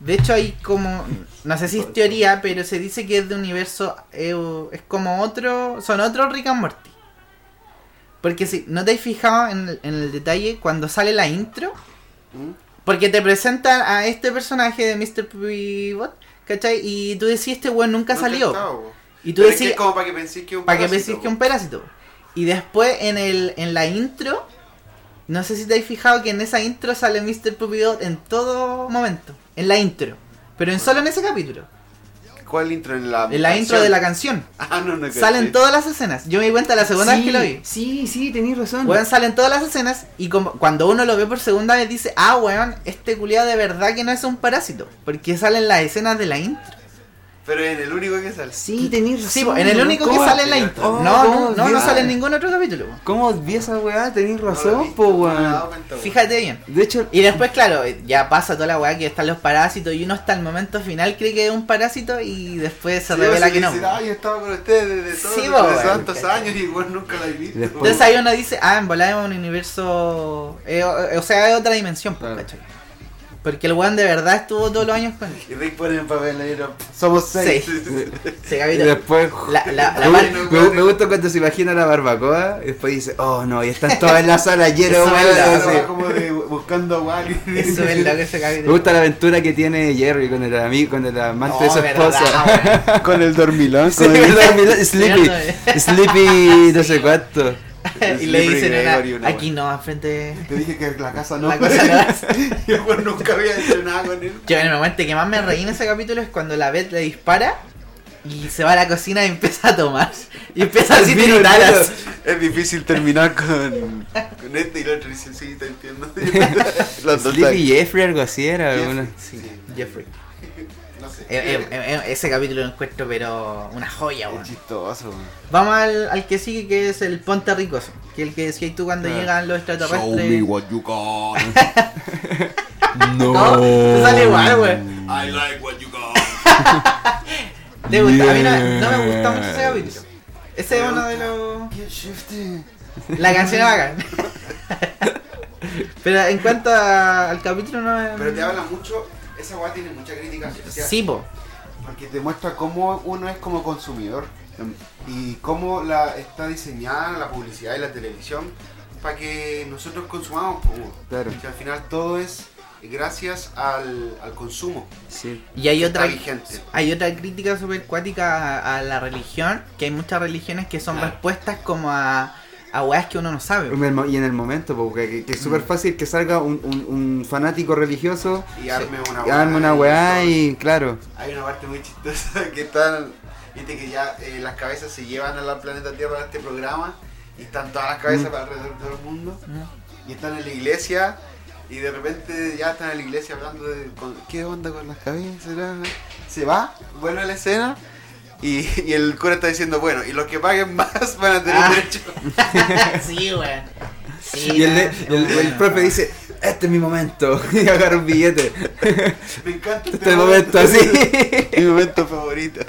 [SPEAKER 1] de hecho hay como no sé si es teoría, pero se dice que es de universo eh, es como otro, son otros Rick and Morty. Porque si no te has fijado en el, en el detalle cuando sale la intro,
[SPEAKER 4] ¿Mm?
[SPEAKER 1] porque te presentan a este personaje de Mr. Pivot, ¿cachai? Y tú decís este weón nunca
[SPEAKER 4] No
[SPEAKER 1] salió.
[SPEAKER 4] cantaba, bo.
[SPEAKER 1] Y tú
[SPEAKER 4] Pero es que
[SPEAKER 1] decís
[SPEAKER 4] es como para que penséis que es un
[SPEAKER 1] para que
[SPEAKER 4] parásito,
[SPEAKER 1] penséis que
[SPEAKER 4] bo.
[SPEAKER 1] un parásito. Y después en el en la intro, no sé si te habéis fijado que en esa intro sale Mr. Puppy Dog en todo momento. En la intro. Pero en solo en ese capítulo.
[SPEAKER 4] ¿Cuál intro en la
[SPEAKER 1] En la intro de la canción.
[SPEAKER 4] <laughs> Ah, no, no. caché.
[SPEAKER 1] Salen todas las escenas. Yo me di cuenta la segunda
[SPEAKER 3] sí,
[SPEAKER 1] vez que lo vi.
[SPEAKER 3] Sí, sí, tenías razón.
[SPEAKER 1] Weón, salen todas las escenas y como, cuando uno lo ve por segunda vez dice, ah, weón, este culiado de verdad que no es un parásito. Porque salen las escenas de la intro.
[SPEAKER 4] Pero en el único que sale.
[SPEAKER 3] Sí, tenías razón.
[SPEAKER 1] Sí, po, en el único que
[SPEAKER 3] ¿Cómo-
[SPEAKER 1] sale en la intro.
[SPEAKER 3] Oh,
[SPEAKER 1] no, no,
[SPEAKER 3] Dios.
[SPEAKER 1] no, no sale en ningún otro capítulo. weón.
[SPEAKER 3] ¿Cómo vi esa weá? Tenías
[SPEAKER 4] No lo he
[SPEAKER 3] razón,
[SPEAKER 4] visto,
[SPEAKER 3] po,
[SPEAKER 4] no me he
[SPEAKER 1] Ah,
[SPEAKER 4] dado
[SPEAKER 3] weón.
[SPEAKER 4] cuenta, bo.
[SPEAKER 1] Fíjate bien.
[SPEAKER 3] De hecho,
[SPEAKER 1] Y después, claro, ya pasa toda la weá que están los parásitos y uno hasta el momento final cree que es un parásito y después se
[SPEAKER 4] Sí,
[SPEAKER 1] revela
[SPEAKER 4] bo,
[SPEAKER 1] que
[SPEAKER 4] si
[SPEAKER 1] no.
[SPEAKER 4] dices, "Ah, yo estaba con ustedes desde todos
[SPEAKER 1] Sí,
[SPEAKER 4] los
[SPEAKER 1] bo,
[SPEAKER 4] desde
[SPEAKER 1] weón,
[SPEAKER 4] tantos
[SPEAKER 1] ¿cachai?
[SPEAKER 4] años y igual nunca la he visto.
[SPEAKER 3] Después-
[SPEAKER 4] bo.
[SPEAKER 1] Entonces ahí uno dice, ah, en volada es un universo, eh, o, o sea, es otra dimensión, pues,
[SPEAKER 3] Claro.
[SPEAKER 1] ¿cachai? Porque el weón de verdad estuvo todos los años
[SPEAKER 3] <laughs>
[SPEAKER 1] con él.
[SPEAKER 4] Y Rick pone en papel negro. Somos seis.
[SPEAKER 1] Se
[SPEAKER 3] <laughs> y
[SPEAKER 1] capitó.
[SPEAKER 3] después.
[SPEAKER 1] La, la, la
[SPEAKER 3] me,
[SPEAKER 1] parte-
[SPEAKER 4] parte-
[SPEAKER 3] me- me gusta cuando se imagina la barbacoa y después dice, oh no, y están todas en la
[SPEAKER 1] <laughs>
[SPEAKER 3] sala lleno
[SPEAKER 1] Eso es
[SPEAKER 3] de
[SPEAKER 1] la
[SPEAKER 4] <laughs>
[SPEAKER 3] weá",
[SPEAKER 4] Claro,
[SPEAKER 3] así.
[SPEAKER 4] va como de bu- buscando a Wally.
[SPEAKER 1] Eso es lo que se
[SPEAKER 3] Me
[SPEAKER 1] capitó.
[SPEAKER 3] gusta la aventura que tiene Jerry con el amigo, con el amante de
[SPEAKER 1] No,
[SPEAKER 3] su esposa.
[SPEAKER 1] verdad,
[SPEAKER 3] <laughs>
[SPEAKER 1] weón.
[SPEAKER 3] con el
[SPEAKER 1] <laughs>
[SPEAKER 3] dormilón.
[SPEAKER 1] con el- <laughs>
[SPEAKER 3] Sleepy. Sleepy, no sé cuánto.
[SPEAKER 1] y le
[SPEAKER 4] Siempre
[SPEAKER 1] dicen, "Nena,
[SPEAKER 4] Gregory, una
[SPEAKER 1] aquí no, al frente...
[SPEAKER 4] Te dije que la casa no. <laughs>
[SPEAKER 1] La cosa no es.
[SPEAKER 4] Yo bueno, nunca había hecho nada con él.
[SPEAKER 1] Yo en el momento que más me reí en ese capítulo es cuando la Beth le dispara y se va a la cocina y empieza a tomar. Y empieza a decir
[SPEAKER 3] Vino el
[SPEAKER 1] tiradas.
[SPEAKER 4] Es difícil terminar con, con este y el otro dice, sí, te entiendo. <laughs> Los dos
[SPEAKER 3] Sleepy
[SPEAKER 4] están-
[SPEAKER 3] Jeffrey, algo así era. alguna-
[SPEAKER 4] Sí,
[SPEAKER 1] Jeffrey.
[SPEAKER 4] no sé.
[SPEAKER 1] Eh, eh, eh, ese capítulo lo encuentro pero una joya,
[SPEAKER 4] Es
[SPEAKER 1] weón.
[SPEAKER 4] chistoso. weón.
[SPEAKER 1] Vamos al, al que sigue que es el Ponte Ricoso. Que el que decías tú cuando llegan los extraterrestres.
[SPEAKER 5] what you
[SPEAKER 3] <laughs>
[SPEAKER 5] got.
[SPEAKER 1] No, te sale igual, weón.
[SPEAKER 5] I like what you got.
[SPEAKER 1] Te gusta. A mí no, no
[SPEAKER 5] Yeah.
[SPEAKER 1] me gusta mucho ese capítulo. Ese es uno de
[SPEAKER 5] <laughs>
[SPEAKER 1] los...
[SPEAKER 4] Get shifty.
[SPEAKER 1] La canción es bacán. <laughs> Pero en cuanto a- al capítulo no es...
[SPEAKER 4] Pero te habla mucho, esa weá tiene mucha crítica social.
[SPEAKER 1] Sí, po.
[SPEAKER 4] Porque te muestra cómo uno es como consumidor em, y cómo la, está diseñada la publicidad y la televisión para que nosotros consumamos. po, weón.
[SPEAKER 3] Claro.
[SPEAKER 4] Que al final todo es gracias al, al consumo.
[SPEAKER 3] Sí.
[SPEAKER 1] Y hay
[SPEAKER 4] que
[SPEAKER 1] otra...
[SPEAKER 4] está vigente.
[SPEAKER 1] Hay otra crítica súper cuática a, a la religión, que hay muchas religiones que son respuestas como a, a weas que uno no
[SPEAKER 3] <laughs>
[SPEAKER 1] sabe.
[SPEAKER 3] En el mo- Y en el momento, porque que, que es súper fácil que salga un, un- un fanático religioso,
[SPEAKER 4] Y arme una
[SPEAKER 3] y arme una weá
[SPEAKER 4] y-
[SPEAKER 3] y claro.
[SPEAKER 4] Hay una parte muy chistosa <laughs> que están. Viste que ya eh, las cabezas se llevan a la planeta Tierra a este programa y están todas las
[SPEAKER 3] Mm.
[SPEAKER 4] cabezas para alrededor de todo el mundo. Y están en la iglesia y de repente ya están en la eh". iglesia hablando de con- qué onda con las cabezas. la, la? Se va, vuelve a la escena Y, y el cura está diciendo, bueno, y los que paguen <laughs> más van a tener
[SPEAKER 1] Ah.
[SPEAKER 4] derecho. <laughs>
[SPEAKER 1] sí, weón. Sí,
[SPEAKER 3] Y el,
[SPEAKER 1] nada,
[SPEAKER 3] y el-
[SPEAKER 1] bueno.
[SPEAKER 3] el profe dice, este es mi momento. <laughs> Y agarra un billete.
[SPEAKER 4] Me encanta
[SPEAKER 3] Este momento así.
[SPEAKER 4] <laughs> Mi momento favorito.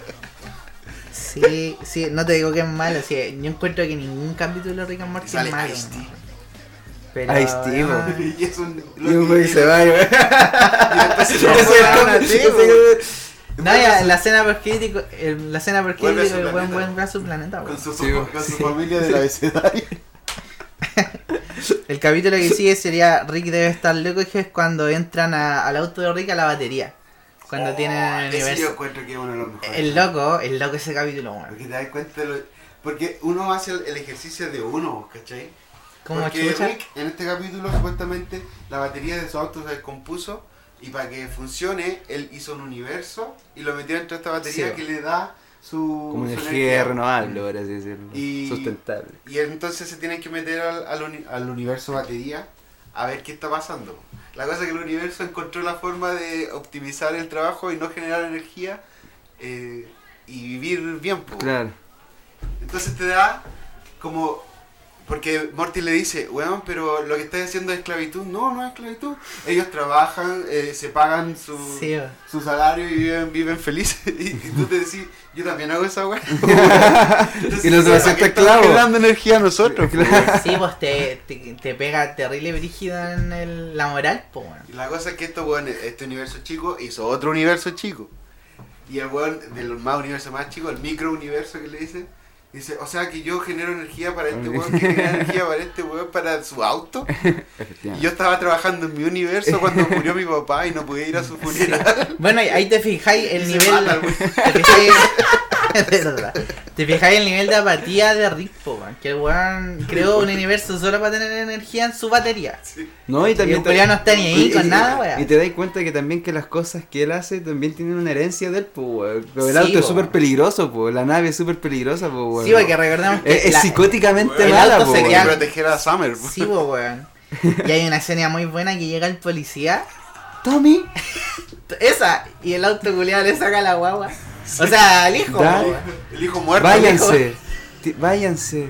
[SPEAKER 1] Sí, sí, no te digo que es malo. sí, yo encuentro que ningún capítulo de Rick and Morty
[SPEAKER 4] Sale
[SPEAKER 1] es malo.
[SPEAKER 4] Ice-T.
[SPEAKER 1] Pero,
[SPEAKER 3] Ice-T,
[SPEAKER 1] ah,
[SPEAKER 4] <laughs> Y es un.
[SPEAKER 3] Y un güey se va y va. <laughs>
[SPEAKER 4] Ese es
[SPEAKER 3] Ese es el
[SPEAKER 4] el
[SPEAKER 3] cómic.
[SPEAKER 4] cómic.
[SPEAKER 1] No, ya, la escena por crítico, el- la escena por
[SPEAKER 4] Vuelve a
[SPEAKER 1] crítico,
[SPEAKER 4] su
[SPEAKER 1] el buen
[SPEAKER 4] planeta.
[SPEAKER 1] buen va a su planeta, weón.
[SPEAKER 4] Con su,
[SPEAKER 3] Sí,
[SPEAKER 4] con su
[SPEAKER 3] sí.
[SPEAKER 4] familia
[SPEAKER 3] <laughs>
[SPEAKER 4] del abecedario.
[SPEAKER 1] El capítulo que sigue sería Rick debe estar loco, que es cuando entran a- al auto de Rick a la batería. Cuando
[SPEAKER 4] Oh,
[SPEAKER 1] tienen el
[SPEAKER 4] ese yo
[SPEAKER 1] universo.
[SPEAKER 4] encuentro que es uno de los mejores.
[SPEAKER 1] El loco, el loco ese capítulo, weón.
[SPEAKER 4] Porque te das cuenta de lo- Porque uno hace el, el ejercicio de uno, ¿cachai?
[SPEAKER 1] Como
[SPEAKER 4] Porque
[SPEAKER 1] chucha.
[SPEAKER 4] Rick, en este capítulo, supuestamente, la batería de su auto se descompuso y para que funcione, él hizo un universo y lo metió dentro de esta batería
[SPEAKER 3] Sí.
[SPEAKER 4] que le da su...
[SPEAKER 3] Como
[SPEAKER 4] su
[SPEAKER 3] energía renovable, por así decirlo.
[SPEAKER 4] Y-
[SPEAKER 3] Sustentable.
[SPEAKER 4] Y entonces se tienen que meter al, al uni- al universo batería a ver qué está pasando. La cosa es que el universo encontró la forma de optimizar el trabajo y no generar energía eh, y vivir bien. po.
[SPEAKER 3] Claro.
[SPEAKER 4] Entonces te da como... Porque Morty le dice, weón, pero lo que estás haciendo es esclavitud. No, no es esclavitud. Ellos trabajan, eh, se pagan su,
[SPEAKER 1] Sí,
[SPEAKER 4] <laughs>
[SPEAKER 1] weón.
[SPEAKER 4] su salario y viven, viven felices. <laughs> Y, y tú te decís, yo también hago esa <laughs>
[SPEAKER 3] <laughs>
[SPEAKER 4] weón.
[SPEAKER 3] Y nos acepta esclavos.
[SPEAKER 4] dando energía a nosotros. po, weón.
[SPEAKER 1] Sí, pues te, te, te pega terrible brígido en el- la moral, po, weón.
[SPEAKER 4] Y la cosa es que esto, weón, este universo chico hizo otro universo chico. Y el weón del más universo más chico, el micro universo que le dice, dice, o sea que yo genero energía para este weón, que
[SPEAKER 3] <laughs>
[SPEAKER 4] genera energía para este weón, para su auto. Y
[SPEAKER 3] Efectivamente.
[SPEAKER 4] yo estaba trabajando en mi universo cuando murió mi papá y no pude ir a
[SPEAKER 3] <laughs>
[SPEAKER 4] su funeral.
[SPEAKER 1] Bueno, y ahí te fijáis el
[SPEAKER 4] Y se
[SPEAKER 1] nivel. <laughs>
[SPEAKER 4] mata, güey.
[SPEAKER 1] te fijáis- es verdad. Te fijáis el nivel de apatía de Rick, po, weón. Que el weón creó un universo solo para tener energía en su batería.
[SPEAKER 3] No, y
[SPEAKER 1] Y
[SPEAKER 3] también.
[SPEAKER 1] el culiao no está ni ahí
[SPEAKER 3] y-
[SPEAKER 1] con
[SPEAKER 3] y-
[SPEAKER 1] nada, weón.
[SPEAKER 3] Y te das cuenta que también que las cosas que él hace también tienen una herencia del, pues, weón. Pero El
[SPEAKER 1] Sí,
[SPEAKER 3] auto
[SPEAKER 1] weón.
[SPEAKER 3] es súper peligroso, pues. La nave es súper peligrosa, pues, weón.
[SPEAKER 1] Sí, porque recordemos que.
[SPEAKER 3] Es, es
[SPEAKER 1] la-
[SPEAKER 3] psicóticamente
[SPEAKER 1] el
[SPEAKER 3] mala,
[SPEAKER 1] auto
[SPEAKER 3] pues,
[SPEAKER 1] sería-
[SPEAKER 4] Quería
[SPEAKER 3] weón.
[SPEAKER 4] proteger a Summer. po.
[SPEAKER 1] Sí, po, weón. Y hay una escena muy buena que llega el policía.
[SPEAKER 3] Tommy,
[SPEAKER 1] Esa. Y el auto culiado le saca la guagua. O sea, al hijo, po,
[SPEAKER 3] Dale.
[SPEAKER 1] weón.
[SPEAKER 4] El hijo muerto.
[SPEAKER 3] váyanse. Ti- Váyanse.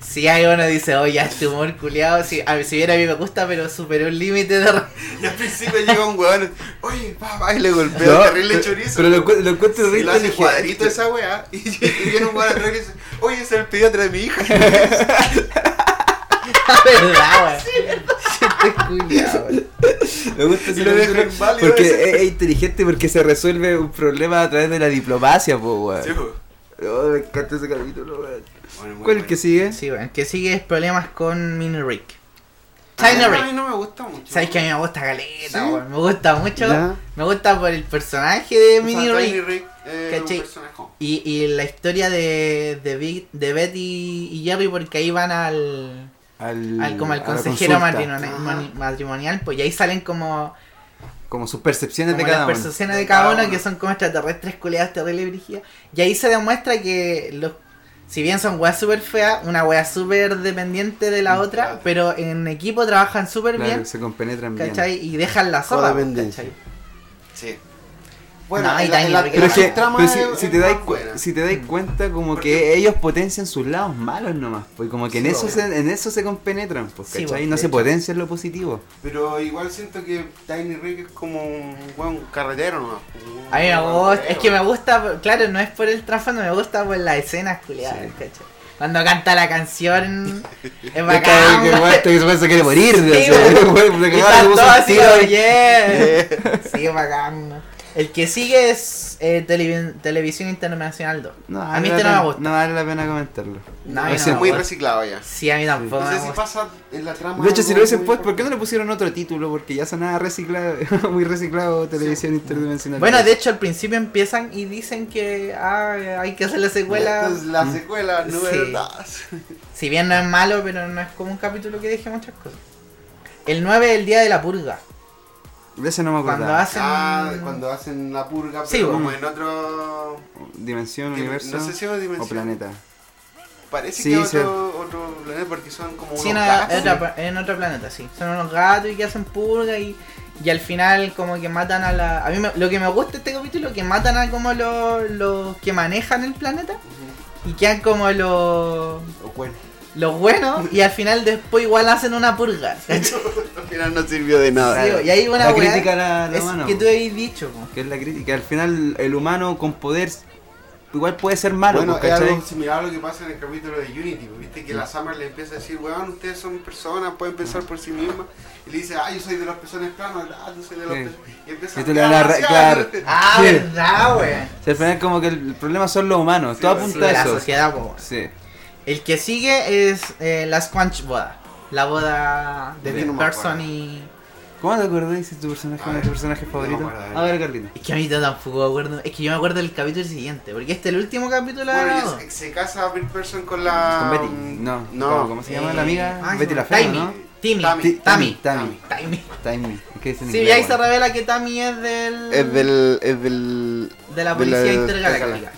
[SPEAKER 1] Si hay uno dice, oye, este humor culiado, si, a, si bien a mí me gusta, pero superó el límite de... <laughs>
[SPEAKER 4] Y al principio llega un weón, oye, papá, y le golpea
[SPEAKER 3] No,
[SPEAKER 4] terrible
[SPEAKER 3] pero-
[SPEAKER 4] chorizo.
[SPEAKER 3] Pero lo, encu- lo encuentro
[SPEAKER 4] Y
[SPEAKER 3] rico.
[SPEAKER 4] le hace
[SPEAKER 3] dije, "Este
[SPEAKER 4] cuadrito esa weá. <laughs> Y viene un weón atrás y le dice, oye, es el pediatra de mi
[SPEAKER 3] <laughs>
[SPEAKER 4] hija.
[SPEAKER 1] ¿Verdad, weón? Este culiao, weón.
[SPEAKER 3] Me gusta
[SPEAKER 4] Y
[SPEAKER 3] ese
[SPEAKER 4] lo deja
[SPEAKER 3] capítulo
[SPEAKER 4] inválido
[SPEAKER 3] Porque
[SPEAKER 4] ese.
[SPEAKER 3] es, es inteligente porque se resuelve un problema a través de la diplomacia, pues, weón.
[SPEAKER 4] Sí, po.
[SPEAKER 3] Oh, me encanta ese capítulo, weón.
[SPEAKER 4] Bueno, muy
[SPEAKER 3] ¿Cuál
[SPEAKER 4] bueno.
[SPEAKER 3] es el que sigue?
[SPEAKER 1] Sí, bueno, el que sigue es problemas con Mini Rick.
[SPEAKER 4] Ah,
[SPEAKER 1] Tiny
[SPEAKER 4] A mí
[SPEAKER 1] Rick.
[SPEAKER 4] no me gusta mucho.
[SPEAKER 1] ¿Sabes que a mí me gusta Caleta,
[SPEAKER 4] ¿Sí?
[SPEAKER 1] weón? Me gusta mucho.
[SPEAKER 3] Ya.
[SPEAKER 1] Me gusta por el personaje de
[SPEAKER 4] O sea,
[SPEAKER 1] Mini
[SPEAKER 4] Tiny
[SPEAKER 1] Rick.
[SPEAKER 4] Rick eh, un
[SPEAKER 1] ¿Cachai?
[SPEAKER 4] personajón.
[SPEAKER 1] Y, y la historia de, de, Big- de Betty y Jerry, porque ahí van al...
[SPEAKER 3] Al,
[SPEAKER 1] al- como
[SPEAKER 3] Mm, a
[SPEAKER 1] al
[SPEAKER 3] la
[SPEAKER 1] consejero
[SPEAKER 3] consulta.
[SPEAKER 1] matrimonial,
[SPEAKER 4] Ajá.
[SPEAKER 1] matrimonial, pues y ahí salen como
[SPEAKER 3] Como sus percepciones
[SPEAKER 1] como
[SPEAKER 3] de cada
[SPEAKER 1] las
[SPEAKER 3] uno.
[SPEAKER 1] percepciones
[SPEAKER 4] De
[SPEAKER 1] de cada
[SPEAKER 4] cada
[SPEAKER 1] uno
[SPEAKER 4] uno.
[SPEAKER 1] que son como extraterrestres culiadas terribles brígidas. Y ahí se demuestra que los si bien son weas súper feas, una wea súper dependiente de la otra,
[SPEAKER 4] Claro.
[SPEAKER 1] pero en equipo trabajan súper
[SPEAKER 3] Claro,
[SPEAKER 1] bien,
[SPEAKER 3] se compenetran bien.
[SPEAKER 1] ¿cachai? Y dejan la sola,
[SPEAKER 3] Codependencia.
[SPEAKER 1] ¿cachai?
[SPEAKER 4] Sí. Bueno,
[SPEAKER 1] No,
[SPEAKER 4] en
[SPEAKER 1] y
[SPEAKER 4] la-
[SPEAKER 1] Tiny
[SPEAKER 4] en la-
[SPEAKER 1] Rick
[SPEAKER 4] en
[SPEAKER 3] Pero,
[SPEAKER 4] la
[SPEAKER 3] es que,
[SPEAKER 4] trama
[SPEAKER 3] pero si,
[SPEAKER 4] es-
[SPEAKER 3] si
[SPEAKER 4] es
[SPEAKER 3] te dais
[SPEAKER 4] más
[SPEAKER 3] cu-
[SPEAKER 4] buena.
[SPEAKER 3] si te dais
[SPEAKER 1] Mm.
[SPEAKER 3] cuenta, como que
[SPEAKER 4] Porque-
[SPEAKER 3] ellos potencian sus lados malos nomás, pues como que en,
[SPEAKER 1] Sí,
[SPEAKER 3] eso
[SPEAKER 1] obvio.
[SPEAKER 3] se, en eso se compenetran, pues,
[SPEAKER 1] Sí,
[SPEAKER 3] ¿cachai?
[SPEAKER 1] pues,
[SPEAKER 3] y no
[SPEAKER 1] de
[SPEAKER 3] se
[SPEAKER 1] hecho.
[SPEAKER 3] potencian lo positivo.
[SPEAKER 4] Pero igual siento que Tiny Rick es como un buen carretero nomás. un
[SPEAKER 1] A mí me
[SPEAKER 4] buen
[SPEAKER 1] gusta, es que me
[SPEAKER 4] carretero.
[SPEAKER 1] gusta, claro, no es por el trasfondo, me gusta por las escenas culiadas, ¿cachai? Cuando canta la
[SPEAKER 3] <laughs>
[SPEAKER 1] canción es
[SPEAKER 3] Cada
[SPEAKER 1] bacán.
[SPEAKER 3] vez que,
[SPEAKER 1] weón.
[SPEAKER 3] weón, este que se parece que quiere morir, de
[SPEAKER 1] Sí,
[SPEAKER 3] o sea,
[SPEAKER 1] weón.
[SPEAKER 3] <laughs> weón, le
[SPEAKER 1] Y
[SPEAKER 3] cagaron, le
[SPEAKER 1] están
[SPEAKER 3] puso
[SPEAKER 1] todos
[SPEAKER 3] un
[SPEAKER 1] así,
[SPEAKER 3] tiro ahí.
[SPEAKER 1] oye. <laughs> Sí, bacán. El que sigue es eh, Televi- Televisión Internacional 2.
[SPEAKER 3] No,
[SPEAKER 1] a mí
[SPEAKER 3] vale
[SPEAKER 1] este
[SPEAKER 3] la
[SPEAKER 1] no me
[SPEAKER 3] pena-
[SPEAKER 1] gusta.
[SPEAKER 3] No vale la pena comentarlo.
[SPEAKER 1] No, a mí
[SPEAKER 3] Lo
[SPEAKER 1] no
[SPEAKER 3] siento.
[SPEAKER 1] me
[SPEAKER 4] Muy
[SPEAKER 1] gusta.
[SPEAKER 4] reciclado ya.
[SPEAKER 1] Sí, a mí tampoco.
[SPEAKER 4] No
[SPEAKER 1] me
[SPEAKER 4] sé si
[SPEAKER 1] gusta.
[SPEAKER 4] pasa en la trama.
[SPEAKER 3] De hecho, si lo
[SPEAKER 4] algo
[SPEAKER 3] hubiesen
[SPEAKER 4] muy
[SPEAKER 3] puesto, ¿por qué no le pusieron otro título? Porque ya sonaba reciclado, <laughs> muy reciclado televisión interdimensional.
[SPEAKER 1] Bueno, de hecho, al principio empiezan y dicen que ah, hay que hacer la secuela.
[SPEAKER 4] Entonces,
[SPEAKER 3] Mm.
[SPEAKER 4] la secuela número
[SPEAKER 1] Sí.
[SPEAKER 4] 2.
[SPEAKER 1] Si bien no es malo, pero no es como un capítulo que deje muchas cosas. El 9 es el día de la purga.
[SPEAKER 3] de ese no me
[SPEAKER 1] Cuando
[SPEAKER 3] acordaba.
[SPEAKER 1] hacen.
[SPEAKER 4] Ah, cuando hacen la purga, pero
[SPEAKER 1] Sí, bueno.
[SPEAKER 4] como en otro.
[SPEAKER 3] Dimensión,
[SPEAKER 1] Eh,
[SPEAKER 3] universo
[SPEAKER 4] No sé si es una
[SPEAKER 3] o
[SPEAKER 4] dimensión.
[SPEAKER 3] planeta.
[SPEAKER 4] Parece
[SPEAKER 3] Sí,
[SPEAKER 4] que
[SPEAKER 3] sí.
[SPEAKER 4] otro, otro planeta porque son como
[SPEAKER 1] Sí,
[SPEAKER 4] unos
[SPEAKER 1] en, a-
[SPEAKER 4] gatos.
[SPEAKER 1] otra- en otro planeta, sí. Son unos gatos y que hacen purga y, Y al final como que matan a la... A mí me- lo que me gusta de este capítulo es que matan a como los, los que manejan el planeta. Y quedan como los,
[SPEAKER 4] O bueno.
[SPEAKER 1] los buenos. Y al final después igual hacen una
[SPEAKER 4] <laughs>
[SPEAKER 1] purga. ¿cachai?
[SPEAKER 4] Al final no sirvió de nada.
[SPEAKER 1] Sí, y hay una
[SPEAKER 3] la
[SPEAKER 1] weá
[SPEAKER 3] crítica a la, la
[SPEAKER 1] es
[SPEAKER 3] mano.
[SPEAKER 1] que tú habéis dicho. po.
[SPEAKER 3] Que es la crítica. Al final, el humano con poder igual puede ser malo,
[SPEAKER 4] bueno,
[SPEAKER 3] pues,
[SPEAKER 4] es
[SPEAKER 3] ¿cachai?
[SPEAKER 4] algo similar a lo que pasa en el capítulo de Unity, pues, viste que la Summer le empieza a decir, weón, ustedes son personas, pueden pensar por sí mismas. Y le dice, ah, yo soy de las personas planas, ah, tú soy de las
[SPEAKER 3] Sí.
[SPEAKER 4] personas. Y empieza
[SPEAKER 3] Y tú le das la ra- claro.
[SPEAKER 1] Ah,
[SPEAKER 3] Sí.
[SPEAKER 1] verdad, weón.
[SPEAKER 3] O sea, al final como que el, el problema son los humanos,
[SPEAKER 4] Sí,
[SPEAKER 3] todo
[SPEAKER 4] sí,
[SPEAKER 1] Sí,
[SPEAKER 3] apunta a
[SPEAKER 1] la
[SPEAKER 3] eso.
[SPEAKER 1] sociedad, po, weón.
[SPEAKER 3] Sí.
[SPEAKER 1] El que sigue es eh, la Squanch Boda. La boda de
[SPEAKER 4] Yo
[SPEAKER 1] Dick
[SPEAKER 4] no me
[SPEAKER 1] Person
[SPEAKER 4] acuerdo.
[SPEAKER 1] y...
[SPEAKER 3] ¿Cómo te acordás de tu personaje,
[SPEAKER 4] A ver,
[SPEAKER 3] tu personaje
[SPEAKER 4] no
[SPEAKER 3] favorito?
[SPEAKER 4] me acuerdo, a ver.
[SPEAKER 3] a ver, Carlito.
[SPEAKER 1] Es que a mí tampoco me acuerdo. Es que yo me acuerdo del capítulo siguiente. Porque este es el último capítulo de la
[SPEAKER 4] Bueno,
[SPEAKER 1] boda.
[SPEAKER 4] y se, se casa Bill Person con la...
[SPEAKER 3] Con Betty.
[SPEAKER 4] mm,
[SPEAKER 3] No,
[SPEAKER 4] no.
[SPEAKER 3] ¿Cómo, cómo se
[SPEAKER 1] Eh,
[SPEAKER 3] llama la amiga?
[SPEAKER 4] Ah,
[SPEAKER 1] ay,
[SPEAKER 3] Betty
[SPEAKER 1] se
[SPEAKER 3] la
[SPEAKER 1] llama-
[SPEAKER 3] Fea, ¿no?
[SPEAKER 1] Timmy.
[SPEAKER 4] Tami.
[SPEAKER 1] Ti- Tammy.
[SPEAKER 3] Tammy.
[SPEAKER 1] Timmy.
[SPEAKER 3] Timmy. Es que es en
[SPEAKER 1] Sí, y
[SPEAKER 3] inglés,
[SPEAKER 1] ahí se
[SPEAKER 3] bueno.
[SPEAKER 1] revela que Tammy es del...
[SPEAKER 4] Es del... Es del...
[SPEAKER 1] De la
[SPEAKER 4] de la-
[SPEAKER 1] policía intergaláctica.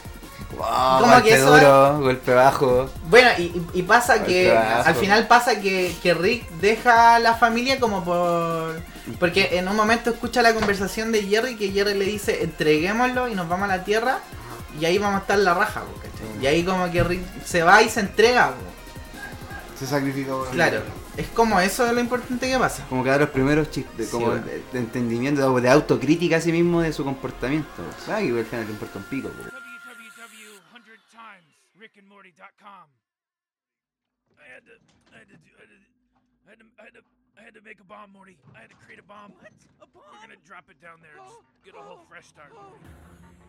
[SPEAKER 3] Wow,
[SPEAKER 1] Como
[SPEAKER 3] golpe
[SPEAKER 1] que eso-
[SPEAKER 3] duro, golpe bajo.
[SPEAKER 1] Bueno, y, y- y pasa que...
[SPEAKER 3] Carajo.
[SPEAKER 1] Al final pasa que, que Rick deja a la familia como por... Porque en un momento escucha la conversación de Jerry que Jerry le dice entreguémoslo y nos vamos a la tierra y ahí vamos a estar la raja, po, ¿cachai? Y ahí como que Rick se va y se entrega, po.
[SPEAKER 4] Se sacrificó. por-
[SPEAKER 1] Claro. Es como eso lo importante que pasa.
[SPEAKER 3] Como que da los primeros chistes,
[SPEAKER 1] Sí,
[SPEAKER 3] como
[SPEAKER 1] bueno.
[SPEAKER 3] de, de entendimiento, de, de autocrítica a sí mismo de su comportamiento. ¿Sabes? Que igual al final le importa un pico. pues.
[SPEAKER 6] www.100timesrickandmorty.com. I had to, I had to do, I had to, I had to, I had to, I had to make a bomb, Morty. I had to create a bomb. What? A bomb? We're gonna drop it down there. Just get a whole fresh start. Morty.